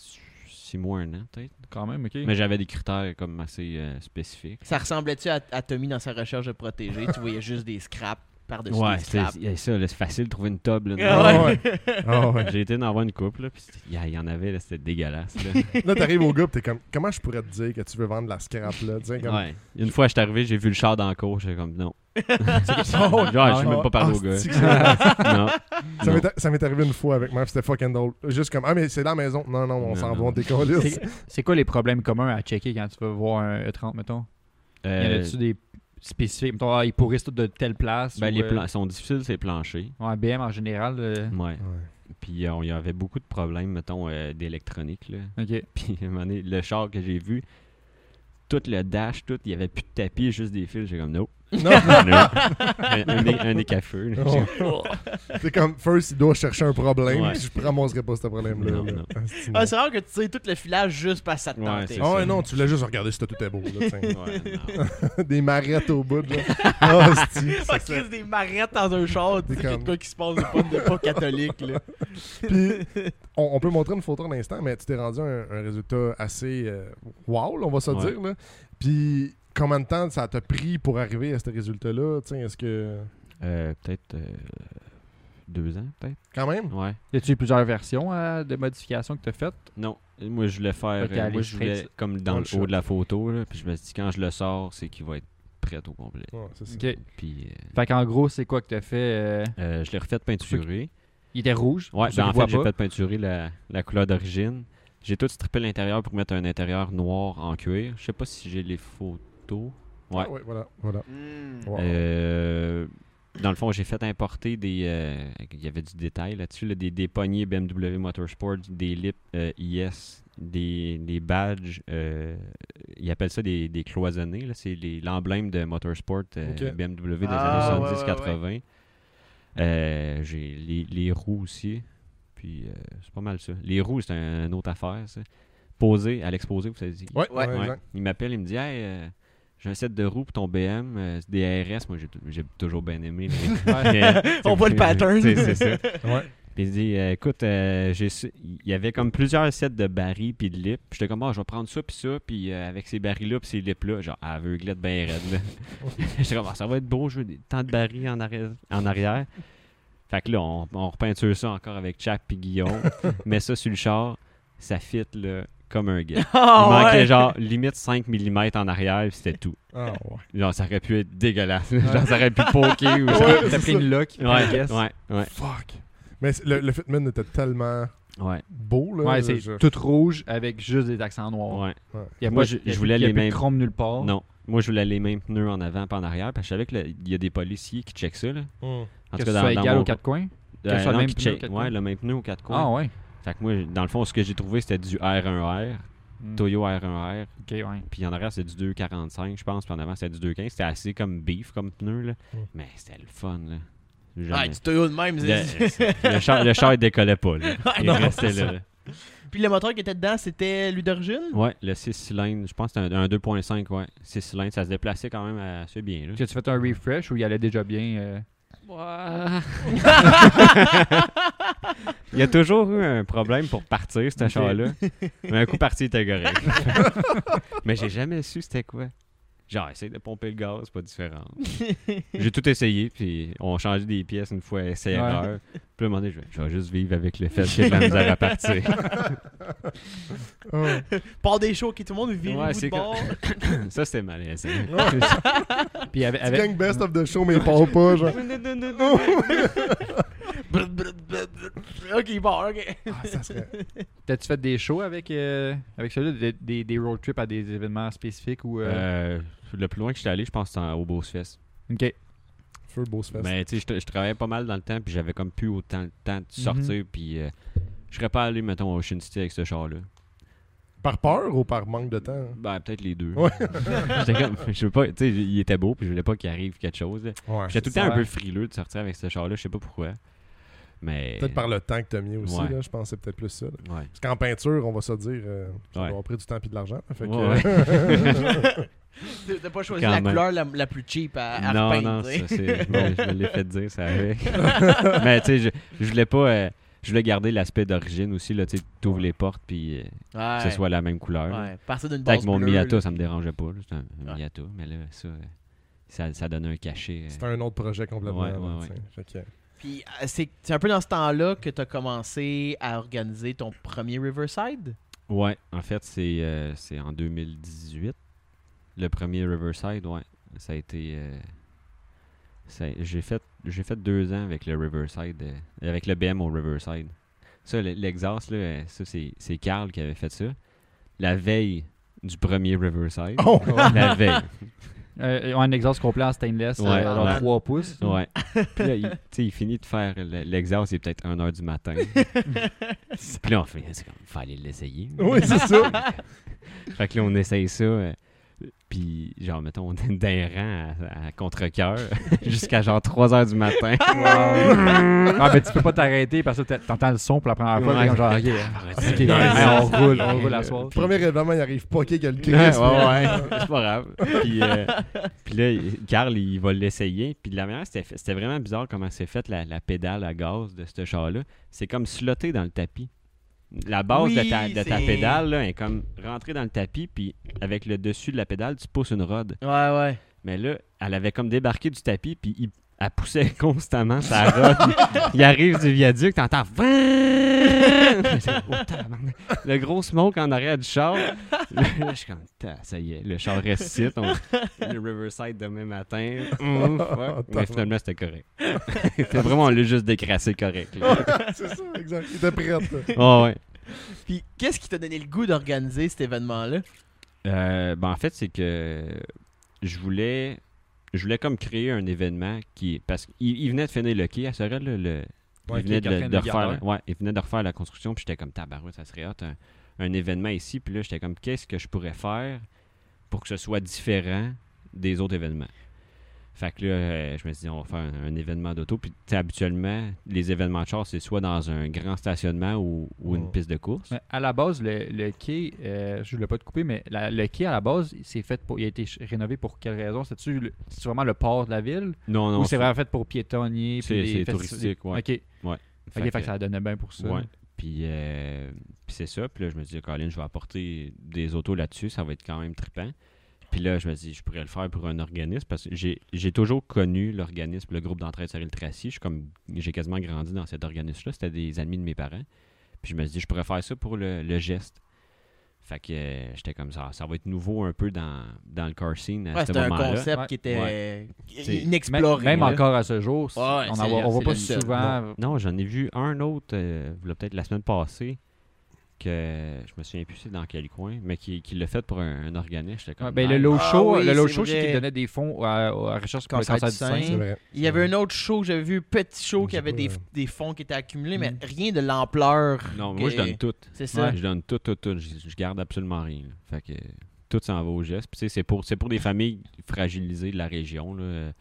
[SPEAKER 4] 6 mois, un an, peut-être.
[SPEAKER 3] quand même, ok.
[SPEAKER 4] Mais j'avais des critères comme assez euh, spécifiques.
[SPEAKER 2] Ça ressemblait-tu à, à Tommy dans sa recherche de protéger Tu voyais juste des scraps par-dessus des
[SPEAKER 4] c'est
[SPEAKER 2] scraps.
[SPEAKER 4] c'est ça. là, C'est facile de trouver une table. là,
[SPEAKER 2] Ah
[SPEAKER 4] non?
[SPEAKER 1] Ah
[SPEAKER 2] ouais.
[SPEAKER 1] Ah ouais.
[SPEAKER 4] J'ai été en voir une couple, là, puis c'était- il y a- il y en avait, là, c'était dégueulasse. là.
[SPEAKER 1] Là, t'arrives au gars, pis t'es comme, comment je pourrais te dire que tu veux vendre de la scrap, là? Tu sais, comme,
[SPEAKER 4] Ouais. Une fois, je suis arrivé, j'ai vu le char dans la cour, j'étais comme non.
[SPEAKER 1] Oh,
[SPEAKER 4] Genre, je même pas parlé
[SPEAKER 1] ah,
[SPEAKER 4] au gars.
[SPEAKER 1] c'est que c'est-
[SPEAKER 4] Non.
[SPEAKER 1] Ça
[SPEAKER 4] Non.
[SPEAKER 1] m'est- Ça m'est arrivé une fois avec moi, pis c'était fucking drôle. Juste comme, ah, mais c'est dans la maison. Non, non, on
[SPEAKER 4] Non,
[SPEAKER 1] s'en
[SPEAKER 4] non.
[SPEAKER 1] va, on décolle.
[SPEAKER 3] C'est- C'est quoi les problèmes communs à checker quand tu vas voir un E30, mettons Y en
[SPEAKER 4] Euh,
[SPEAKER 3] a-tu des spécifiques Mettons, ah, ils pourrissent tous de telle place
[SPEAKER 4] ben,
[SPEAKER 3] ou,
[SPEAKER 4] les
[SPEAKER 3] euh,
[SPEAKER 4] plans sont difficiles, ces planchers.
[SPEAKER 3] Ouais, BM en général. euh,
[SPEAKER 4] Ouais.
[SPEAKER 1] Ouais.
[SPEAKER 4] Puis euh, il y avait beaucoup de problèmes, mettons, euh, d'électronique. là.
[SPEAKER 3] Ok.
[SPEAKER 4] Puis à un moment donné, le char que j'ai vu, tout le dash, tout, il n'y avait plus de tapis, juste des fils. J'ai comme no.
[SPEAKER 1] Non, Oh,
[SPEAKER 4] no. un, un, é- un écafeu. là.
[SPEAKER 1] non. C'est comme, first, il doit chercher un problème,
[SPEAKER 4] Ouais.
[SPEAKER 1] pis je ramasserai pas ce problème-là.
[SPEAKER 4] Non,
[SPEAKER 1] là.
[SPEAKER 4] non.
[SPEAKER 1] Ah, c'est
[SPEAKER 2] Ah,
[SPEAKER 1] une-
[SPEAKER 2] c'est rare que tu sais tout le filage juste parce que ça te
[SPEAKER 4] Ouais,
[SPEAKER 2] tentait.
[SPEAKER 4] c'est
[SPEAKER 1] Ah ouais,
[SPEAKER 4] ça.
[SPEAKER 1] non, tu voulais juste regarder si tout est beau. Là, t'sais.
[SPEAKER 4] Ouais, non.
[SPEAKER 1] Des marettes au bout. Là. Ah, hostie,
[SPEAKER 2] Ah,
[SPEAKER 1] ça, ça.
[SPEAKER 2] Chris, des marettes dans un char, tu
[SPEAKER 1] Des
[SPEAKER 2] sais qu'il y a de
[SPEAKER 1] comme-
[SPEAKER 2] quoi qui se passe de pas, de pas catholique, là.
[SPEAKER 1] Puis, on, on peut montrer une photo à l'instant, mais tu t'es rendu à un, un résultat assez euh, wow, là, on va se
[SPEAKER 4] Ouais.
[SPEAKER 1] dire. Là. Puis, combien de temps ça t'a pris pour arriver à ce résultat-là? T'sais, Est-ce que.
[SPEAKER 4] Euh, peut-être euh, deux ans, peut-être.
[SPEAKER 1] Quand même?
[SPEAKER 4] Ouais.
[SPEAKER 3] Y a-tu eu plusieurs versions euh, de modifications que t'as faites
[SPEAKER 4] Non, moi je voulais faire,
[SPEAKER 3] Ok,
[SPEAKER 4] euh,
[SPEAKER 3] aller
[SPEAKER 4] moi, je
[SPEAKER 3] straight
[SPEAKER 4] voulais
[SPEAKER 3] ça.
[SPEAKER 4] comme dans
[SPEAKER 1] Dans
[SPEAKER 4] le
[SPEAKER 1] le
[SPEAKER 4] haut
[SPEAKER 1] shot.
[SPEAKER 4] de la photo, là, puis je me suis dit quand je le sors, c'est qu'il va être prêt au complet.
[SPEAKER 1] Ouais, c'est ça.
[SPEAKER 3] Ok.
[SPEAKER 4] Puis euh,
[SPEAKER 3] Fait qu'en gros, c'est quoi que t'as fait euh,
[SPEAKER 4] euh, je l'ai refait peinturer.
[SPEAKER 3] Il était rouge.
[SPEAKER 4] Ouais,
[SPEAKER 3] pour ceux
[SPEAKER 4] ben, en
[SPEAKER 3] qui voient
[SPEAKER 4] fait, j'ai
[SPEAKER 3] pas.
[SPEAKER 4] fait peinturer la, la couleur d'origine. J'ai tout strippé l'intérieur pour mettre un intérieur noir en cuir. Je sais pas si j'ai les photos. Ouais.
[SPEAKER 1] Ah ouais, voilà. voilà.
[SPEAKER 2] Hmm.
[SPEAKER 1] Wow.
[SPEAKER 4] Euh, dans le fond, j'ai fait importer des. euh, Il y avait du détail là-dessus, là, des, des poignées BMW Motorsport, des lips euh, IS, des, des badges. euh, ils appellent ça des, des cloisonnés. là, C'est les- l'emblème de Motorsport euh,
[SPEAKER 1] Ok.
[SPEAKER 4] BMW des
[SPEAKER 2] Ah,
[SPEAKER 4] années
[SPEAKER 2] ouais,
[SPEAKER 4] 70-80. Euh, j'ai les, les roues aussi. Puis euh, c'est pas mal ça. Les roues, c'est un- une autre affaire, ça. Posé, à l'exposé, vous savez.
[SPEAKER 1] Ouais, ouais,
[SPEAKER 4] Ouais.
[SPEAKER 1] exact.
[SPEAKER 4] Il m'appelle, il me dit Hey, euh, j'ai un set de roues pour ton BM, euh, c'est des RS. Moi, j'ai tou- j'ai toujours bien aimé. mais- mais-
[SPEAKER 2] On voit le pattern.
[SPEAKER 4] C'est c'est ça.
[SPEAKER 1] Ouais.
[SPEAKER 4] Puis il dit Euh, Écoute, euh, j'ai su- il y avait comme plusieurs sets de barils puis de lips. Puis J'étais comme Ah, je vais prendre ça puis ça, puis euh, avec ces barils-là puis ces lips-là, genre aveuglette bien raide. là. J'étais comme Ah, Ça va être beau, je veux des- tant de barils en arrière. En arrière. Fait que là, on, on repeinture ça encore avec Chap puis Guillaume. mais ça sur le char, ça fit là, comme un gars. Il
[SPEAKER 2] Ah,
[SPEAKER 4] manquait
[SPEAKER 2] ouais.
[SPEAKER 4] genre limite 5 mm en arrière, puis c'était tout.
[SPEAKER 1] Ah, ouais.
[SPEAKER 4] Genre, ça aurait pu être dégueulasse. genre, ça aurait pu poker ou
[SPEAKER 1] Ouais,
[SPEAKER 4] ça.
[SPEAKER 3] T'as
[SPEAKER 1] c'est
[SPEAKER 3] pris une lock. I
[SPEAKER 4] Ouais,
[SPEAKER 3] guess.
[SPEAKER 4] ouais, ouais.
[SPEAKER 1] Fuck. Mais c'est- le, le fitment était tellement
[SPEAKER 4] Ouais.
[SPEAKER 1] beau. Là,
[SPEAKER 3] Ouais,
[SPEAKER 1] Je-
[SPEAKER 3] c'est
[SPEAKER 1] je-
[SPEAKER 3] tout rouge avec juste des accents noirs.
[SPEAKER 4] ouais.
[SPEAKER 3] Il y a
[SPEAKER 4] Moi,
[SPEAKER 3] pas-
[SPEAKER 4] je-
[SPEAKER 3] il y a
[SPEAKER 4] je voulais
[SPEAKER 3] plus- il y a
[SPEAKER 4] les
[SPEAKER 3] plus de
[SPEAKER 4] mêmes.
[SPEAKER 3] chrome nulle part.
[SPEAKER 4] Non. Moi, je voulais les mêmes pneus en avant pas en arrière. Parce que je savais qu'il y a des policiers qui checkent ça. Là.
[SPEAKER 1] Hum.
[SPEAKER 4] En
[SPEAKER 3] Que ce soit égal aux quatre coins.
[SPEAKER 4] Euh,
[SPEAKER 3] que ce soit le
[SPEAKER 4] non,
[SPEAKER 3] même
[SPEAKER 4] qui
[SPEAKER 3] pneu aux
[SPEAKER 4] check-
[SPEAKER 3] quatre
[SPEAKER 4] Ouais,
[SPEAKER 3] coins.
[SPEAKER 4] le même pneu aux quatre coins.
[SPEAKER 3] Ah ouais.
[SPEAKER 4] Fait que moi, dans le fond, ce que j'ai trouvé, c'était du R1R,
[SPEAKER 3] Hmm.
[SPEAKER 4] Toyo R1R.
[SPEAKER 3] Ok, ouais.
[SPEAKER 4] Puis en arrière, c'est du 2,45, je pense. Puis en avant, c'est du 2,15. C'était assez comme beef comme pneu, là.
[SPEAKER 1] Mm.
[SPEAKER 4] Mais c'était le fun, là.
[SPEAKER 3] Ah,
[SPEAKER 4] J'aimais.
[SPEAKER 2] Ouais, tu te roules de même.
[SPEAKER 4] le,
[SPEAKER 2] c'est-
[SPEAKER 4] c'est- le char, le char, il décollait pas, là.
[SPEAKER 3] Ah,
[SPEAKER 4] Il
[SPEAKER 2] non,
[SPEAKER 4] restait
[SPEAKER 2] c'est
[SPEAKER 4] là. là.
[SPEAKER 2] Puis le moteur qui était dedans, c'était lui d'origine?
[SPEAKER 4] Ouais, le 6 cylindres, je pense que c'était un, un 2,5, ouais. 6 cylindres, ça se déplaçait quand même assez bien, là.
[SPEAKER 3] Puis As-tu fait un refresh où il allait déjà bien euh,
[SPEAKER 4] il y a toujours eu un problème pour partir, ce
[SPEAKER 3] Ok.
[SPEAKER 4] char-là. Mais un coup parti, il était correct. Mais j'ai jamais su c'était quoi. Genre, essaye de pomper le gaz, c'est pas différent. j'ai tout essayé, puis on changeait des pièces une fois, essai
[SPEAKER 3] Ouais.
[SPEAKER 4] erreur. Puis à un moment donné, je vais- je vais juste vivre avec le fait que j'ai de la misère à partir.
[SPEAKER 1] Hum.
[SPEAKER 2] Part des shows qui tout le monde vit
[SPEAKER 4] Ouais,
[SPEAKER 2] le bout de
[SPEAKER 4] c'est
[SPEAKER 2] bord.
[SPEAKER 4] Ça, c'était malaisant.
[SPEAKER 3] Puis avec,
[SPEAKER 1] Tu
[SPEAKER 3] avec-
[SPEAKER 1] gagnes best of the show, mais il part pas. Genre.
[SPEAKER 2] Brr, brr, brr, brr. ok, bon, ok.
[SPEAKER 1] Ah, ça serait.
[SPEAKER 3] t'as-tu fait des shows avec, euh, avec celui-là, des, des- des road trips à des événements spécifiques ou. euh,
[SPEAKER 4] Euh, le plus loin que j'étais allé, je pense, c'était en- au Beauce-Fest.
[SPEAKER 3] Ok.
[SPEAKER 1] Feu beau se
[SPEAKER 4] Mais tu sais, je tra- je travaillais pas mal dans le temps, puis j'avais comme plus autant le temps de
[SPEAKER 1] Mhm.
[SPEAKER 4] sortir, puis euh, je serais pas allé, mettons, à Ocean City avec ce char-là.
[SPEAKER 1] Par peur ou par manque de temps
[SPEAKER 4] Ben, peut-être les deux.
[SPEAKER 1] Ouais.
[SPEAKER 4] J'étais comme, je veux pas, tu sais, il était beau, puis je voulais pas qu'il arrive quelque chose. là.
[SPEAKER 1] Ouais.
[SPEAKER 4] J'étais tout le
[SPEAKER 3] ça,
[SPEAKER 4] temps un
[SPEAKER 3] ouais.
[SPEAKER 4] peu frileux de sortir avec ce char-là, je sais pas pourquoi. Mais.
[SPEAKER 1] Peut-être par le temps que t'as mis aussi.
[SPEAKER 4] Ouais.
[SPEAKER 1] Là, je pense que c'est peut-être plus ça. là.
[SPEAKER 4] Ouais.
[SPEAKER 1] Parce qu'en peinture, on va se dire, euh, ça
[SPEAKER 4] Ouais.
[SPEAKER 1] doit avoir pris du temps et de l'argent. Fait que- euh,
[SPEAKER 2] T'as t'as pas choisi
[SPEAKER 4] Quand
[SPEAKER 2] la
[SPEAKER 4] même.
[SPEAKER 2] couleur la, la plus cheap à, à
[SPEAKER 4] non,
[SPEAKER 2] repeindre,
[SPEAKER 4] non,
[SPEAKER 2] tu sais.
[SPEAKER 4] ça, c'est. Je me- je me l'ai fait dire, ça avec. mais tu sais, je, je voulais pas. euh, je voulais garder l'aspect d'origine aussi, là, tu sais, t'ouvres les portes, puis euh, que
[SPEAKER 2] Ouais.
[SPEAKER 4] ce soit la même couleur.
[SPEAKER 2] Ouais, partir d'une
[SPEAKER 4] T'sais,
[SPEAKER 2] base
[SPEAKER 4] Avec mon
[SPEAKER 2] bleue,
[SPEAKER 4] Miata,
[SPEAKER 2] là.
[SPEAKER 4] ça me dérangeait pas. là. C'était un, un
[SPEAKER 2] Ouais.
[SPEAKER 4] Miata, mais là, ça, euh, ça, ça donnait un cachet. euh.
[SPEAKER 1] C'était un autre projet complètement.
[SPEAKER 4] Ouais,
[SPEAKER 1] là,
[SPEAKER 4] ouais,
[SPEAKER 1] tu sais. Fait que-
[SPEAKER 2] Puis euh, c'est c'est un peu dans ce temps-là que t'as commencé à organiser ton premier Riverside.
[SPEAKER 4] Ouais, en fait, c'est euh, c'est en 2018. Le premier Riverside, ouais. Ça a été. euh, ça- J'ai fait, j'ai fait deux ans avec le Riverside, euh, avec le BM au Riverside. Ça, le- l'exhaust, là, euh, ça, c'est c'est Carl qui avait fait ça. La veille du premier Riverside.
[SPEAKER 1] Oh!
[SPEAKER 4] La veille.
[SPEAKER 3] Euh, un exhaust complet en stainless,
[SPEAKER 4] Ouais.
[SPEAKER 3] euh, genre
[SPEAKER 4] Ouais.
[SPEAKER 3] 3 pouces.
[SPEAKER 4] Ouais. Puis là, il, tu sais, il finit de faire le- l'exhaust, il est peut-être 1h du matin. Puis là, on fait, c'est comme, fallait l'essayer.
[SPEAKER 1] Oui, c'est ça.
[SPEAKER 4] Fait que là, on essaye ça. euh, Puis, genre, mettons, on est d'un rang à, à contre-coeur jusqu'à genre 3 heures du matin.
[SPEAKER 3] ah, mais tu peux pas t'arrêter parce que t'a- t'entends le son pour la première fois.
[SPEAKER 4] Ouais.
[SPEAKER 3] t'es comme genre, ok, ok,
[SPEAKER 4] Ouais,
[SPEAKER 3] on
[SPEAKER 4] ouais,
[SPEAKER 3] roule, on roule à soir.
[SPEAKER 1] Premier événement, il arrive pas qu'il y a le
[SPEAKER 4] ouais,
[SPEAKER 1] Christ,
[SPEAKER 4] ouais, c'est pas grave. Puis, euh, puis là, il- Carl, il va l'essayer. Puis de la manière, c'était fait- c'était vraiment bizarre comment c'est fait la, la pédale à gaz de ce char-là. C'est comme sloté dans le tapis. La base
[SPEAKER 2] Oui,
[SPEAKER 4] de ta, de ta
[SPEAKER 2] c'est-
[SPEAKER 4] pédale là, est comme rentrée dans le tapis, puis avec le dessus de la pédale, tu pousses une rod.
[SPEAKER 2] Ouais, ouais.
[SPEAKER 4] Mais là, elle avait comme débarqué du tapis, puis il- elle poussait constamment sa rod. il arrive du viaduc, t'entends... Vrrrr Oh, tabarnak. le gros smoke en arrière du char. Là, je suis comme, Tain, ça y est, le char ressuscite. On... Le Riverside demain matin.
[SPEAKER 1] Oh,
[SPEAKER 4] Ouf, ouais.
[SPEAKER 1] Ah,
[SPEAKER 4] Mais finalement, c'était correct. C'était vraiment, on l'a juste décrassé correct. là.
[SPEAKER 1] c'est ça, exact. Il était prêt. là.
[SPEAKER 4] Ah ouais.
[SPEAKER 2] Puis qu'est-ce qui t'a donné le goût d'organiser cet événement-là?
[SPEAKER 4] Euh, ben, en fait, c'est que je voulais je voulais comme créer un événement qui parce qu'il il venait de finir le quai à Sorel là, le,
[SPEAKER 1] Ouais,
[SPEAKER 4] il venait
[SPEAKER 3] qui- qui
[SPEAKER 4] de,
[SPEAKER 3] a fait
[SPEAKER 4] de
[SPEAKER 3] une
[SPEAKER 4] refaire
[SPEAKER 3] gare.
[SPEAKER 4] ouais, il venait de refaire la construction puis j'étais comme tabarouette ça serait hot un, un événement ici puis là j'étais comme qu'est-ce que je pourrais faire pour que ce soit différent des autres événements fait que là, euh, je me suis dit, on va faire un, un événement d'auto. Puis, tu sais, habituellement, les événements de char, c'est soit dans un grand stationnement ou, ou
[SPEAKER 3] Oh.
[SPEAKER 1] Ouais.
[SPEAKER 4] une piste de course.
[SPEAKER 3] Mais à la base, le, le quai, euh, je voulais pas te couper, mais la- le quai à la base, il s'est fait pour, il a été ch- rénové pour quelle raison C'est-tu le- c'est-tu vraiment le port de la ville
[SPEAKER 4] Non, non.
[SPEAKER 3] Ou c'est vraiment fait pour piétonnier puis
[SPEAKER 4] c'est-
[SPEAKER 3] des
[SPEAKER 4] c'est
[SPEAKER 3] festi-
[SPEAKER 4] touristique, ouais.
[SPEAKER 3] Ok, Ok,
[SPEAKER 4] Fait
[SPEAKER 3] fait que
[SPEAKER 4] que-
[SPEAKER 3] ça donnait bien pour ça.
[SPEAKER 4] Ouais. Puis, euh, puis c'est ça. Puis là, je me dis, Colin, je vais apporter des autos là-dessus. Ça va être quand même trippant. Puis là, je me dis, je pourrais le faire pour un organisme parce que j'ai j'ai toujours connu l'organisme, le groupe d'entraide Cyril Tracy. Je suis comme J'ai quasiment grandi dans cet organisme-là. C'était des amis de mes parents. Puis je me suis dit, je pourrais faire ça pour le, le geste. Fait que euh, j'étais comme ça. Ça va être nouveau un peu dans, dans le car scene à
[SPEAKER 2] Ouais,
[SPEAKER 4] ce
[SPEAKER 2] c'était un
[SPEAKER 4] moment-là.
[SPEAKER 2] concept
[SPEAKER 3] Ouais.
[SPEAKER 2] qui était euh,
[SPEAKER 4] C'est-
[SPEAKER 3] Même,
[SPEAKER 2] inexploré.
[SPEAKER 3] même
[SPEAKER 2] là.
[SPEAKER 3] encore à ce jour, c-
[SPEAKER 2] hein. Ouais,
[SPEAKER 3] on
[SPEAKER 2] c'est-
[SPEAKER 3] en voit- on
[SPEAKER 2] c'est
[SPEAKER 3] voit pas
[SPEAKER 2] le seul.
[SPEAKER 3] souvent.
[SPEAKER 4] Non, j'en ai vu un autre, euh, voilà, peut-être la semaine passée, que je me souviens plus c'est dans quel coin, mais qui, qui l'a fait pour un, un organisme. J'étais comme,
[SPEAKER 3] Ouais, ben, le
[SPEAKER 4] nice.
[SPEAKER 3] low
[SPEAKER 2] Ah
[SPEAKER 3] show,
[SPEAKER 2] oui,
[SPEAKER 3] le low
[SPEAKER 2] c'est
[SPEAKER 3] show, c'est
[SPEAKER 2] vrai.
[SPEAKER 3] qu'il donnait des fonds à, à la recherche pour le
[SPEAKER 2] Cancer
[SPEAKER 3] cancer
[SPEAKER 2] du
[SPEAKER 3] du sein.
[SPEAKER 1] C'est vrai.
[SPEAKER 2] Il y avait un autre show que j'avais vu, un petit show, qui
[SPEAKER 1] J'ai
[SPEAKER 2] avait
[SPEAKER 1] pas,
[SPEAKER 2] des,
[SPEAKER 1] euh,
[SPEAKER 2] des fonds qui étaient accumulés, mais
[SPEAKER 3] Mm.
[SPEAKER 2] rien de l'ampleur.
[SPEAKER 4] Non, moi je
[SPEAKER 2] que-
[SPEAKER 4] donne tout.
[SPEAKER 2] C'est ça.
[SPEAKER 4] Je donne tout, tout, tout. Je, je garde absolument rien. là. Fait que euh, tout s'en va au geste. Puis, tu sais, c'est pour, c'est pour des familles fragilisées de la région là, euh,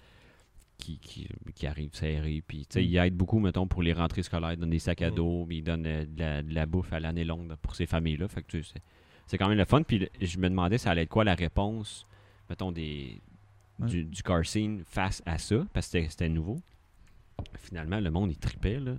[SPEAKER 4] qui, qui, qui arrivent serrées. Puis, tu sais,
[SPEAKER 3] Mm.
[SPEAKER 4] ils aident beaucoup, mettons, pour les rentrées scolaires. Ils donnent des sacs à dos. puis Ils donnent euh, de la, de la bouffe à l'année longue pour ces familles-là. Fait que, tu sais, c'est- c'est quand même le fun. Puis, le- je me demandais, ça allait être quoi la réponse, mettons, des,
[SPEAKER 3] Ouais.
[SPEAKER 4] du, du car scene face à ça. Parce que c'était- c'était nouveau. Finalement, le monde, il tripait, là.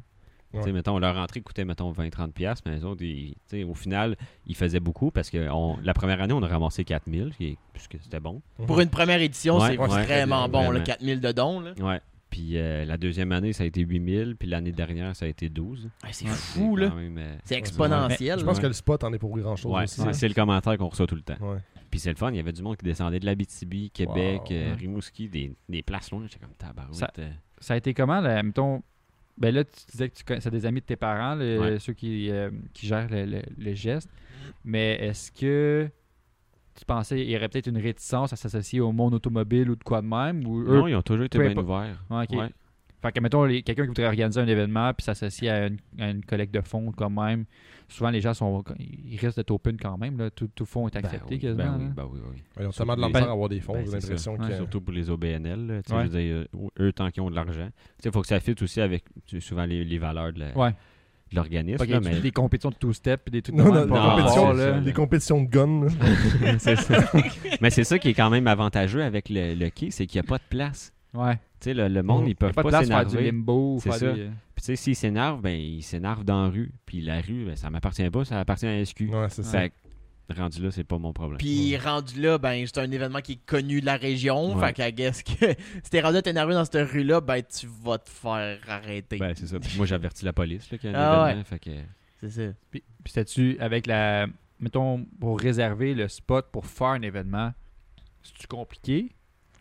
[SPEAKER 4] Tu sais,
[SPEAKER 1] Ouais.
[SPEAKER 4] mettons, leur entrée coûtait, mettons, 20-30$, piastres, mais les autres, ils- tu sais, au final, ils faisaient beaucoup parce que on- la première année, on a ramassé 4000, qui est- puisque c'était bon.
[SPEAKER 2] Pour une première édition,
[SPEAKER 4] Ouais,
[SPEAKER 2] c'est
[SPEAKER 4] ouais,
[SPEAKER 2] vraiment
[SPEAKER 4] ouais,
[SPEAKER 2] bon, là,
[SPEAKER 4] vraiment.
[SPEAKER 2] 4000 de dons. là.
[SPEAKER 4] Ouais. Puis euh, la deuxième année, ça a été 8000, puis l'année dernière, ça a été 12.
[SPEAKER 2] Ouais, c'est
[SPEAKER 3] Ouais,
[SPEAKER 2] fou,
[SPEAKER 4] C'est
[SPEAKER 2] là.
[SPEAKER 4] quand même, euh,
[SPEAKER 2] C'est exponentiel.
[SPEAKER 1] Je
[SPEAKER 2] là.
[SPEAKER 1] pense que le spot en est pour grand chose
[SPEAKER 4] ouais,
[SPEAKER 1] aussi.
[SPEAKER 4] c'est c'est le commentaire qu'on reçoit tout le temps.
[SPEAKER 1] Ouais.
[SPEAKER 4] Puis c'est le fun, il y avait du monde qui descendait de l'Abitibi, Québec,
[SPEAKER 1] Wow.
[SPEAKER 4] euh,
[SPEAKER 3] Ouais.
[SPEAKER 4] Rimouski, des, des places loin. J'étais comme tabarouette.
[SPEAKER 3] Ça-
[SPEAKER 4] euh.
[SPEAKER 3] Ça a été comment, là, mettons, ben là, tu disais que tu connais- c'est des amis de tes parents, le-
[SPEAKER 4] Ouais.
[SPEAKER 3] ceux qui, euh, qui gèrent le, le- le geste, mais est-ce que tu pensais qu'il y aurait peut-être une réticence à s'associer au monde automobile ou de quoi de même, ou eux,
[SPEAKER 4] Non, ils ont toujours été
[SPEAKER 3] peu
[SPEAKER 4] bien
[SPEAKER 3] importe.
[SPEAKER 4] ouverts.
[SPEAKER 3] Ouais, ok.
[SPEAKER 4] Ouais.
[SPEAKER 3] Fait que, mettons, les- quelqu'un qui voudrait organiser un événement puis s'associer à une, à une collecte de fonds quand même, souvent les gens sont ils risquent d'être open quand même. Là. Tout, tout fonds est
[SPEAKER 4] Ben
[SPEAKER 3] accepté
[SPEAKER 4] oui,
[SPEAKER 3] quasiment. hein.
[SPEAKER 4] ben oui,
[SPEAKER 3] là.
[SPEAKER 4] ben oui, oui.
[SPEAKER 1] Ils ont tellement de la
[SPEAKER 4] Ben,
[SPEAKER 1] misère à avoir des fonds,
[SPEAKER 4] ben,
[SPEAKER 1] j'ai
[SPEAKER 4] c'est
[SPEAKER 1] l'impression
[SPEAKER 3] ça.
[SPEAKER 1] que.
[SPEAKER 3] Ouais.
[SPEAKER 4] Surtout pour les OBNL, là, tu sais,
[SPEAKER 3] Ouais.
[SPEAKER 4] je veux dire, euh, eux, tant qu'ils ont de l'argent. Il faut que ça fitte aussi avec tu sais, souvent les, les valeurs de la-
[SPEAKER 3] Ouais.
[SPEAKER 4] de l'organisme.
[SPEAKER 3] Pas qu'il y
[SPEAKER 4] là,
[SPEAKER 3] ait
[SPEAKER 4] mais-
[SPEAKER 3] des compétitions de two-step puis des trucs
[SPEAKER 1] Non,
[SPEAKER 3] de
[SPEAKER 1] non,
[SPEAKER 3] même
[SPEAKER 1] des
[SPEAKER 3] par rapport,
[SPEAKER 1] compétitions,
[SPEAKER 3] là.
[SPEAKER 1] Des compétitions de guns. là.
[SPEAKER 4] C'est ça. Mais c'est ça qui est quand même avantageux avec le, le quai, c'est qu'il n'y a pas de place.
[SPEAKER 3] Ouais.
[SPEAKER 4] Tu sais, le, le monde,
[SPEAKER 1] Mhm.
[SPEAKER 4] ils
[SPEAKER 3] Il Mm-hmm. y a
[SPEAKER 4] peuvent
[SPEAKER 3] pas de
[SPEAKER 4] pas
[SPEAKER 3] place pour faire du
[SPEAKER 4] s'énerver.
[SPEAKER 3] limbo.
[SPEAKER 4] C'est
[SPEAKER 3] faire
[SPEAKER 4] ça.
[SPEAKER 3] des- euh,
[SPEAKER 4] Puis tu sais, s'ils s'énervent, ben ils s'énervent dans la rue. Puis la rue, ben, ça m'appartient pas, ça appartient à SQ.
[SPEAKER 1] Ouais, c'est ça.
[SPEAKER 4] Fait que, rendu là, c'est pas mon problème.
[SPEAKER 2] Puis rendu là, ben c'est un événement qui est connu de la région.
[SPEAKER 4] Ouais.
[SPEAKER 2] Fait que, I guess que si t'es rendu à t'énerver dans cette rue-là, ben tu vas te faire arrêter.
[SPEAKER 4] Ben, c'est ça. Puis moi, j'avertis la police là, qu'il y a un
[SPEAKER 2] Ah
[SPEAKER 4] événement. Fait que...
[SPEAKER 2] C'est ça.
[SPEAKER 3] Puis, puis c'était-tu avec la. Mettons, pour réserver le spot pour faire un événement, c'est-tu compliqué?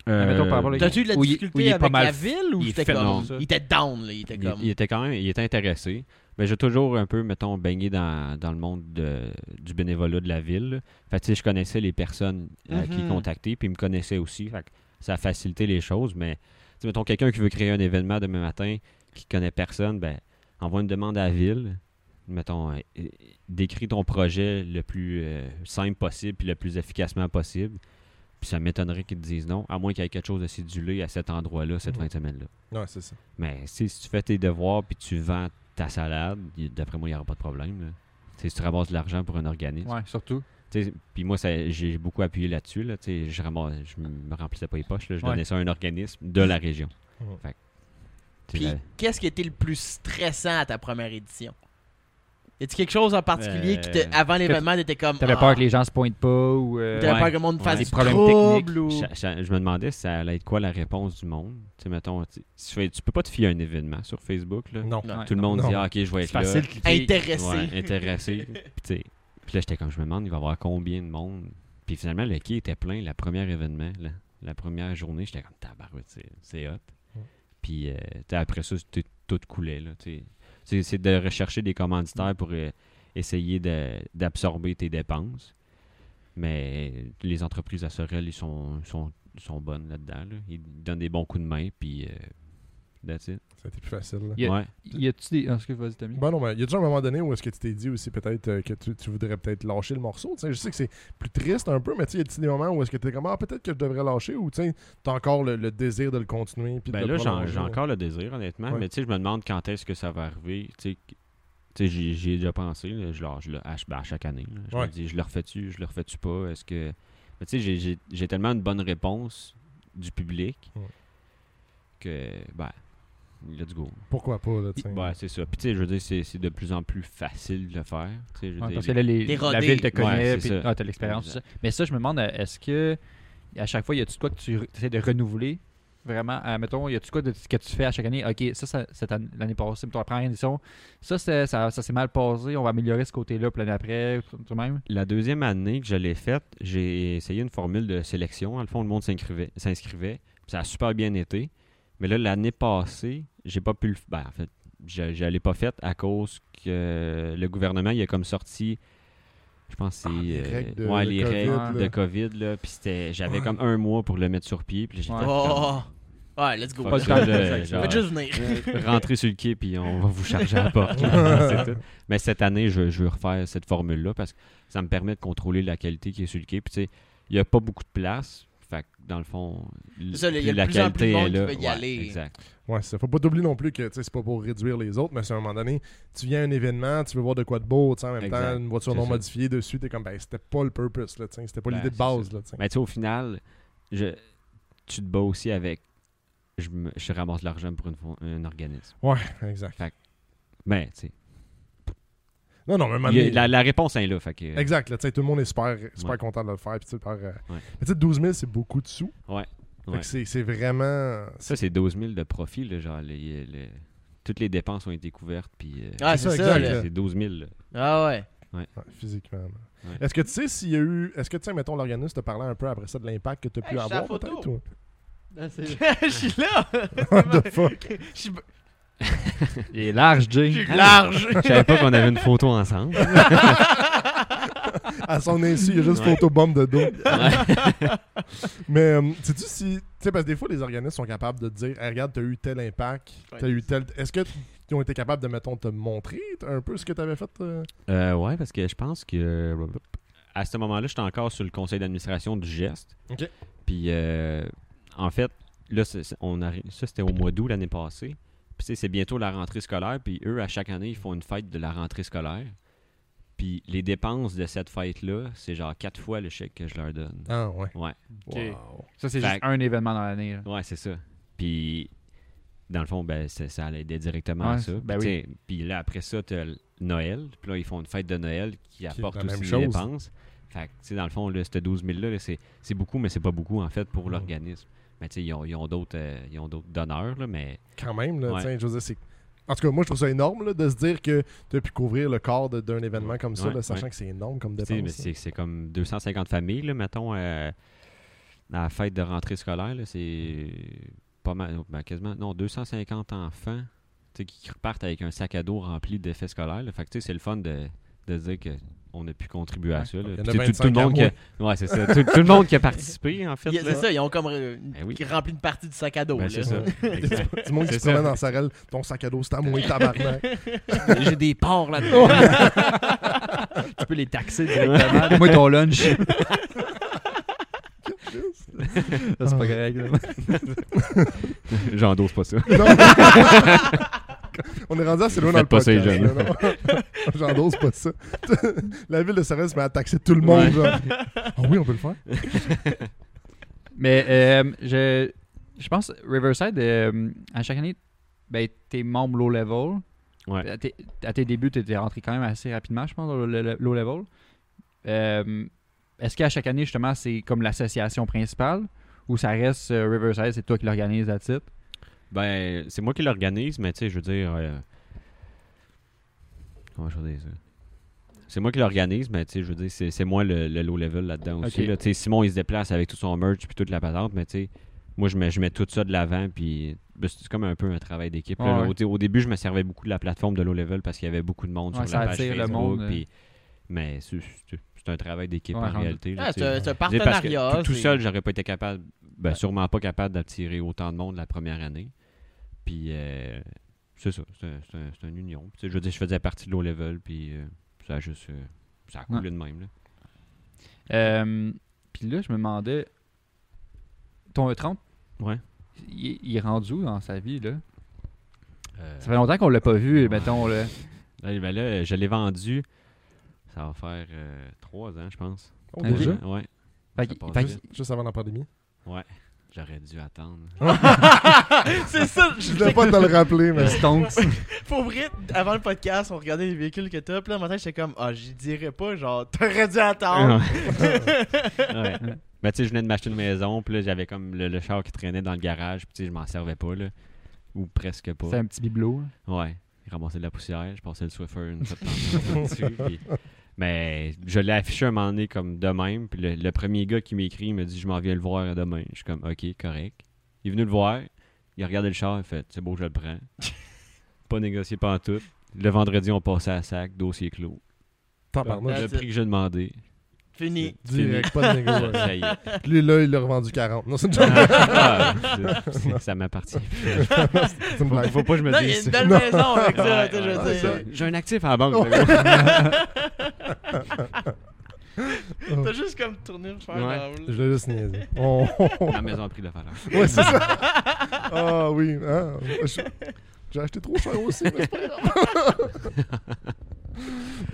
[SPEAKER 3] mettons, par rapport à-
[SPEAKER 2] T'as-tu eu de la
[SPEAKER 3] Ou il- ou
[SPEAKER 2] difficulté
[SPEAKER 3] il est
[SPEAKER 2] avec
[SPEAKER 3] pas mal-
[SPEAKER 2] la ville ou
[SPEAKER 3] il est
[SPEAKER 2] c'était
[SPEAKER 3] fait
[SPEAKER 2] comme.
[SPEAKER 4] non.
[SPEAKER 2] Il était down, là. Il était
[SPEAKER 4] Il,
[SPEAKER 2] comme.
[SPEAKER 4] il était quand même il était intéressé. Mais j'ai toujours un peu, mettons, baigné dans, dans le monde de- du bénévolat de la ville. là. Fait que, tu sais, je connaissais les personnes à qui
[SPEAKER 2] Mhm.
[SPEAKER 4] contacter, puis ils me connaissaient aussi. Fait que ça a facilité les choses. Mais, tu sais, mettons, quelqu'un qui veut créer un événement demain matin, qui connaît personne, ben, envoie une demande à la ville. Mettons, euh, euh, décris ton projet le plus euh, simple possible, puis le plus efficacement possible. Puis ça m'étonnerait qu'ils te disent non, à moins qu'il y ait quelque chose de sidulé à cet endroit-là, cette
[SPEAKER 1] Mhm.
[SPEAKER 4] fin de semaine-là.
[SPEAKER 1] Ouais, c'est ça.
[SPEAKER 4] Mais si, si tu fais tes devoirs puis tu vends ta salade, y- d'après moi, il n'y aura pas de problème. là. Tu sais, Si tu ramasses de l'argent pour un organisme.
[SPEAKER 3] Ouais, surtout.
[SPEAKER 4] Tu sais, Puis moi, ça- j'ai beaucoup appuyé là-dessus. Là, Tu sais, je ne je me remplissais pas les poches. là. Je
[SPEAKER 3] Ouais.
[SPEAKER 4] donnais ça à un organisme de la région.
[SPEAKER 1] Mhm.
[SPEAKER 4] Fait que, tu
[SPEAKER 2] Puis
[SPEAKER 4] sais,
[SPEAKER 2] qu'est-ce qui était le plus stressant à ta première édition Y a-t-il quelque chose en particulier qui, te-
[SPEAKER 4] Euh,
[SPEAKER 2] avant l'événement, t'étais comme.
[SPEAKER 3] T'avais
[SPEAKER 2] ah,
[SPEAKER 3] peur que les gens se pointent pas ou. euh,
[SPEAKER 2] T'avais
[SPEAKER 4] Ouais.
[SPEAKER 2] peur que le monde fasse
[SPEAKER 4] Des
[SPEAKER 2] du
[SPEAKER 3] problèmes
[SPEAKER 2] trouble ou.
[SPEAKER 4] cha- cha- je me demandais si ça allait être quoi la réponse du monde. Tu sais, mettons, tu- si tu fais- tu peux pas te fier à un événement sur Facebook. Là.
[SPEAKER 1] Non.
[SPEAKER 2] Non.
[SPEAKER 3] ouais,
[SPEAKER 4] Tout le monde
[SPEAKER 1] non.
[SPEAKER 4] dit ah, Ok, je vais
[SPEAKER 3] C'est
[SPEAKER 4] être là.
[SPEAKER 3] facile de cliquer.
[SPEAKER 2] Intéressé.
[SPEAKER 4] Ouais, intéressé. puis, tu sais, puis là, j'étais comme, je me demande, il va y avoir combien de monde. Puis finalement, le quai était plein, le premier événement, la, la première journée, j'étais comme, tabarouette, c'est- c'est hot.
[SPEAKER 1] Ouais.
[SPEAKER 4] Puis euh, tu sais, après ça, c'était- tout coulait. Là, tu sais. c'est c'est de rechercher des commanditaires pour euh, essayer de- d'absorber tes dépenses. Mais les entreprises à Sorel, ils sont, sont, sont bonnes là-dedans. là. Ils donnent des bons coups de main, puis euh, that's it.
[SPEAKER 1] Ça a été plus facile. là.
[SPEAKER 3] Y a-
[SPEAKER 4] Ouais.
[SPEAKER 3] Y a-tu des. Ah, excuse, vas-y, Tommy.
[SPEAKER 1] Ben non, mais il y a déjà un moment donné où est-ce que tu t'es dit aussi peut-être euh, que tu, tu voudrais peut-être lâcher le morceau. tu sais. je sais que c'est plus triste un peu, mais tu sais, y a des moments où est-ce que tu es comme ah peut-être que je devrais lâcher ou tu as encore le, le désir de le continuer. Puis de
[SPEAKER 4] Ben
[SPEAKER 1] le
[SPEAKER 4] là, j'en-
[SPEAKER 1] prolonger,
[SPEAKER 4] j'ai
[SPEAKER 1] là.
[SPEAKER 4] encore le désir, honnêtement,
[SPEAKER 1] Ouais.
[SPEAKER 4] mais tu sais, je me demande quand est-ce que ça va arriver. Tu sais, que- tu sais, j'y j'y ai déjà pensé, là, je, leur- je le- à, ch- ben, à chaque année. là. je
[SPEAKER 1] Ouais.
[SPEAKER 4] me dis, je le refais-tu, je le refais-tu pas, est-ce que... Mais tu sais, j'ai- j'ai- j'ai tellement une bonne réponse du public
[SPEAKER 1] Ouais.
[SPEAKER 4] que, ben, let's go.
[SPEAKER 1] Pourquoi pas là, tu sais.
[SPEAKER 4] Ouais, c'est ça. Puis tu sais, je veux dire, c'est c'est de plus en plus facile de le faire. Tu sais, je veux
[SPEAKER 3] Ouais,
[SPEAKER 4] dire,
[SPEAKER 3] parce que là,
[SPEAKER 4] les-
[SPEAKER 3] les-
[SPEAKER 2] T'es
[SPEAKER 3] la
[SPEAKER 2] rodé.
[SPEAKER 3] ville te
[SPEAKER 4] Ouais,
[SPEAKER 3] connaît, puis
[SPEAKER 4] c'est ça.
[SPEAKER 3] ah, t'as l'expérience, tout ça. Mais ça, je me demande, euh, est-ce que à chaque fois, y a-tu de quoi que tu essaies de renouveler vraiment, euh, mettons, y a-tu quoi de- que tu fais à chaque année? Ok, ça, ça cette année- l'année passée, mettons, la première édition, ça, c'est- ça, ça s'est mal passé, on va améliorer ce côté-là, puis l'année après, ou tout tout de même.
[SPEAKER 4] La deuxième année que je l'ai faite, j'ai essayé une formule de sélection. Dans le fond, le monde s'inscrivait. s'inscrivait. Ça a super bien été. Mais là, l'année passée, j'ai pas pu le faire. en fait, je je l'ai pas faite à cause que le gouvernement, il a comme sorti. Je pense que
[SPEAKER 1] Ah,
[SPEAKER 4] c'est.
[SPEAKER 1] les
[SPEAKER 4] euh,
[SPEAKER 1] règles de-
[SPEAKER 4] ouais,
[SPEAKER 1] de
[SPEAKER 4] les
[SPEAKER 1] COVID,
[SPEAKER 4] règles
[SPEAKER 1] là.
[SPEAKER 4] de COVID. là. Puis c'était- j'avais
[SPEAKER 1] Ouais.
[SPEAKER 4] comme un mois pour le mettre sur pied. Puis là, j'ai
[SPEAKER 3] Ouais.
[SPEAKER 4] fait
[SPEAKER 2] Oh,
[SPEAKER 4] comme,
[SPEAKER 2] oh, oh. Ouais, let's go.
[SPEAKER 4] Fuck
[SPEAKER 3] Pas le
[SPEAKER 4] ça,
[SPEAKER 3] temps.
[SPEAKER 4] là, genre,
[SPEAKER 2] Faites juste venir.
[SPEAKER 4] rentrez sur le quai puis on va vous charger à la porte. là. C'est tout. Mais cette année, je, je veux refaire cette formule-là parce que ça me permet de contrôler la qualité qui est sur le quai. Puis tu sais, il n'y a pas beaucoup de place. Fait que dans le fond, l-
[SPEAKER 2] C'est ça, il y a
[SPEAKER 4] plus
[SPEAKER 2] de
[SPEAKER 4] la
[SPEAKER 2] plus en plus de
[SPEAKER 4] qualité
[SPEAKER 2] monde
[SPEAKER 4] est
[SPEAKER 2] qui
[SPEAKER 4] là.
[SPEAKER 2] veut y
[SPEAKER 4] Ouais,
[SPEAKER 2] aller.
[SPEAKER 4] Exact.
[SPEAKER 1] Ouais, c'est ça. Faut pas t'oublier non plus que tu sais, c'est pas pour réduire les autres, mais c'est à un moment donné, tu viens à un événement, tu veux voir de quoi de beau, tu sais, en même
[SPEAKER 4] Exact.
[SPEAKER 1] temps, une voiture
[SPEAKER 4] C'est
[SPEAKER 1] non
[SPEAKER 4] ça.
[SPEAKER 1] modifiée dessus, t'es comme, ben, c'était pas le purpose, là, tu sais, c'était pas
[SPEAKER 4] Ben,
[SPEAKER 1] l'idée de
[SPEAKER 4] c'est
[SPEAKER 1] base,
[SPEAKER 4] ça.
[SPEAKER 1] là, tu sais.
[SPEAKER 4] Mais tu sais, au final, je- tu te bats aussi avec. Je, me- je ramasse de l'argent pour une fo- un organisme.
[SPEAKER 1] Ouais, exact.
[SPEAKER 4] Mais tu sais,
[SPEAKER 1] Non, non, mais à un moment
[SPEAKER 4] il y a-
[SPEAKER 1] donné-
[SPEAKER 4] la, la réponse est là. Fait que,
[SPEAKER 1] Exact, là, tu sais, tout le monde est super, super
[SPEAKER 4] Ouais.
[SPEAKER 1] content de le faire, puis tu sais, par, euh, mais tu sais, 12 000, c'est beaucoup de sous.
[SPEAKER 4] Ouais,
[SPEAKER 1] Fait
[SPEAKER 4] ouais.
[SPEAKER 1] que c'est- c'est vraiment...
[SPEAKER 4] Ça, c'est 12 000 de profit. là, genre, les- les- toutes les dépenses ont été couvertes. Puis, euh,
[SPEAKER 2] Ah,
[SPEAKER 1] C'est
[SPEAKER 2] c'est
[SPEAKER 1] ça,
[SPEAKER 2] ça,
[SPEAKER 1] exact,
[SPEAKER 2] là.
[SPEAKER 1] là.
[SPEAKER 4] c'est 12 000. là.
[SPEAKER 2] Ah ouais.
[SPEAKER 1] Ouais, physiquement. là.
[SPEAKER 4] Ouais.
[SPEAKER 1] Est-ce que tu sais s'il y a eu. Est-ce que tu sais, mettons, l'organisme te parlait un peu après ça de l'impact que tu as pu
[SPEAKER 2] Hey, je suis à
[SPEAKER 1] avoir
[SPEAKER 2] la photo.
[SPEAKER 1] peut-être ou-
[SPEAKER 2] Je suis là.
[SPEAKER 1] What the fuck?
[SPEAKER 2] Je suis
[SPEAKER 3] Il est large,
[SPEAKER 2] je
[SPEAKER 3] Jay.
[SPEAKER 4] Hein?
[SPEAKER 2] suis large.
[SPEAKER 4] Je savais pas qu'on avait une photo ensemble.
[SPEAKER 1] À son insu, il y a juste
[SPEAKER 4] Ouais.
[SPEAKER 1] photobombe de dos. Mais euh, sais-tu si. Tu sais, parce que des fois, les organismes sont capables de te dire Hey, regarde, t'as eu tel impact, t'as
[SPEAKER 2] Ouais.
[SPEAKER 1] eu tel. Est-ce que t- ils ont été capables de, mettons, te montrer un peu ce que t'avais fait euh?
[SPEAKER 4] Euh, ouais, parce que je pense que à ce moment-là, j'étais encore sur le conseil d'administration du geste.
[SPEAKER 1] Ok.
[SPEAKER 4] Puis euh, en fait, là, c'est- c'est- on arri- ça c'était au mois d'août l'année passée. Puis tu sais, c'est bientôt la rentrée scolaire. Puis eux, à chaque année, ils font une fête de la rentrée scolaire. Puis les dépenses de cette fête-là, c'est genre quatre fois le chèque que je leur donne.
[SPEAKER 1] Ah, ouais.
[SPEAKER 4] Ouais.
[SPEAKER 3] Ok.
[SPEAKER 1] Wow.
[SPEAKER 3] Ça, c'est juste
[SPEAKER 4] Fait-
[SPEAKER 3] un événement dans l'année. là.
[SPEAKER 4] Ouais, c'est ça. Puis, dans le fond, ben, c'est- ça allait aider directement à
[SPEAKER 3] Ouais,
[SPEAKER 4] ça.
[SPEAKER 3] ben
[SPEAKER 4] Puis, tu sais, Puis là, après ça, tu Noël. Puis là, ils font une fête de Noël qui apporte
[SPEAKER 1] la
[SPEAKER 4] aussi
[SPEAKER 1] même
[SPEAKER 4] des
[SPEAKER 1] chose.
[SPEAKER 4] dépenses. Fait que, tu sais, dans le fond, là, ce 12 000 $-là, là, c'est c'est beaucoup, mais c'est pas beaucoup, en fait, pour
[SPEAKER 1] Mm.
[SPEAKER 4] l'organisme. Mais tu sais, ils ont, ils ont d'autres euh, ils ont d'autres donneurs, là, mais
[SPEAKER 1] Quand même, là,
[SPEAKER 4] Ouais.
[SPEAKER 1] tu sais, je veux dire, c'est. En tout cas, moi, je trouve ça énorme là, de se dire que tu as pu couvrir le corps de- d'un événement comme ça,
[SPEAKER 4] Ouais,
[SPEAKER 1] là, sachant
[SPEAKER 4] ouais.
[SPEAKER 1] que c'est énorme comme
[SPEAKER 4] tu sais, mais
[SPEAKER 1] dépense. là.
[SPEAKER 4] c'est c'est comme 250 familles, là, mettons, euh, à la fête de rentrée scolaire, là, c'est pas mal, ben, quasiment, non, 250 enfants tu sais, qui repartent avec un sac à dos rempli d'effets scolaires. là. Fait que, tu sais, c'est le fun de, de dire que on a pu contribuer à
[SPEAKER 3] Ouais.
[SPEAKER 4] ça. là.
[SPEAKER 1] Il y en
[SPEAKER 4] Puis,
[SPEAKER 1] a
[SPEAKER 4] tu sais, tout-
[SPEAKER 1] 25
[SPEAKER 4] tout, le monde qui
[SPEAKER 1] à
[SPEAKER 4] a, ouais, c'est ça. tout, tout le monde qui a participé, en fait.
[SPEAKER 2] Il y a-
[SPEAKER 4] là.
[SPEAKER 2] C'est ça, ils ont comme euh, une-
[SPEAKER 4] Ben oui.
[SPEAKER 2] qui remplit une partie du sac à dos.
[SPEAKER 4] Ben,
[SPEAKER 2] là.
[SPEAKER 4] c'est ça. Exact.
[SPEAKER 1] Du monde qui
[SPEAKER 4] C'est
[SPEAKER 1] se
[SPEAKER 4] ça.
[SPEAKER 1] promène dans sa règle, ton sac à dos, c'est à moi, tabarnak.
[SPEAKER 4] J'ai des porcs là-dedans.
[SPEAKER 3] Tu peux les taxer directement. Donne-moi ton lunch. Ça, c'est pas correct. là.
[SPEAKER 4] J'endosse pas ça.
[SPEAKER 1] Non. On est rendu assez loin dans le
[SPEAKER 4] Faites pas ça,
[SPEAKER 1] podcast. là,
[SPEAKER 4] les jeunes.
[SPEAKER 1] non? J'endosse pas ça. La ville de Sarah se met à taxer tout le monde. genre. Ah oui, on peut le faire.
[SPEAKER 3] Mais euh, je, je pense Riverside, euh, à chaque année, ben, t'es membre low level.
[SPEAKER 4] Ouais.
[SPEAKER 3] À, tes, à tes débuts, t'étais rentré quand même assez rapidement, je pense, dans le, le- le low level. Euh, Est-ce qu'à chaque année, justement, c'est comme l'association principale ou ça reste euh, Riverside, c'est toi qui l'organise à titre?
[SPEAKER 4] Ben, c'est moi qui l'organise, mais tu sais, je veux dire. euh, Comment je veux dire ça? C'est moi qui l'organise, mais tu sais, je veux dire, c'est c'est moi le, le low level là-dedans aussi.
[SPEAKER 3] Ok.
[SPEAKER 4] là. Tu sais, Simon, il se déplace avec tout son merch puis toute la patente, mais tu sais, moi, je mets, je mets tout ça de l'avant, puis ben, c'est comme un peu un travail d'équipe. là.
[SPEAKER 3] Ouais, ouais.
[SPEAKER 4] Au- tu sais, Au, début, je me servais beaucoup de la plateforme de low level parce qu'il y avait beaucoup de monde
[SPEAKER 3] Ouais,
[SPEAKER 4] sur
[SPEAKER 3] ça
[SPEAKER 4] la page
[SPEAKER 3] attire le
[SPEAKER 4] Facebook,
[SPEAKER 3] monde, euh.
[SPEAKER 4] puis- mais c'est c'est- c'est un travail d'équipe
[SPEAKER 3] Ouais,
[SPEAKER 4] en
[SPEAKER 3] rendu-
[SPEAKER 4] réalité. là,
[SPEAKER 2] Ah, c'est
[SPEAKER 4] tu sais.
[SPEAKER 2] un, c'est un
[SPEAKER 4] Je veux dire, parce que
[SPEAKER 2] partenariat.
[SPEAKER 4] tout, tout
[SPEAKER 2] c'est-
[SPEAKER 4] seul, j'aurais pas été capable, ben, sûrement pas capable d'attirer autant de monde la première année. Puis, euh, c'est ça, c'est un- c'est un- c'est une union. Puis, tu sais, je veux dire, je faisais partie de low level, puis euh, ça a juste. euh, ça a coulé de même. Là.
[SPEAKER 3] Euh, Puis là, je me demandais, ton E30,
[SPEAKER 4] Ouais.
[SPEAKER 3] il, il est rendu où dans sa vie? là Ça fait longtemps qu'on l'a pas vu,
[SPEAKER 4] Ouais.
[SPEAKER 3] mettons. Là.
[SPEAKER 4] Là, ben là, je l'ai vendu, ça va faire euh, trois ans, je pense.
[SPEAKER 1] Oh,
[SPEAKER 3] Ok.
[SPEAKER 1] Déjà,
[SPEAKER 4] Ouais.
[SPEAKER 3] Fait
[SPEAKER 4] Ça
[SPEAKER 3] qu'il-
[SPEAKER 4] passe
[SPEAKER 3] fait
[SPEAKER 4] vite.
[SPEAKER 1] juste avant la pandémie.
[SPEAKER 4] J'aurais dû attendre.
[SPEAKER 2] c'est ça.
[SPEAKER 1] Je voulais pas te le rappeler, mais.
[SPEAKER 3] Stonks.
[SPEAKER 2] Pour vrai, avant le podcast, on regardait les véhicules que t'as. Puis là, le matin, j'étais comme, ah, j'y dirais pas. Genre, t'aurais dû
[SPEAKER 4] Ah.
[SPEAKER 2] attendre.
[SPEAKER 4] Ouais. Ben, tu sais, je venais de m'acheter une maison, puis là, j'avais comme le, le char qui traînait dans le garage, puis tu sais, je m'en servais pas, là. Ou presque pas.
[SPEAKER 3] C'est un petit bibelot. là.
[SPEAKER 4] Ouais. Ramasser de la poussière, je passais le Swiffer une fois de temps en temps dessus, puis- Mais je l'ai affiché un moment donné comme de même, puis le, le premier gars qui m'écrit il me dit Je m'en viens le voir demain. Je suis comme Ok, correct. Il est venu le voir, il a regardé le char, il a fait C'est beau, je le prends. pas négocié, pas en tout. Le vendredi, on passait à sac, dossier clos.
[SPEAKER 1] T'en
[SPEAKER 4] Le prix que j'ai demandé.
[SPEAKER 2] Fini.
[SPEAKER 1] Direct, euh, pas de
[SPEAKER 4] Ça,
[SPEAKER 1] négo. ouais.
[SPEAKER 4] ça y est.
[SPEAKER 1] Lui, là, il l'a revendu 40. Non, c'est une joke.
[SPEAKER 4] Ah, c'est- c'est- ça m'appartient.
[SPEAKER 1] C'est une
[SPEAKER 4] Faut,
[SPEAKER 1] blague.
[SPEAKER 4] faut pas que je me
[SPEAKER 2] Là, il y a
[SPEAKER 4] dise.
[SPEAKER 2] une belle maison avec ça, tu sais, je veux
[SPEAKER 1] ouais,
[SPEAKER 2] dire.
[SPEAKER 1] ouais.
[SPEAKER 4] J'ai un actif à la banque.
[SPEAKER 2] T'as juste comme tourné le fer
[SPEAKER 4] Ouais.
[SPEAKER 2] dans le-
[SPEAKER 1] Je l'ai juste niaisé. On-
[SPEAKER 4] La maison a pris de valeur.
[SPEAKER 1] Ouais, c'est ça. Ah oui. hein. Je- J'ai acheté trop cher aussi, mais c'est pas grave.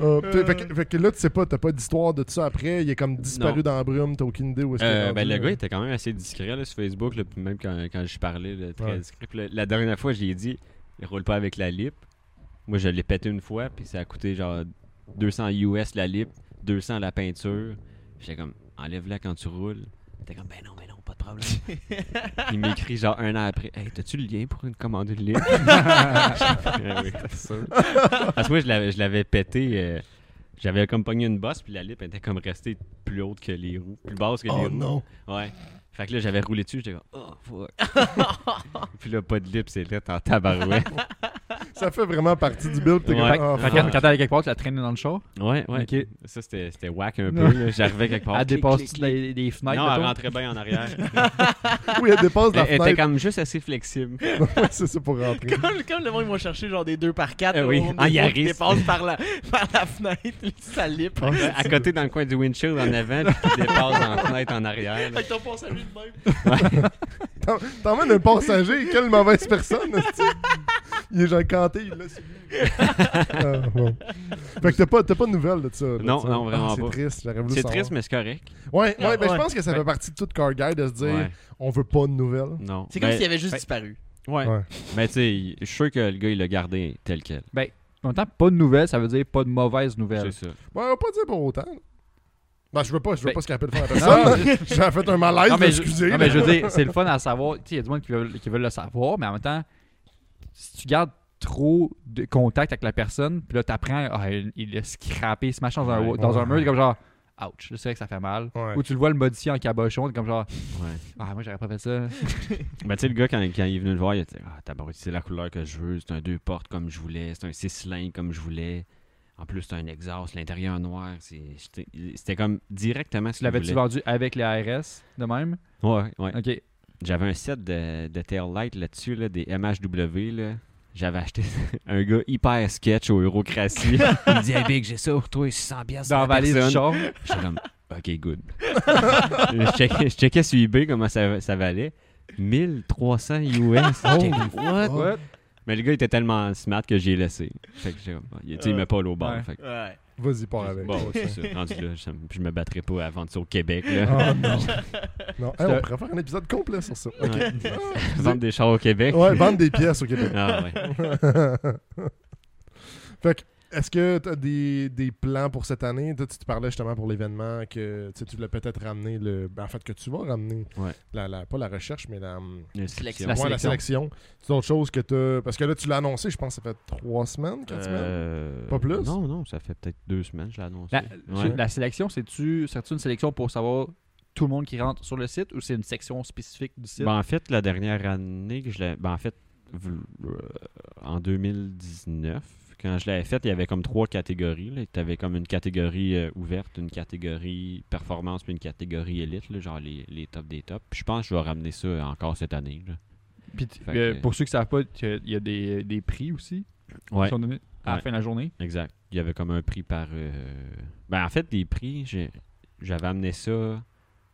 [SPEAKER 1] Euh, fait- fait, que- fait que là, tu sais pas, t'as pas d'histoire de ça après. Il est comme disparu
[SPEAKER 4] Non.
[SPEAKER 1] dans la brume, t'as aucune idée où est-ce qu'il est
[SPEAKER 4] Euh,
[SPEAKER 1] rendu,
[SPEAKER 4] ben, le
[SPEAKER 1] là.
[SPEAKER 4] gars il était quand même assez discret là, sur Facebook, là, puis même quand, quand je parlais, là, très
[SPEAKER 1] Ouais.
[SPEAKER 4] discret. Puis la- la dernière fois, j'ai dit, il roule pas avec la lip. Moi, je l'ai pété une fois, puis ça a coûté genre 200 US la lip, 200 la peinture. J'étais comme, enlève-la quand tu roules. T'es comme, ben non, ben non, pas de problème. il m'écrit genre un an après, hey, t'as-tu le lien pour une commande de lip? Ah oui, c'est sûr. Parce que moi, je l'avais, je l'avais pété. euh, j'avais accompagné une bosse, puis la lip était comme restée plus haute que les roues, plus basse que les
[SPEAKER 1] Oh
[SPEAKER 4] roues.
[SPEAKER 1] non.
[SPEAKER 4] Ouais. Fait que là, j'avais roulé dessus, j'étais comme, oh fuck. puis là, pas de lip, c'est là, en tabarouette.
[SPEAKER 1] Ça fait vraiment partie du build. T'es
[SPEAKER 4] Ouais.
[SPEAKER 1] comme,
[SPEAKER 3] Fait-
[SPEAKER 1] ah,
[SPEAKER 3] fait
[SPEAKER 1] fuck.
[SPEAKER 3] quand quand t'allais quelque part, tu la traînais dans le char.
[SPEAKER 4] Ouais, ouais.
[SPEAKER 3] Ok.
[SPEAKER 4] Ça, c'était, c'était whack un
[SPEAKER 3] Non.
[SPEAKER 4] peu. là. J'arrivais quelque part.
[SPEAKER 3] Elle
[SPEAKER 4] clic,
[SPEAKER 3] dépasse
[SPEAKER 4] clic,
[SPEAKER 3] toutes
[SPEAKER 4] clic.
[SPEAKER 3] les, les fenêtres.
[SPEAKER 4] Non, elle
[SPEAKER 3] mettons?
[SPEAKER 4] rentrait bien en arrière.
[SPEAKER 1] Oui, elle dépasse
[SPEAKER 4] elle
[SPEAKER 1] la
[SPEAKER 4] était
[SPEAKER 1] fenêtre.
[SPEAKER 4] comme juste assez flexible.
[SPEAKER 1] Ouais, c'est ça pour rentrer.
[SPEAKER 2] Comme, comme le monde, ils vont chercher genre des 2 par 4
[SPEAKER 4] Eh oui,
[SPEAKER 3] Ah,
[SPEAKER 4] en Yaris.
[SPEAKER 2] dépassent par la, par la fenêtre, ça lip.
[SPEAKER 4] Ben, à côté, dans le coin du windshield en avant, puis qui dépasse dans la fenêtre en arrière. là.
[SPEAKER 2] Fait que ton passé à lui de même.
[SPEAKER 1] T'en- T'emmènes un passager, quelle mauvaise personne, esti. Il est genre canté, il l'a suivi. Ah, bon. Fait que t'as pas, t'as pas de nouvelles de ça. là,
[SPEAKER 4] Non,
[SPEAKER 1] tu sais.
[SPEAKER 4] non, vraiment
[SPEAKER 1] Ah, c'est
[SPEAKER 4] pas.
[SPEAKER 1] triste, j'aurais voulu
[SPEAKER 4] C'est
[SPEAKER 1] savoir.
[SPEAKER 4] triste, mais c'est correct.
[SPEAKER 1] Ouais, ouais, ben,
[SPEAKER 2] Ouais.
[SPEAKER 1] je pense que ça fait
[SPEAKER 4] Ouais.
[SPEAKER 1] partie de toute car guy de se dire
[SPEAKER 4] Ouais.
[SPEAKER 1] on veut pas de nouvelles.
[SPEAKER 4] Non.
[SPEAKER 2] C'est comme
[SPEAKER 4] Ben,
[SPEAKER 2] s'il avait juste
[SPEAKER 4] ben,
[SPEAKER 2] disparu.
[SPEAKER 4] Ouais.
[SPEAKER 1] Ouais.
[SPEAKER 4] Mais tu sais, je suis sûr que le gars, il l'a gardé tel quel.
[SPEAKER 3] En même temps, pas de nouvelles, ça veut dire pas de mauvaises
[SPEAKER 4] C'est
[SPEAKER 3] nouvelles.
[SPEAKER 4] ça.
[SPEAKER 1] Ouais, on va pas dire pour autant. Ben, je veux pas, je veux
[SPEAKER 3] Ben-
[SPEAKER 1] pas scraper le fond à
[SPEAKER 3] Non,
[SPEAKER 1] personne. J'ai fait un malaise,
[SPEAKER 3] Non, mais je-
[SPEAKER 1] excusez.
[SPEAKER 3] non, mais je veux dire, c'est le fun à savoir. Tu sais, il y a du monde qui veulent, qui veulent le savoir, mais en même temps, si tu gardes trop de contact avec la personne, puis là, t'apprends, ah, il, il a scrappé, il se machin dans un,
[SPEAKER 4] Ouais.
[SPEAKER 3] dans un mur, t'es comme genre, ouch, je sais que ça fait mal.
[SPEAKER 1] Ouais.
[SPEAKER 3] Ou tu le vois le modifier en cabochon, t'es comme genre,
[SPEAKER 4] Ouais.
[SPEAKER 3] ah, moi, j'aurais pas fait ça.
[SPEAKER 4] Ben, tu sais, le gars, quand, quand il est venu le voir, il a dit Ah, tabarouette, c'est la couleur que je veux, c'est un deux portes comme je voulais, c'est un six cylindres comme je voulais. En plus, c'est un exhaust, l'intérieur noir. c'est- j'étais- C'était comme directement ce
[SPEAKER 3] Tu
[SPEAKER 4] qu'il voulait.
[SPEAKER 3] l'avais-tu vendu avec les ARS de même?
[SPEAKER 4] Ouais, ouais.
[SPEAKER 3] Ok.
[SPEAKER 4] J'avais un set de, de taillight là-dessus, là, des MHW. Là. J'avais acheté un gars hyper sketch au Eurocratie. il me dit Hey, Big, j'ai ça pour toi, 600 piastres.
[SPEAKER 3] Dans la valise du char.
[SPEAKER 4] J'étais comme, OK, good. je, checkais, je checkais sur eBay comment ça, ça valait. 1300 US. J'étais comme, What?
[SPEAKER 3] Oh.
[SPEAKER 1] Ouais.
[SPEAKER 4] Mais le gars était tellement smart que j'ai laissé. Fait que j'ai comme, ah, il, tu sais, il met pas l'eau au bord.
[SPEAKER 3] Ouais.
[SPEAKER 4] Fait que-
[SPEAKER 2] Ouais.
[SPEAKER 1] Vas-y, pars avec.
[SPEAKER 4] bon, c'est ça. Rendu là, je, je me battrai pas à vendre ça au Québec. Là.
[SPEAKER 1] Ah, non. non. Hey, on
[SPEAKER 3] C'est-
[SPEAKER 1] pourrait faire un épisode complet sur ça. Ok.
[SPEAKER 4] Ouais. Vendre des chars au Québec.
[SPEAKER 1] Ouais, vendre des pièces au Québec.
[SPEAKER 4] Ah, ouais.
[SPEAKER 1] fait que, est-ce que tu as des, des plans pour cette année? Toi, tu te parlais justement pour l'événement que tu sais, tu voulais peut-être ramener le. ben, en fait, que tu vas ramener.
[SPEAKER 4] Ouais.
[SPEAKER 1] La, la- pas la recherche, mais la, hum,
[SPEAKER 4] Une
[SPEAKER 2] Sélection.
[SPEAKER 4] sélection.
[SPEAKER 3] La
[SPEAKER 1] ouais, la sélection. C'est autre chose que tu. Parce que là, tu l'as annoncé, je pense, ça fait trois semaines, quatre semaines.
[SPEAKER 4] Euh,
[SPEAKER 1] Pas plus?
[SPEAKER 4] Non, non, ça fait peut-être deux semaines, je l'ai annoncé.
[SPEAKER 1] Ben,
[SPEAKER 3] La,
[SPEAKER 4] Ouais.
[SPEAKER 3] la sélection, c'est-tu c'est-tu une sélection pour savoir tout le monde qui rentre sur le site ou c'est une section spécifique du site?
[SPEAKER 4] Ben, en fait, la dernière année que je l'ai. Ben, en fait, v- euh, en 2019, quand je l'avais faite, il y avait comme trois catégories. Tu avais comme une catégorie euh, ouverte, une catégorie performance, puis une catégorie élite, là, genre les, les tops des tops. Puis je pense que je vais ramener ça encore cette année. là.
[SPEAKER 3] Puis t-
[SPEAKER 4] Fait que-
[SPEAKER 3] euh, pour ceux qui savent pas, t- il y a des, euh, des prix aussi qui
[SPEAKER 4] Ouais,
[SPEAKER 3] sont donnés à la
[SPEAKER 4] Ouais.
[SPEAKER 3] fin de la journée.
[SPEAKER 4] exact. Il y avait comme un prix par. euh, Ben, en fait, les prix, j'ai- j'avais amené ça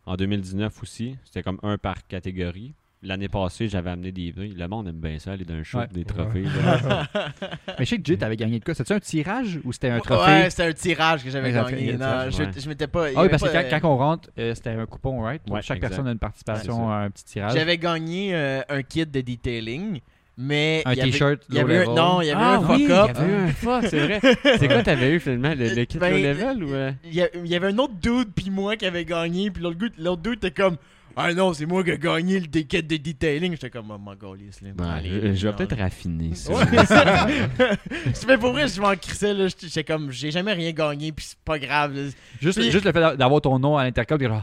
[SPEAKER 4] en 2019 aussi. C'était comme un par catégorie. L'année passée, j'avais amené des bris. Le monde aime bien ça, aller d'un show,
[SPEAKER 3] Ouais.
[SPEAKER 4] des trophées. là.
[SPEAKER 3] Mais je sais que Jay, t'avais gagné de quoi C'était-tu un tirage ou c'était un trophée
[SPEAKER 2] Ouais, c'était un tirage que j'avais
[SPEAKER 3] Un trophée,
[SPEAKER 2] gagné.
[SPEAKER 3] un
[SPEAKER 2] Non,
[SPEAKER 4] tirage,
[SPEAKER 2] je,
[SPEAKER 4] ouais.
[SPEAKER 2] je m'étais pas. il y
[SPEAKER 3] Ah oui,
[SPEAKER 2] avait
[SPEAKER 3] parce que
[SPEAKER 2] pas,
[SPEAKER 3] quand, quand on rentre, euh, c'était un coupon, right Donc,
[SPEAKER 4] Ouais,
[SPEAKER 3] Chaque
[SPEAKER 4] exact.
[SPEAKER 3] personne a une
[SPEAKER 4] Ouais,
[SPEAKER 3] participation,
[SPEAKER 4] c'est
[SPEAKER 3] à un petit tirage.
[SPEAKER 2] J'avais gagné euh, un kit de detailing, mais.
[SPEAKER 3] Un
[SPEAKER 2] il y avait-
[SPEAKER 3] t-shirt,
[SPEAKER 2] il y avait
[SPEAKER 3] low
[SPEAKER 2] un-
[SPEAKER 3] level.
[SPEAKER 2] Non, il y avait
[SPEAKER 4] Ah
[SPEAKER 2] un
[SPEAKER 4] oui,
[SPEAKER 2] fuck-up.
[SPEAKER 4] il y avait eu un fuck, c'est vrai. C'est quoi t'avais eu finalement, le, le kit
[SPEAKER 2] Ben,
[SPEAKER 4] low level ou... euh?
[SPEAKER 2] Il y, a- il y avait un autre dude puis moi qui avait gagné puis l'autre dude, l'autre dude était comme ah non c'est moi qui ai gagné le ticket de detailing j'étais comme oh mon gaulis là
[SPEAKER 4] Ben,
[SPEAKER 2] allez,
[SPEAKER 4] euh, je vais
[SPEAKER 2] non.
[SPEAKER 4] peut-être raffiner ça.
[SPEAKER 2] Ouais, ça- mais pour vrai je m'en crissais là j'étais j'étais comme j'ai jamais rien gagné puis c'est pas grave là.
[SPEAKER 3] Juste,
[SPEAKER 2] Puis-
[SPEAKER 3] juste le fait d'a- d'avoir ton nom à l'intercom, t'es genre,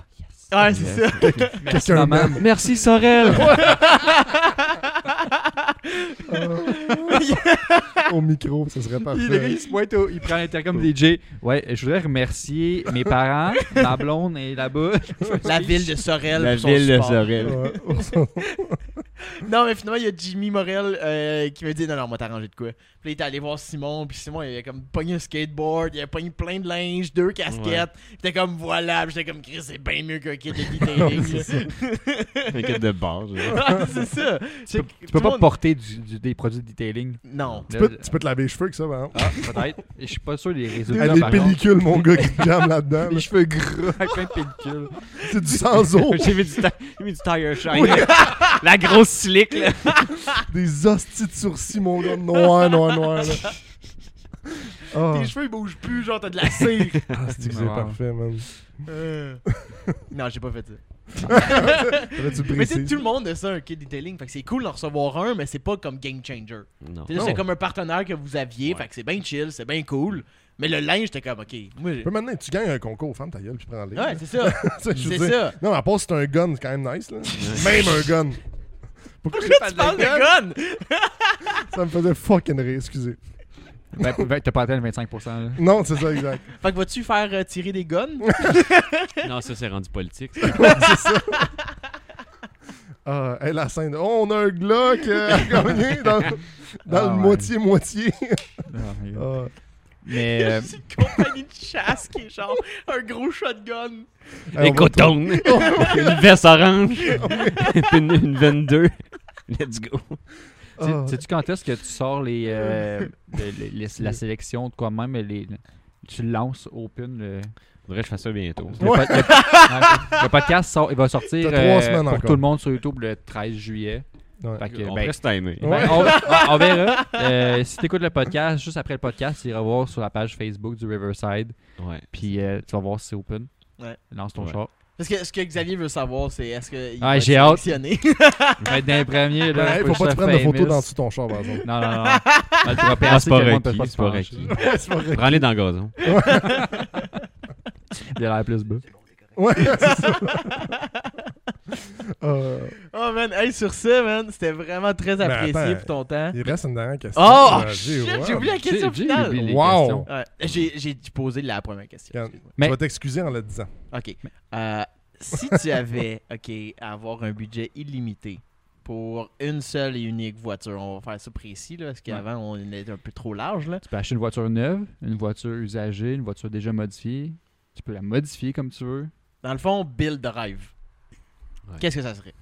[SPEAKER 2] ouais c'est ça
[SPEAKER 3] merci maman.
[SPEAKER 4] Merci Sorel!
[SPEAKER 1] au micro, ça serait
[SPEAKER 3] Puis le gars,
[SPEAKER 1] parfait.
[SPEAKER 3] il se pointe au- il prend l'intercom DJ. Ouais, je voudrais remercier mes parents, ma blonde est là-bas.
[SPEAKER 2] la ville de Sorel pour son support.
[SPEAKER 1] Ouais.
[SPEAKER 2] non mais finalement il y a Jimmy Morel euh, qui m'a dit non non on va t'arranger de quoi puis là, il était allé voir Simon puis Simon il avait comme pogné un skateboard il avait pogné plein de linge deux casquettes Puis t'es comme voilà Puis j'étais comme Chris c'est bien mieux qu'un kit de detailing là.
[SPEAKER 4] Un kit de bar. genre.
[SPEAKER 2] Ah, c'est ça.
[SPEAKER 3] Tu, tu peux pas porter du- du- des produits de detailing.
[SPEAKER 2] Non.
[SPEAKER 1] Tu, peux, tu peux te laver les cheveux avec ça, par exemple.
[SPEAKER 3] Ah, peut-être. Je suis pas sûr des résultats.
[SPEAKER 1] Hey, les
[SPEAKER 3] par contre.
[SPEAKER 1] pellicules, mon gars, qui te jamment là-dedans. là.
[SPEAKER 3] Les cheveux gras avec plein de pellicules.
[SPEAKER 1] C'est du sans
[SPEAKER 3] Oh.
[SPEAKER 1] eau.
[SPEAKER 4] J'ai mis, du ti- j'ai mis du tire shine. La grosse slick, là.
[SPEAKER 1] Des hosties de sourcils, mon gars, noir, noir, noir. Là. Ah,
[SPEAKER 2] Tes cheveux ils bougent plus, genre t'as de la cire.
[SPEAKER 1] ah, c'est que c'est
[SPEAKER 3] Wow.
[SPEAKER 1] parfait, man.
[SPEAKER 2] Euh. non, j'ai pas fait ça.
[SPEAKER 1] Fallait que tu le
[SPEAKER 2] Mais tu sais,
[SPEAKER 1] précises.
[SPEAKER 2] tout le monde a ça, un kit detailing. Fait que c'est cool d'en recevoir un, mais c'est pas comme game changer.
[SPEAKER 4] Non.
[SPEAKER 2] Tu sais,
[SPEAKER 1] Non.
[SPEAKER 2] C'est comme un partenaire que vous aviez.
[SPEAKER 4] Ouais.
[SPEAKER 2] Fait que c'est bien chill, c'est bien cool. Mais le linge, t'es comme, ok. moi, j'ai-
[SPEAKER 1] Puis maintenant, tu gagnes un concours, ferme ta gueule, puis prends les.
[SPEAKER 2] Ouais, c'est ça. c'est ça.
[SPEAKER 1] Non, mais à part si c'est un gun, c'est quand même nice, là. Même un gun. Pourquoi j'ai-
[SPEAKER 2] Tu parles de gun.
[SPEAKER 1] ça me faisait fucking rire, excusez.
[SPEAKER 3] Ben, ben, t'as pas atteint le 25%. Là.
[SPEAKER 1] Non, c'est ça, exact.
[SPEAKER 2] Fait que vas-tu faire euh, tirer des guns?
[SPEAKER 4] Non, ça, c'est rendu politique.
[SPEAKER 1] Ah, hey, la scène. de, Oh, on a un Glock euh, à gagner dans, dans
[SPEAKER 3] Ah,
[SPEAKER 1] le
[SPEAKER 3] ouais.
[SPEAKER 1] moitié-moitié.
[SPEAKER 3] Ah, my God.
[SPEAKER 1] Ah.
[SPEAKER 3] Mais euh,
[SPEAKER 2] c'est une compagnie de chasse qui est genre un gros shotgun.
[SPEAKER 1] Hey, on
[SPEAKER 4] Les
[SPEAKER 1] va
[SPEAKER 4] cotons. une veste orange. Puis une, une 22. Let's go.
[SPEAKER 1] Ah.
[SPEAKER 3] sais- sais-tu quand est-ce que tu sors les, euh, les- les- les- la sélection de quoi même les, tu lances open le,
[SPEAKER 4] Faudrait que je fasse ça bientôt.
[SPEAKER 3] le,
[SPEAKER 1] Ouais.
[SPEAKER 3] pod- le- ouais, le podcast sort- il va sortir
[SPEAKER 1] T'as trois
[SPEAKER 3] euh,
[SPEAKER 1] semaines
[SPEAKER 3] pour
[SPEAKER 1] encore.
[SPEAKER 3] tout le monde sur YouTube le 13 juillet.
[SPEAKER 1] Ouais.
[SPEAKER 3] Fait que,
[SPEAKER 4] on
[SPEAKER 3] ben,
[SPEAKER 4] pourrait se timer.
[SPEAKER 1] Ouais.
[SPEAKER 3] Ben, on, on- on verra. Euh, si tu écoutes le podcast, juste après le podcast, tu iras voir sur la page Facebook du Riverside.
[SPEAKER 4] Ouais.
[SPEAKER 3] Puis euh, tu vas voir si c'est open.
[SPEAKER 2] Ouais.
[SPEAKER 3] Lance ton
[SPEAKER 4] Ouais.
[SPEAKER 3] char.
[SPEAKER 2] Parce que ce que Xavier veut savoir, c'est est-ce que. il
[SPEAKER 3] Ah,
[SPEAKER 2] va être
[SPEAKER 3] j'ai hâte.
[SPEAKER 2] sélectionné?
[SPEAKER 3] Être dans les premiers,
[SPEAKER 1] Ouais,
[SPEAKER 3] là.
[SPEAKER 1] faut pas
[SPEAKER 3] que
[SPEAKER 1] te
[SPEAKER 3] je
[SPEAKER 1] prendre de
[SPEAKER 3] sois
[SPEAKER 1] photos
[SPEAKER 3] famous.
[SPEAKER 1] dans le dessous de ton char, par exemple.
[SPEAKER 3] Non, non, non. non. On le dira pas
[SPEAKER 4] Ah, c'est pas
[SPEAKER 3] assez, quelqu'un peut
[SPEAKER 4] requis,
[SPEAKER 3] pas
[SPEAKER 4] c'est pas
[SPEAKER 3] se pencher.
[SPEAKER 4] requis.
[SPEAKER 1] Ouais, c'est pas vrai.
[SPEAKER 4] Prends-les dans le gazon.
[SPEAKER 3] Il a l'air plus bas.
[SPEAKER 1] Ouais, c'est ça. Euh,
[SPEAKER 2] Oh man, hey, sur ça, man, c'était vraiment très
[SPEAKER 1] Mais
[SPEAKER 2] apprécié
[SPEAKER 1] attends,
[SPEAKER 2] pour ton temps.
[SPEAKER 1] il reste une dernière question.
[SPEAKER 2] Oh,
[SPEAKER 1] Euh,
[SPEAKER 2] shit,
[SPEAKER 1] Jay, wow.
[SPEAKER 2] j'ai oublié la
[SPEAKER 3] J'ai-
[SPEAKER 2] question
[SPEAKER 3] j'ai oublié
[SPEAKER 2] finale.
[SPEAKER 3] les
[SPEAKER 1] Wow.
[SPEAKER 3] questions.
[SPEAKER 2] Ouais, j'ai, j'ai dû poser la première question.
[SPEAKER 1] Quand-
[SPEAKER 2] excuse-moi.
[SPEAKER 3] Mais-
[SPEAKER 1] Tu vas t'excuser en le disant.
[SPEAKER 2] Ok. Euh, si tu avais, ok, à avoir un budget illimité pour une seule et unique voiture, on va faire ça précis, là, parce qu'avant, on était un peu trop large, là.
[SPEAKER 3] Tu peux acheter une voiture neuve, une voiture usagée, une voiture déjà modifiée. Tu peux la modifier comme tu veux.
[SPEAKER 2] Dans le fond, build de rêve.
[SPEAKER 4] Ouais.
[SPEAKER 2] Qu'est-ce que ça serait?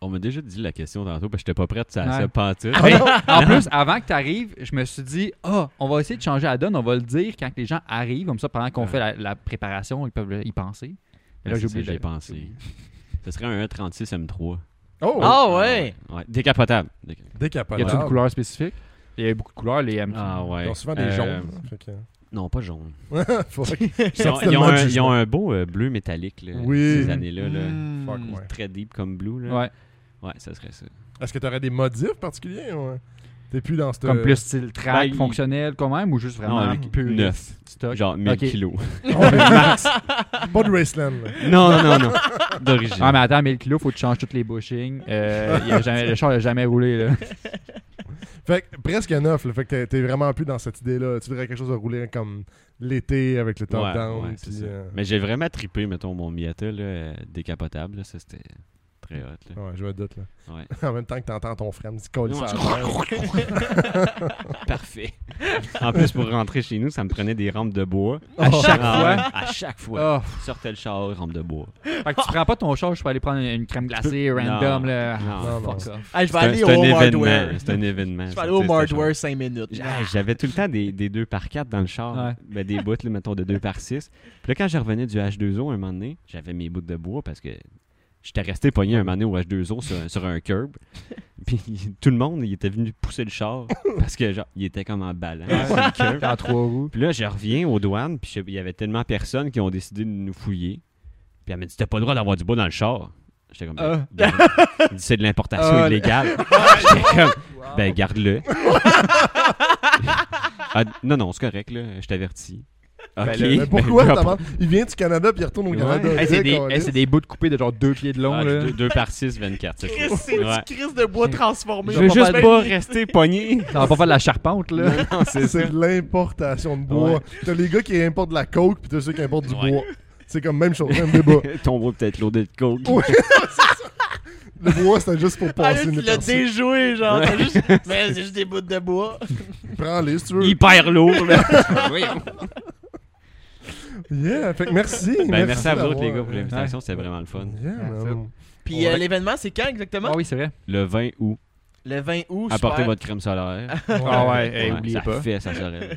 [SPEAKER 4] On m'a déjà dit la question tantôt, parce que j'étais pas prête ça
[SPEAKER 3] Ouais.
[SPEAKER 4] ça pantoute.
[SPEAKER 3] Mais Ah en plus, avant que tu arrives, je me suis dit, ah, on va essayer de changer la donne, on va le dire quand que les gens arrivent, comme ça, pendant qu'on
[SPEAKER 4] Ouais.
[SPEAKER 3] fait la, la préparation, ils peuvent y penser. Mais là,
[SPEAKER 4] C'est
[SPEAKER 3] j'ai
[SPEAKER 4] ça que
[SPEAKER 3] oublié.
[SPEAKER 4] J'ai
[SPEAKER 3] de-
[SPEAKER 4] pensé. Ce serait un 1.36 M3.
[SPEAKER 1] Oh,
[SPEAKER 2] Ah
[SPEAKER 4] Ah
[SPEAKER 2] ouais!
[SPEAKER 4] Ouais. Décapotable. Déca-
[SPEAKER 1] décapable.
[SPEAKER 3] Y a-t-il une couleur spécifique Il y a beaucoup de couleurs, les M.
[SPEAKER 4] Ah ouais.
[SPEAKER 1] Ils ont souvent des
[SPEAKER 4] Euh,
[SPEAKER 1] jaunes. hein, fait que-
[SPEAKER 4] Non, pas jaune.
[SPEAKER 1] Fuck.
[SPEAKER 4] Ils ont,
[SPEAKER 1] Sorti
[SPEAKER 4] ils ont
[SPEAKER 1] tellement de
[SPEAKER 4] un, ils
[SPEAKER 1] jugement.
[SPEAKER 4] ont un beau euh, bleu métallique là,
[SPEAKER 1] Oui.
[SPEAKER 4] ces années-là. là.
[SPEAKER 2] Hmm.
[SPEAKER 1] Fuck, ouais.
[SPEAKER 4] Très deep comme blue. Là.
[SPEAKER 3] Ouais.
[SPEAKER 4] Ouais, ça serait ça.
[SPEAKER 1] Est-ce que t'aurais des modifs particuliers ou... T'es plus dans ce.
[SPEAKER 3] Comme plus style track,
[SPEAKER 4] ben,
[SPEAKER 3] fonctionnel quand même, ou juste vraiment
[SPEAKER 4] Non,
[SPEAKER 3] pur
[SPEAKER 4] neuf.
[SPEAKER 3] stock.
[SPEAKER 4] Genre 1000
[SPEAKER 3] Ok.
[SPEAKER 4] kilos.
[SPEAKER 1] Pas de Raceland. là.
[SPEAKER 4] non, non, non. D'origine.
[SPEAKER 3] Ah, mais attends, 1000 kilos, faut que tu changes toutes les bushings. Euh, il y a jamais, le char n'a jamais roulé, là.
[SPEAKER 1] Fait que presque neuf. là. Fait que t'es- t'es vraiment plus dans cette idée-là. Tu voudrais quelque chose de rouler comme l'été avec le top
[SPEAKER 4] Ouais,
[SPEAKER 1] down.
[SPEAKER 4] ouais,
[SPEAKER 1] puis,
[SPEAKER 4] c'est ça.
[SPEAKER 1] euh,
[SPEAKER 4] Mais j'ai vraiment trippé, mettons, mon Miata là, euh, décapotable. là. Ça, c'était très hot. là.
[SPEAKER 1] Ouais, je me doute, là.
[SPEAKER 4] Ouais.
[SPEAKER 1] en même temps que t'entends ton frère me dire colle ça.
[SPEAKER 4] Non,
[SPEAKER 1] à la merde.
[SPEAKER 4] Parfait. En plus, pour rentrer chez nous, ça me prenait des rampes de bois.
[SPEAKER 3] À chaque
[SPEAKER 4] Ah ouais,
[SPEAKER 3] fois.
[SPEAKER 4] À chaque fois.
[SPEAKER 3] Ah,
[SPEAKER 4] Sortais le char, rampe de bois.
[SPEAKER 3] Fait que tu prends pas ton charge pour aller prendre une une crème glacée
[SPEAKER 4] Non.
[SPEAKER 3] random. Là.
[SPEAKER 4] Non.
[SPEAKER 3] Ah,
[SPEAKER 1] Non,
[SPEAKER 3] fuck off.
[SPEAKER 2] Ah, je vais
[SPEAKER 4] C'est un,
[SPEAKER 2] aller
[SPEAKER 4] c'est
[SPEAKER 2] au
[SPEAKER 4] un
[SPEAKER 2] Home Hardware.
[SPEAKER 4] événement. C'est un événement.
[SPEAKER 2] Je vais
[SPEAKER 4] ça,
[SPEAKER 2] aller
[SPEAKER 4] tu
[SPEAKER 2] au
[SPEAKER 4] sais, c'est un char.
[SPEAKER 2] Hardware 5 minutes.
[SPEAKER 4] Ah, J'avais tout le temps des, des 2 par 4 dans le char.
[SPEAKER 3] Ouais.
[SPEAKER 4] Ben, des bouts, là, mettons, de 2 par 6. Puis là, quand je revenais du H2O un moment donné, j'avais mes bouts de bois parce que j'étais resté pogné un moment donné au H2O sur, un- sur un curb. Puis tout le monde, il était venu pousser le char parce que genre, il était comme en balance. sur le curb.
[SPEAKER 3] T'es en trois roues.
[SPEAKER 4] Puis là, je reviens aux douanes, puis je- il y avait tellement personne qui ont décidé de nous fouiller. Puis elle m'a dit T'as pas le droit d'avoir du bois dans le char. J'étais comme
[SPEAKER 3] Ah.
[SPEAKER 4] Ben, elle dit, C'est de l'importation
[SPEAKER 3] Ah,
[SPEAKER 4] illégale. J'étais comme Ben, garde-le. Ah, non, non, c'est correct, là. Je t'avertis. Ok.
[SPEAKER 3] là,
[SPEAKER 1] Mais
[SPEAKER 4] ben,
[SPEAKER 1] pourquoi
[SPEAKER 4] peu
[SPEAKER 1] ta
[SPEAKER 4] importe.
[SPEAKER 1] mère- Il vient du Canada puis il retourne au
[SPEAKER 4] Ouais.
[SPEAKER 1] Canada.
[SPEAKER 3] Hey, c'est des,
[SPEAKER 1] Décolle.
[SPEAKER 3] hey, c'est des bouts de coupés de genre deux pieds de long.
[SPEAKER 4] Ah,
[SPEAKER 3] là.
[SPEAKER 4] deux, deux par 6, 24. c'est
[SPEAKER 2] Chris,
[SPEAKER 4] cool.
[SPEAKER 2] c'est
[SPEAKER 4] Ouais.
[SPEAKER 2] du Chris de bois transformé.
[SPEAKER 4] Je veux
[SPEAKER 3] pas
[SPEAKER 4] juste
[SPEAKER 3] mal-
[SPEAKER 4] pas rester pogné.
[SPEAKER 3] Ça va pas faire de la charpente. là.
[SPEAKER 4] Non, non, c'est ça.
[SPEAKER 1] C'est de l'importation de bois.
[SPEAKER 4] Ouais.
[SPEAKER 1] T'as les gars qui importent de la coke puis t'as ceux qui importent du
[SPEAKER 4] Ouais.
[SPEAKER 1] bois. C'est comme même chose, même débat.
[SPEAKER 4] Ton bois peut-être loadé de coke.
[SPEAKER 1] Ouais. Le bois, c'était juste pour
[SPEAKER 2] Ah, là,
[SPEAKER 1] passer
[SPEAKER 2] tu
[SPEAKER 1] une
[SPEAKER 2] l'as
[SPEAKER 1] personne.
[SPEAKER 2] déjoué, genre. t'as juste... Mais c'est juste des bouts de bois.
[SPEAKER 1] Prends-les si tu veux.
[SPEAKER 4] Hyper lourd, là.
[SPEAKER 1] Yeah, fait que merci.
[SPEAKER 4] Ben, merci à vous autres,
[SPEAKER 1] d'avoir- euh,
[SPEAKER 4] les gars, pour l'invitation. C'était vraiment le fun.
[SPEAKER 1] Yeah, man.
[SPEAKER 2] Puis euh, l'événement, c'est quand exactement
[SPEAKER 3] Ah oui, c'est vrai.
[SPEAKER 4] Le 20 août.
[SPEAKER 2] Le 20 août.
[SPEAKER 4] Apportez
[SPEAKER 2] super.
[SPEAKER 4] votre crème solaire.
[SPEAKER 3] Ah ouais, hey,
[SPEAKER 4] Ouais,
[SPEAKER 3] oubliez
[SPEAKER 4] ça
[SPEAKER 3] pas.
[SPEAKER 4] fait, ça serait.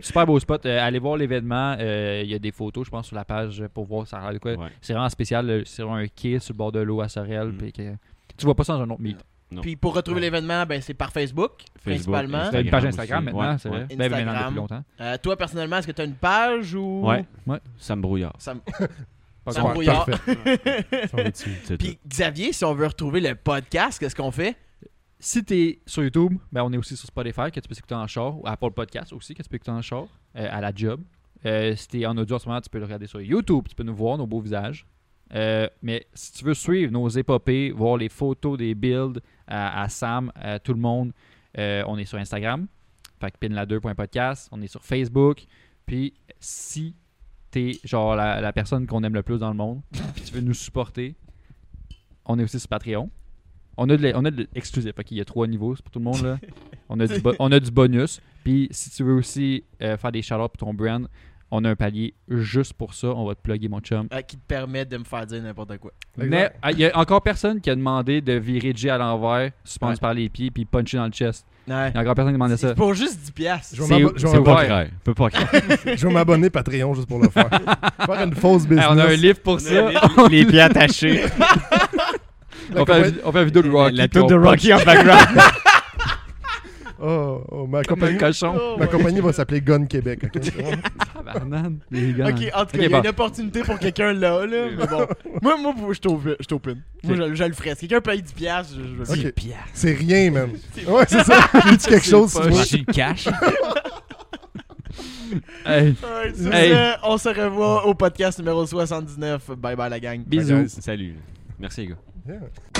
[SPEAKER 3] Super beau spot. Euh, allez voir l'événement. Euh, Il y a des photos, je pense, sur la page euh, pour voir ça a l'air de quoi.
[SPEAKER 4] Ouais.
[SPEAKER 3] C'est vraiment spécial. là. C'est vraiment un quai sur le bord de l'eau à Sorel.
[SPEAKER 4] Mm.
[SPEAKER 3] puis que- Tu vois pas ça dans un autre meet.
[SPEAKER 4] Non.
[SPEAKER 2] Puis pour retrouver l'événement, ben, c'est par Facebook,
[SPEAKER 4] Facebook,
[SPEAKER 2] principalement.
[SPEAKER 3] T'as une page Instagram
[SPEAKER 4] Instagram aussi.
[SPEAKER 3] maintenant,
[SPEAKER 4] Ouais,
[SPEAKER 3] c'est vrai.
[SPEAKER 4] ouais.
[SPEAKER 3] Ben, ben, maintenant,
[SPEAKER 2] Instagram.
[SPEAKER 3] depuis longtemps.
[SPEAKER 2] Euh, toi, personnellement, est-ce que tu as une page ou.
[SPEAKER 4] Ouais.
[SPEAKER 3] Ouais.
[SPEAKER 4] Ça me brouillard.
[SPEAKER 2] Ça me-
[SPEAKER 3] Pas
[SPEAKER 2] Ça
[SPEAKER 3] grave.
[SPEAKER 2] me- brouillard.
[SPEAKER 4] C'est tout.
[SPEAKER 2] Puis Xavier, si on veut retrouver le podcast, qu'est-ce qu'on fait
[SPEAKER 3] Si t'es sur YouTube, ben, on est aussi sur Spotify que tu peux écouter en char, ou Apple Podcast aussi que tu peux écouter en char, euh, à la job. Euh, si t'es en audio en ce moment, tu peux le regarder sur YouTube, tu peux nous voir, nos beaux visages. Euh, mais si tu veux suivre nos épopées, voir les photos des builds à, à Sam, à tout le monde, euh, on est sur Instagram, fait que pinla2.podcast, on est sur Facebook, puis si t'es genre la, la personne qu'on aime le plus dans le monde, puis tu veux nous supporter, on est aussi sur Patreon. On a de, l'e- on a de l'exclusif. Fait qu'il y a trois niveaux, c'est pour tout le monde. Là. On, a du bo- on a du bonus. Puis si tu veux aussi euh, faire des shout-outs pour ton brand, on a un palier juste pour ça. On va te plugger, mon chum.
[SPEAKER 2] euh, qui te permet de me faire dire n'importe quoi
[SPEAKER 3] Mais ah, il y a encore personne qui a demandé de virer J à l'envers, suspendre
[SPEAKER 4] Ouais.
[SPEAKER 3] par les pieds, puis puncher dans le chest.
[SPEAKER 2] Ouais.
[SPEAKER 3] Il y a encore personne qui a demandé ça.
[SPEAKER 2] C'est pour juste 10$. piastres.
[SPEAKER 1] Je vais
[SPEAKER 3] C'est-
[SPEAKER 1] m'abo- je vais
[SPEAKER 3] c'est
[SPEAKER 4] Peut pas
[SPEAKER 3] Ouais.
[SPEAKER 4] craindre. Peut pas craindre.
[SPEAKER 1] Je vais m'abonner Patreon juste pour le faire. faire une fausse
[SPEAKER 3] Hey,
[SPEAKER 1] business.
[SPEAKER 3] on a un livre pour ça. On,
[SPEAKER 4] Les pieds attachés.
[SPEAKER 1] La
[SPEAKER 3] fait, la
[SPEAKER 1] compagnie-
[SPEAKER 3] vid- on fait la vidéo de Rocky.
[SPEAKER 4] La
[SPEAKER 3] puis
[SPEAKER 4] toute
[SPEAKER 3] on
[SPEAKER 4] de
[SPEAKER 3] punch
[SPEAKER 4] Rocky en background.
[SPEAKER 1] Oh, oh, ma
[SPEAKER 3] Comme un
[SPEAKER 1] compagnie,
[SPEAKER 3] cochon.
[SPEAKER 2] Oh,
[SPEAKER 1] ma compagnie va s'appeler Gun Québec. ok?
[SPEAKER 3] Tabarnane, les gars.
[SPEAKER 2] Ok, en tout cas, il
[SPEAKER 3] Ok,
[SPEAKER 2] y a
[SPEAKER 3] bon.
[SPEAKER 2] une opportunité pour quelqu'un là, là. mais bon. Moi, moi, je t'open. Je t'open. Moi, je, je le ferais. Si quelqu'un paye 10$, piastres, je, je veux
[SPEAKER 1] Ok.
[SPEAKER 2] piastres.
[SPEAKER 1] C'est rien, man. Ouais, c'est ça. J'ai dit quelque chose.
[SPEAKER 3] poche.
[SPEAKER 1] tu vois.
[SPEAKER 4] J'ai le cash.
[SPEAKER 3] Hey,
[SPEAKER 2] Ouais, sur
[SPEAKER 3] Hey.
[SPEAKER 2] ce, On se revoit au podcast numéro 79. Bye bye, la gang.
[SPEAKER 3] bisous.
[SPEAKER 1] guys.
[SPEAKER 4] Salut. Merci, les gars.
[SPEAKER 1] Yeah.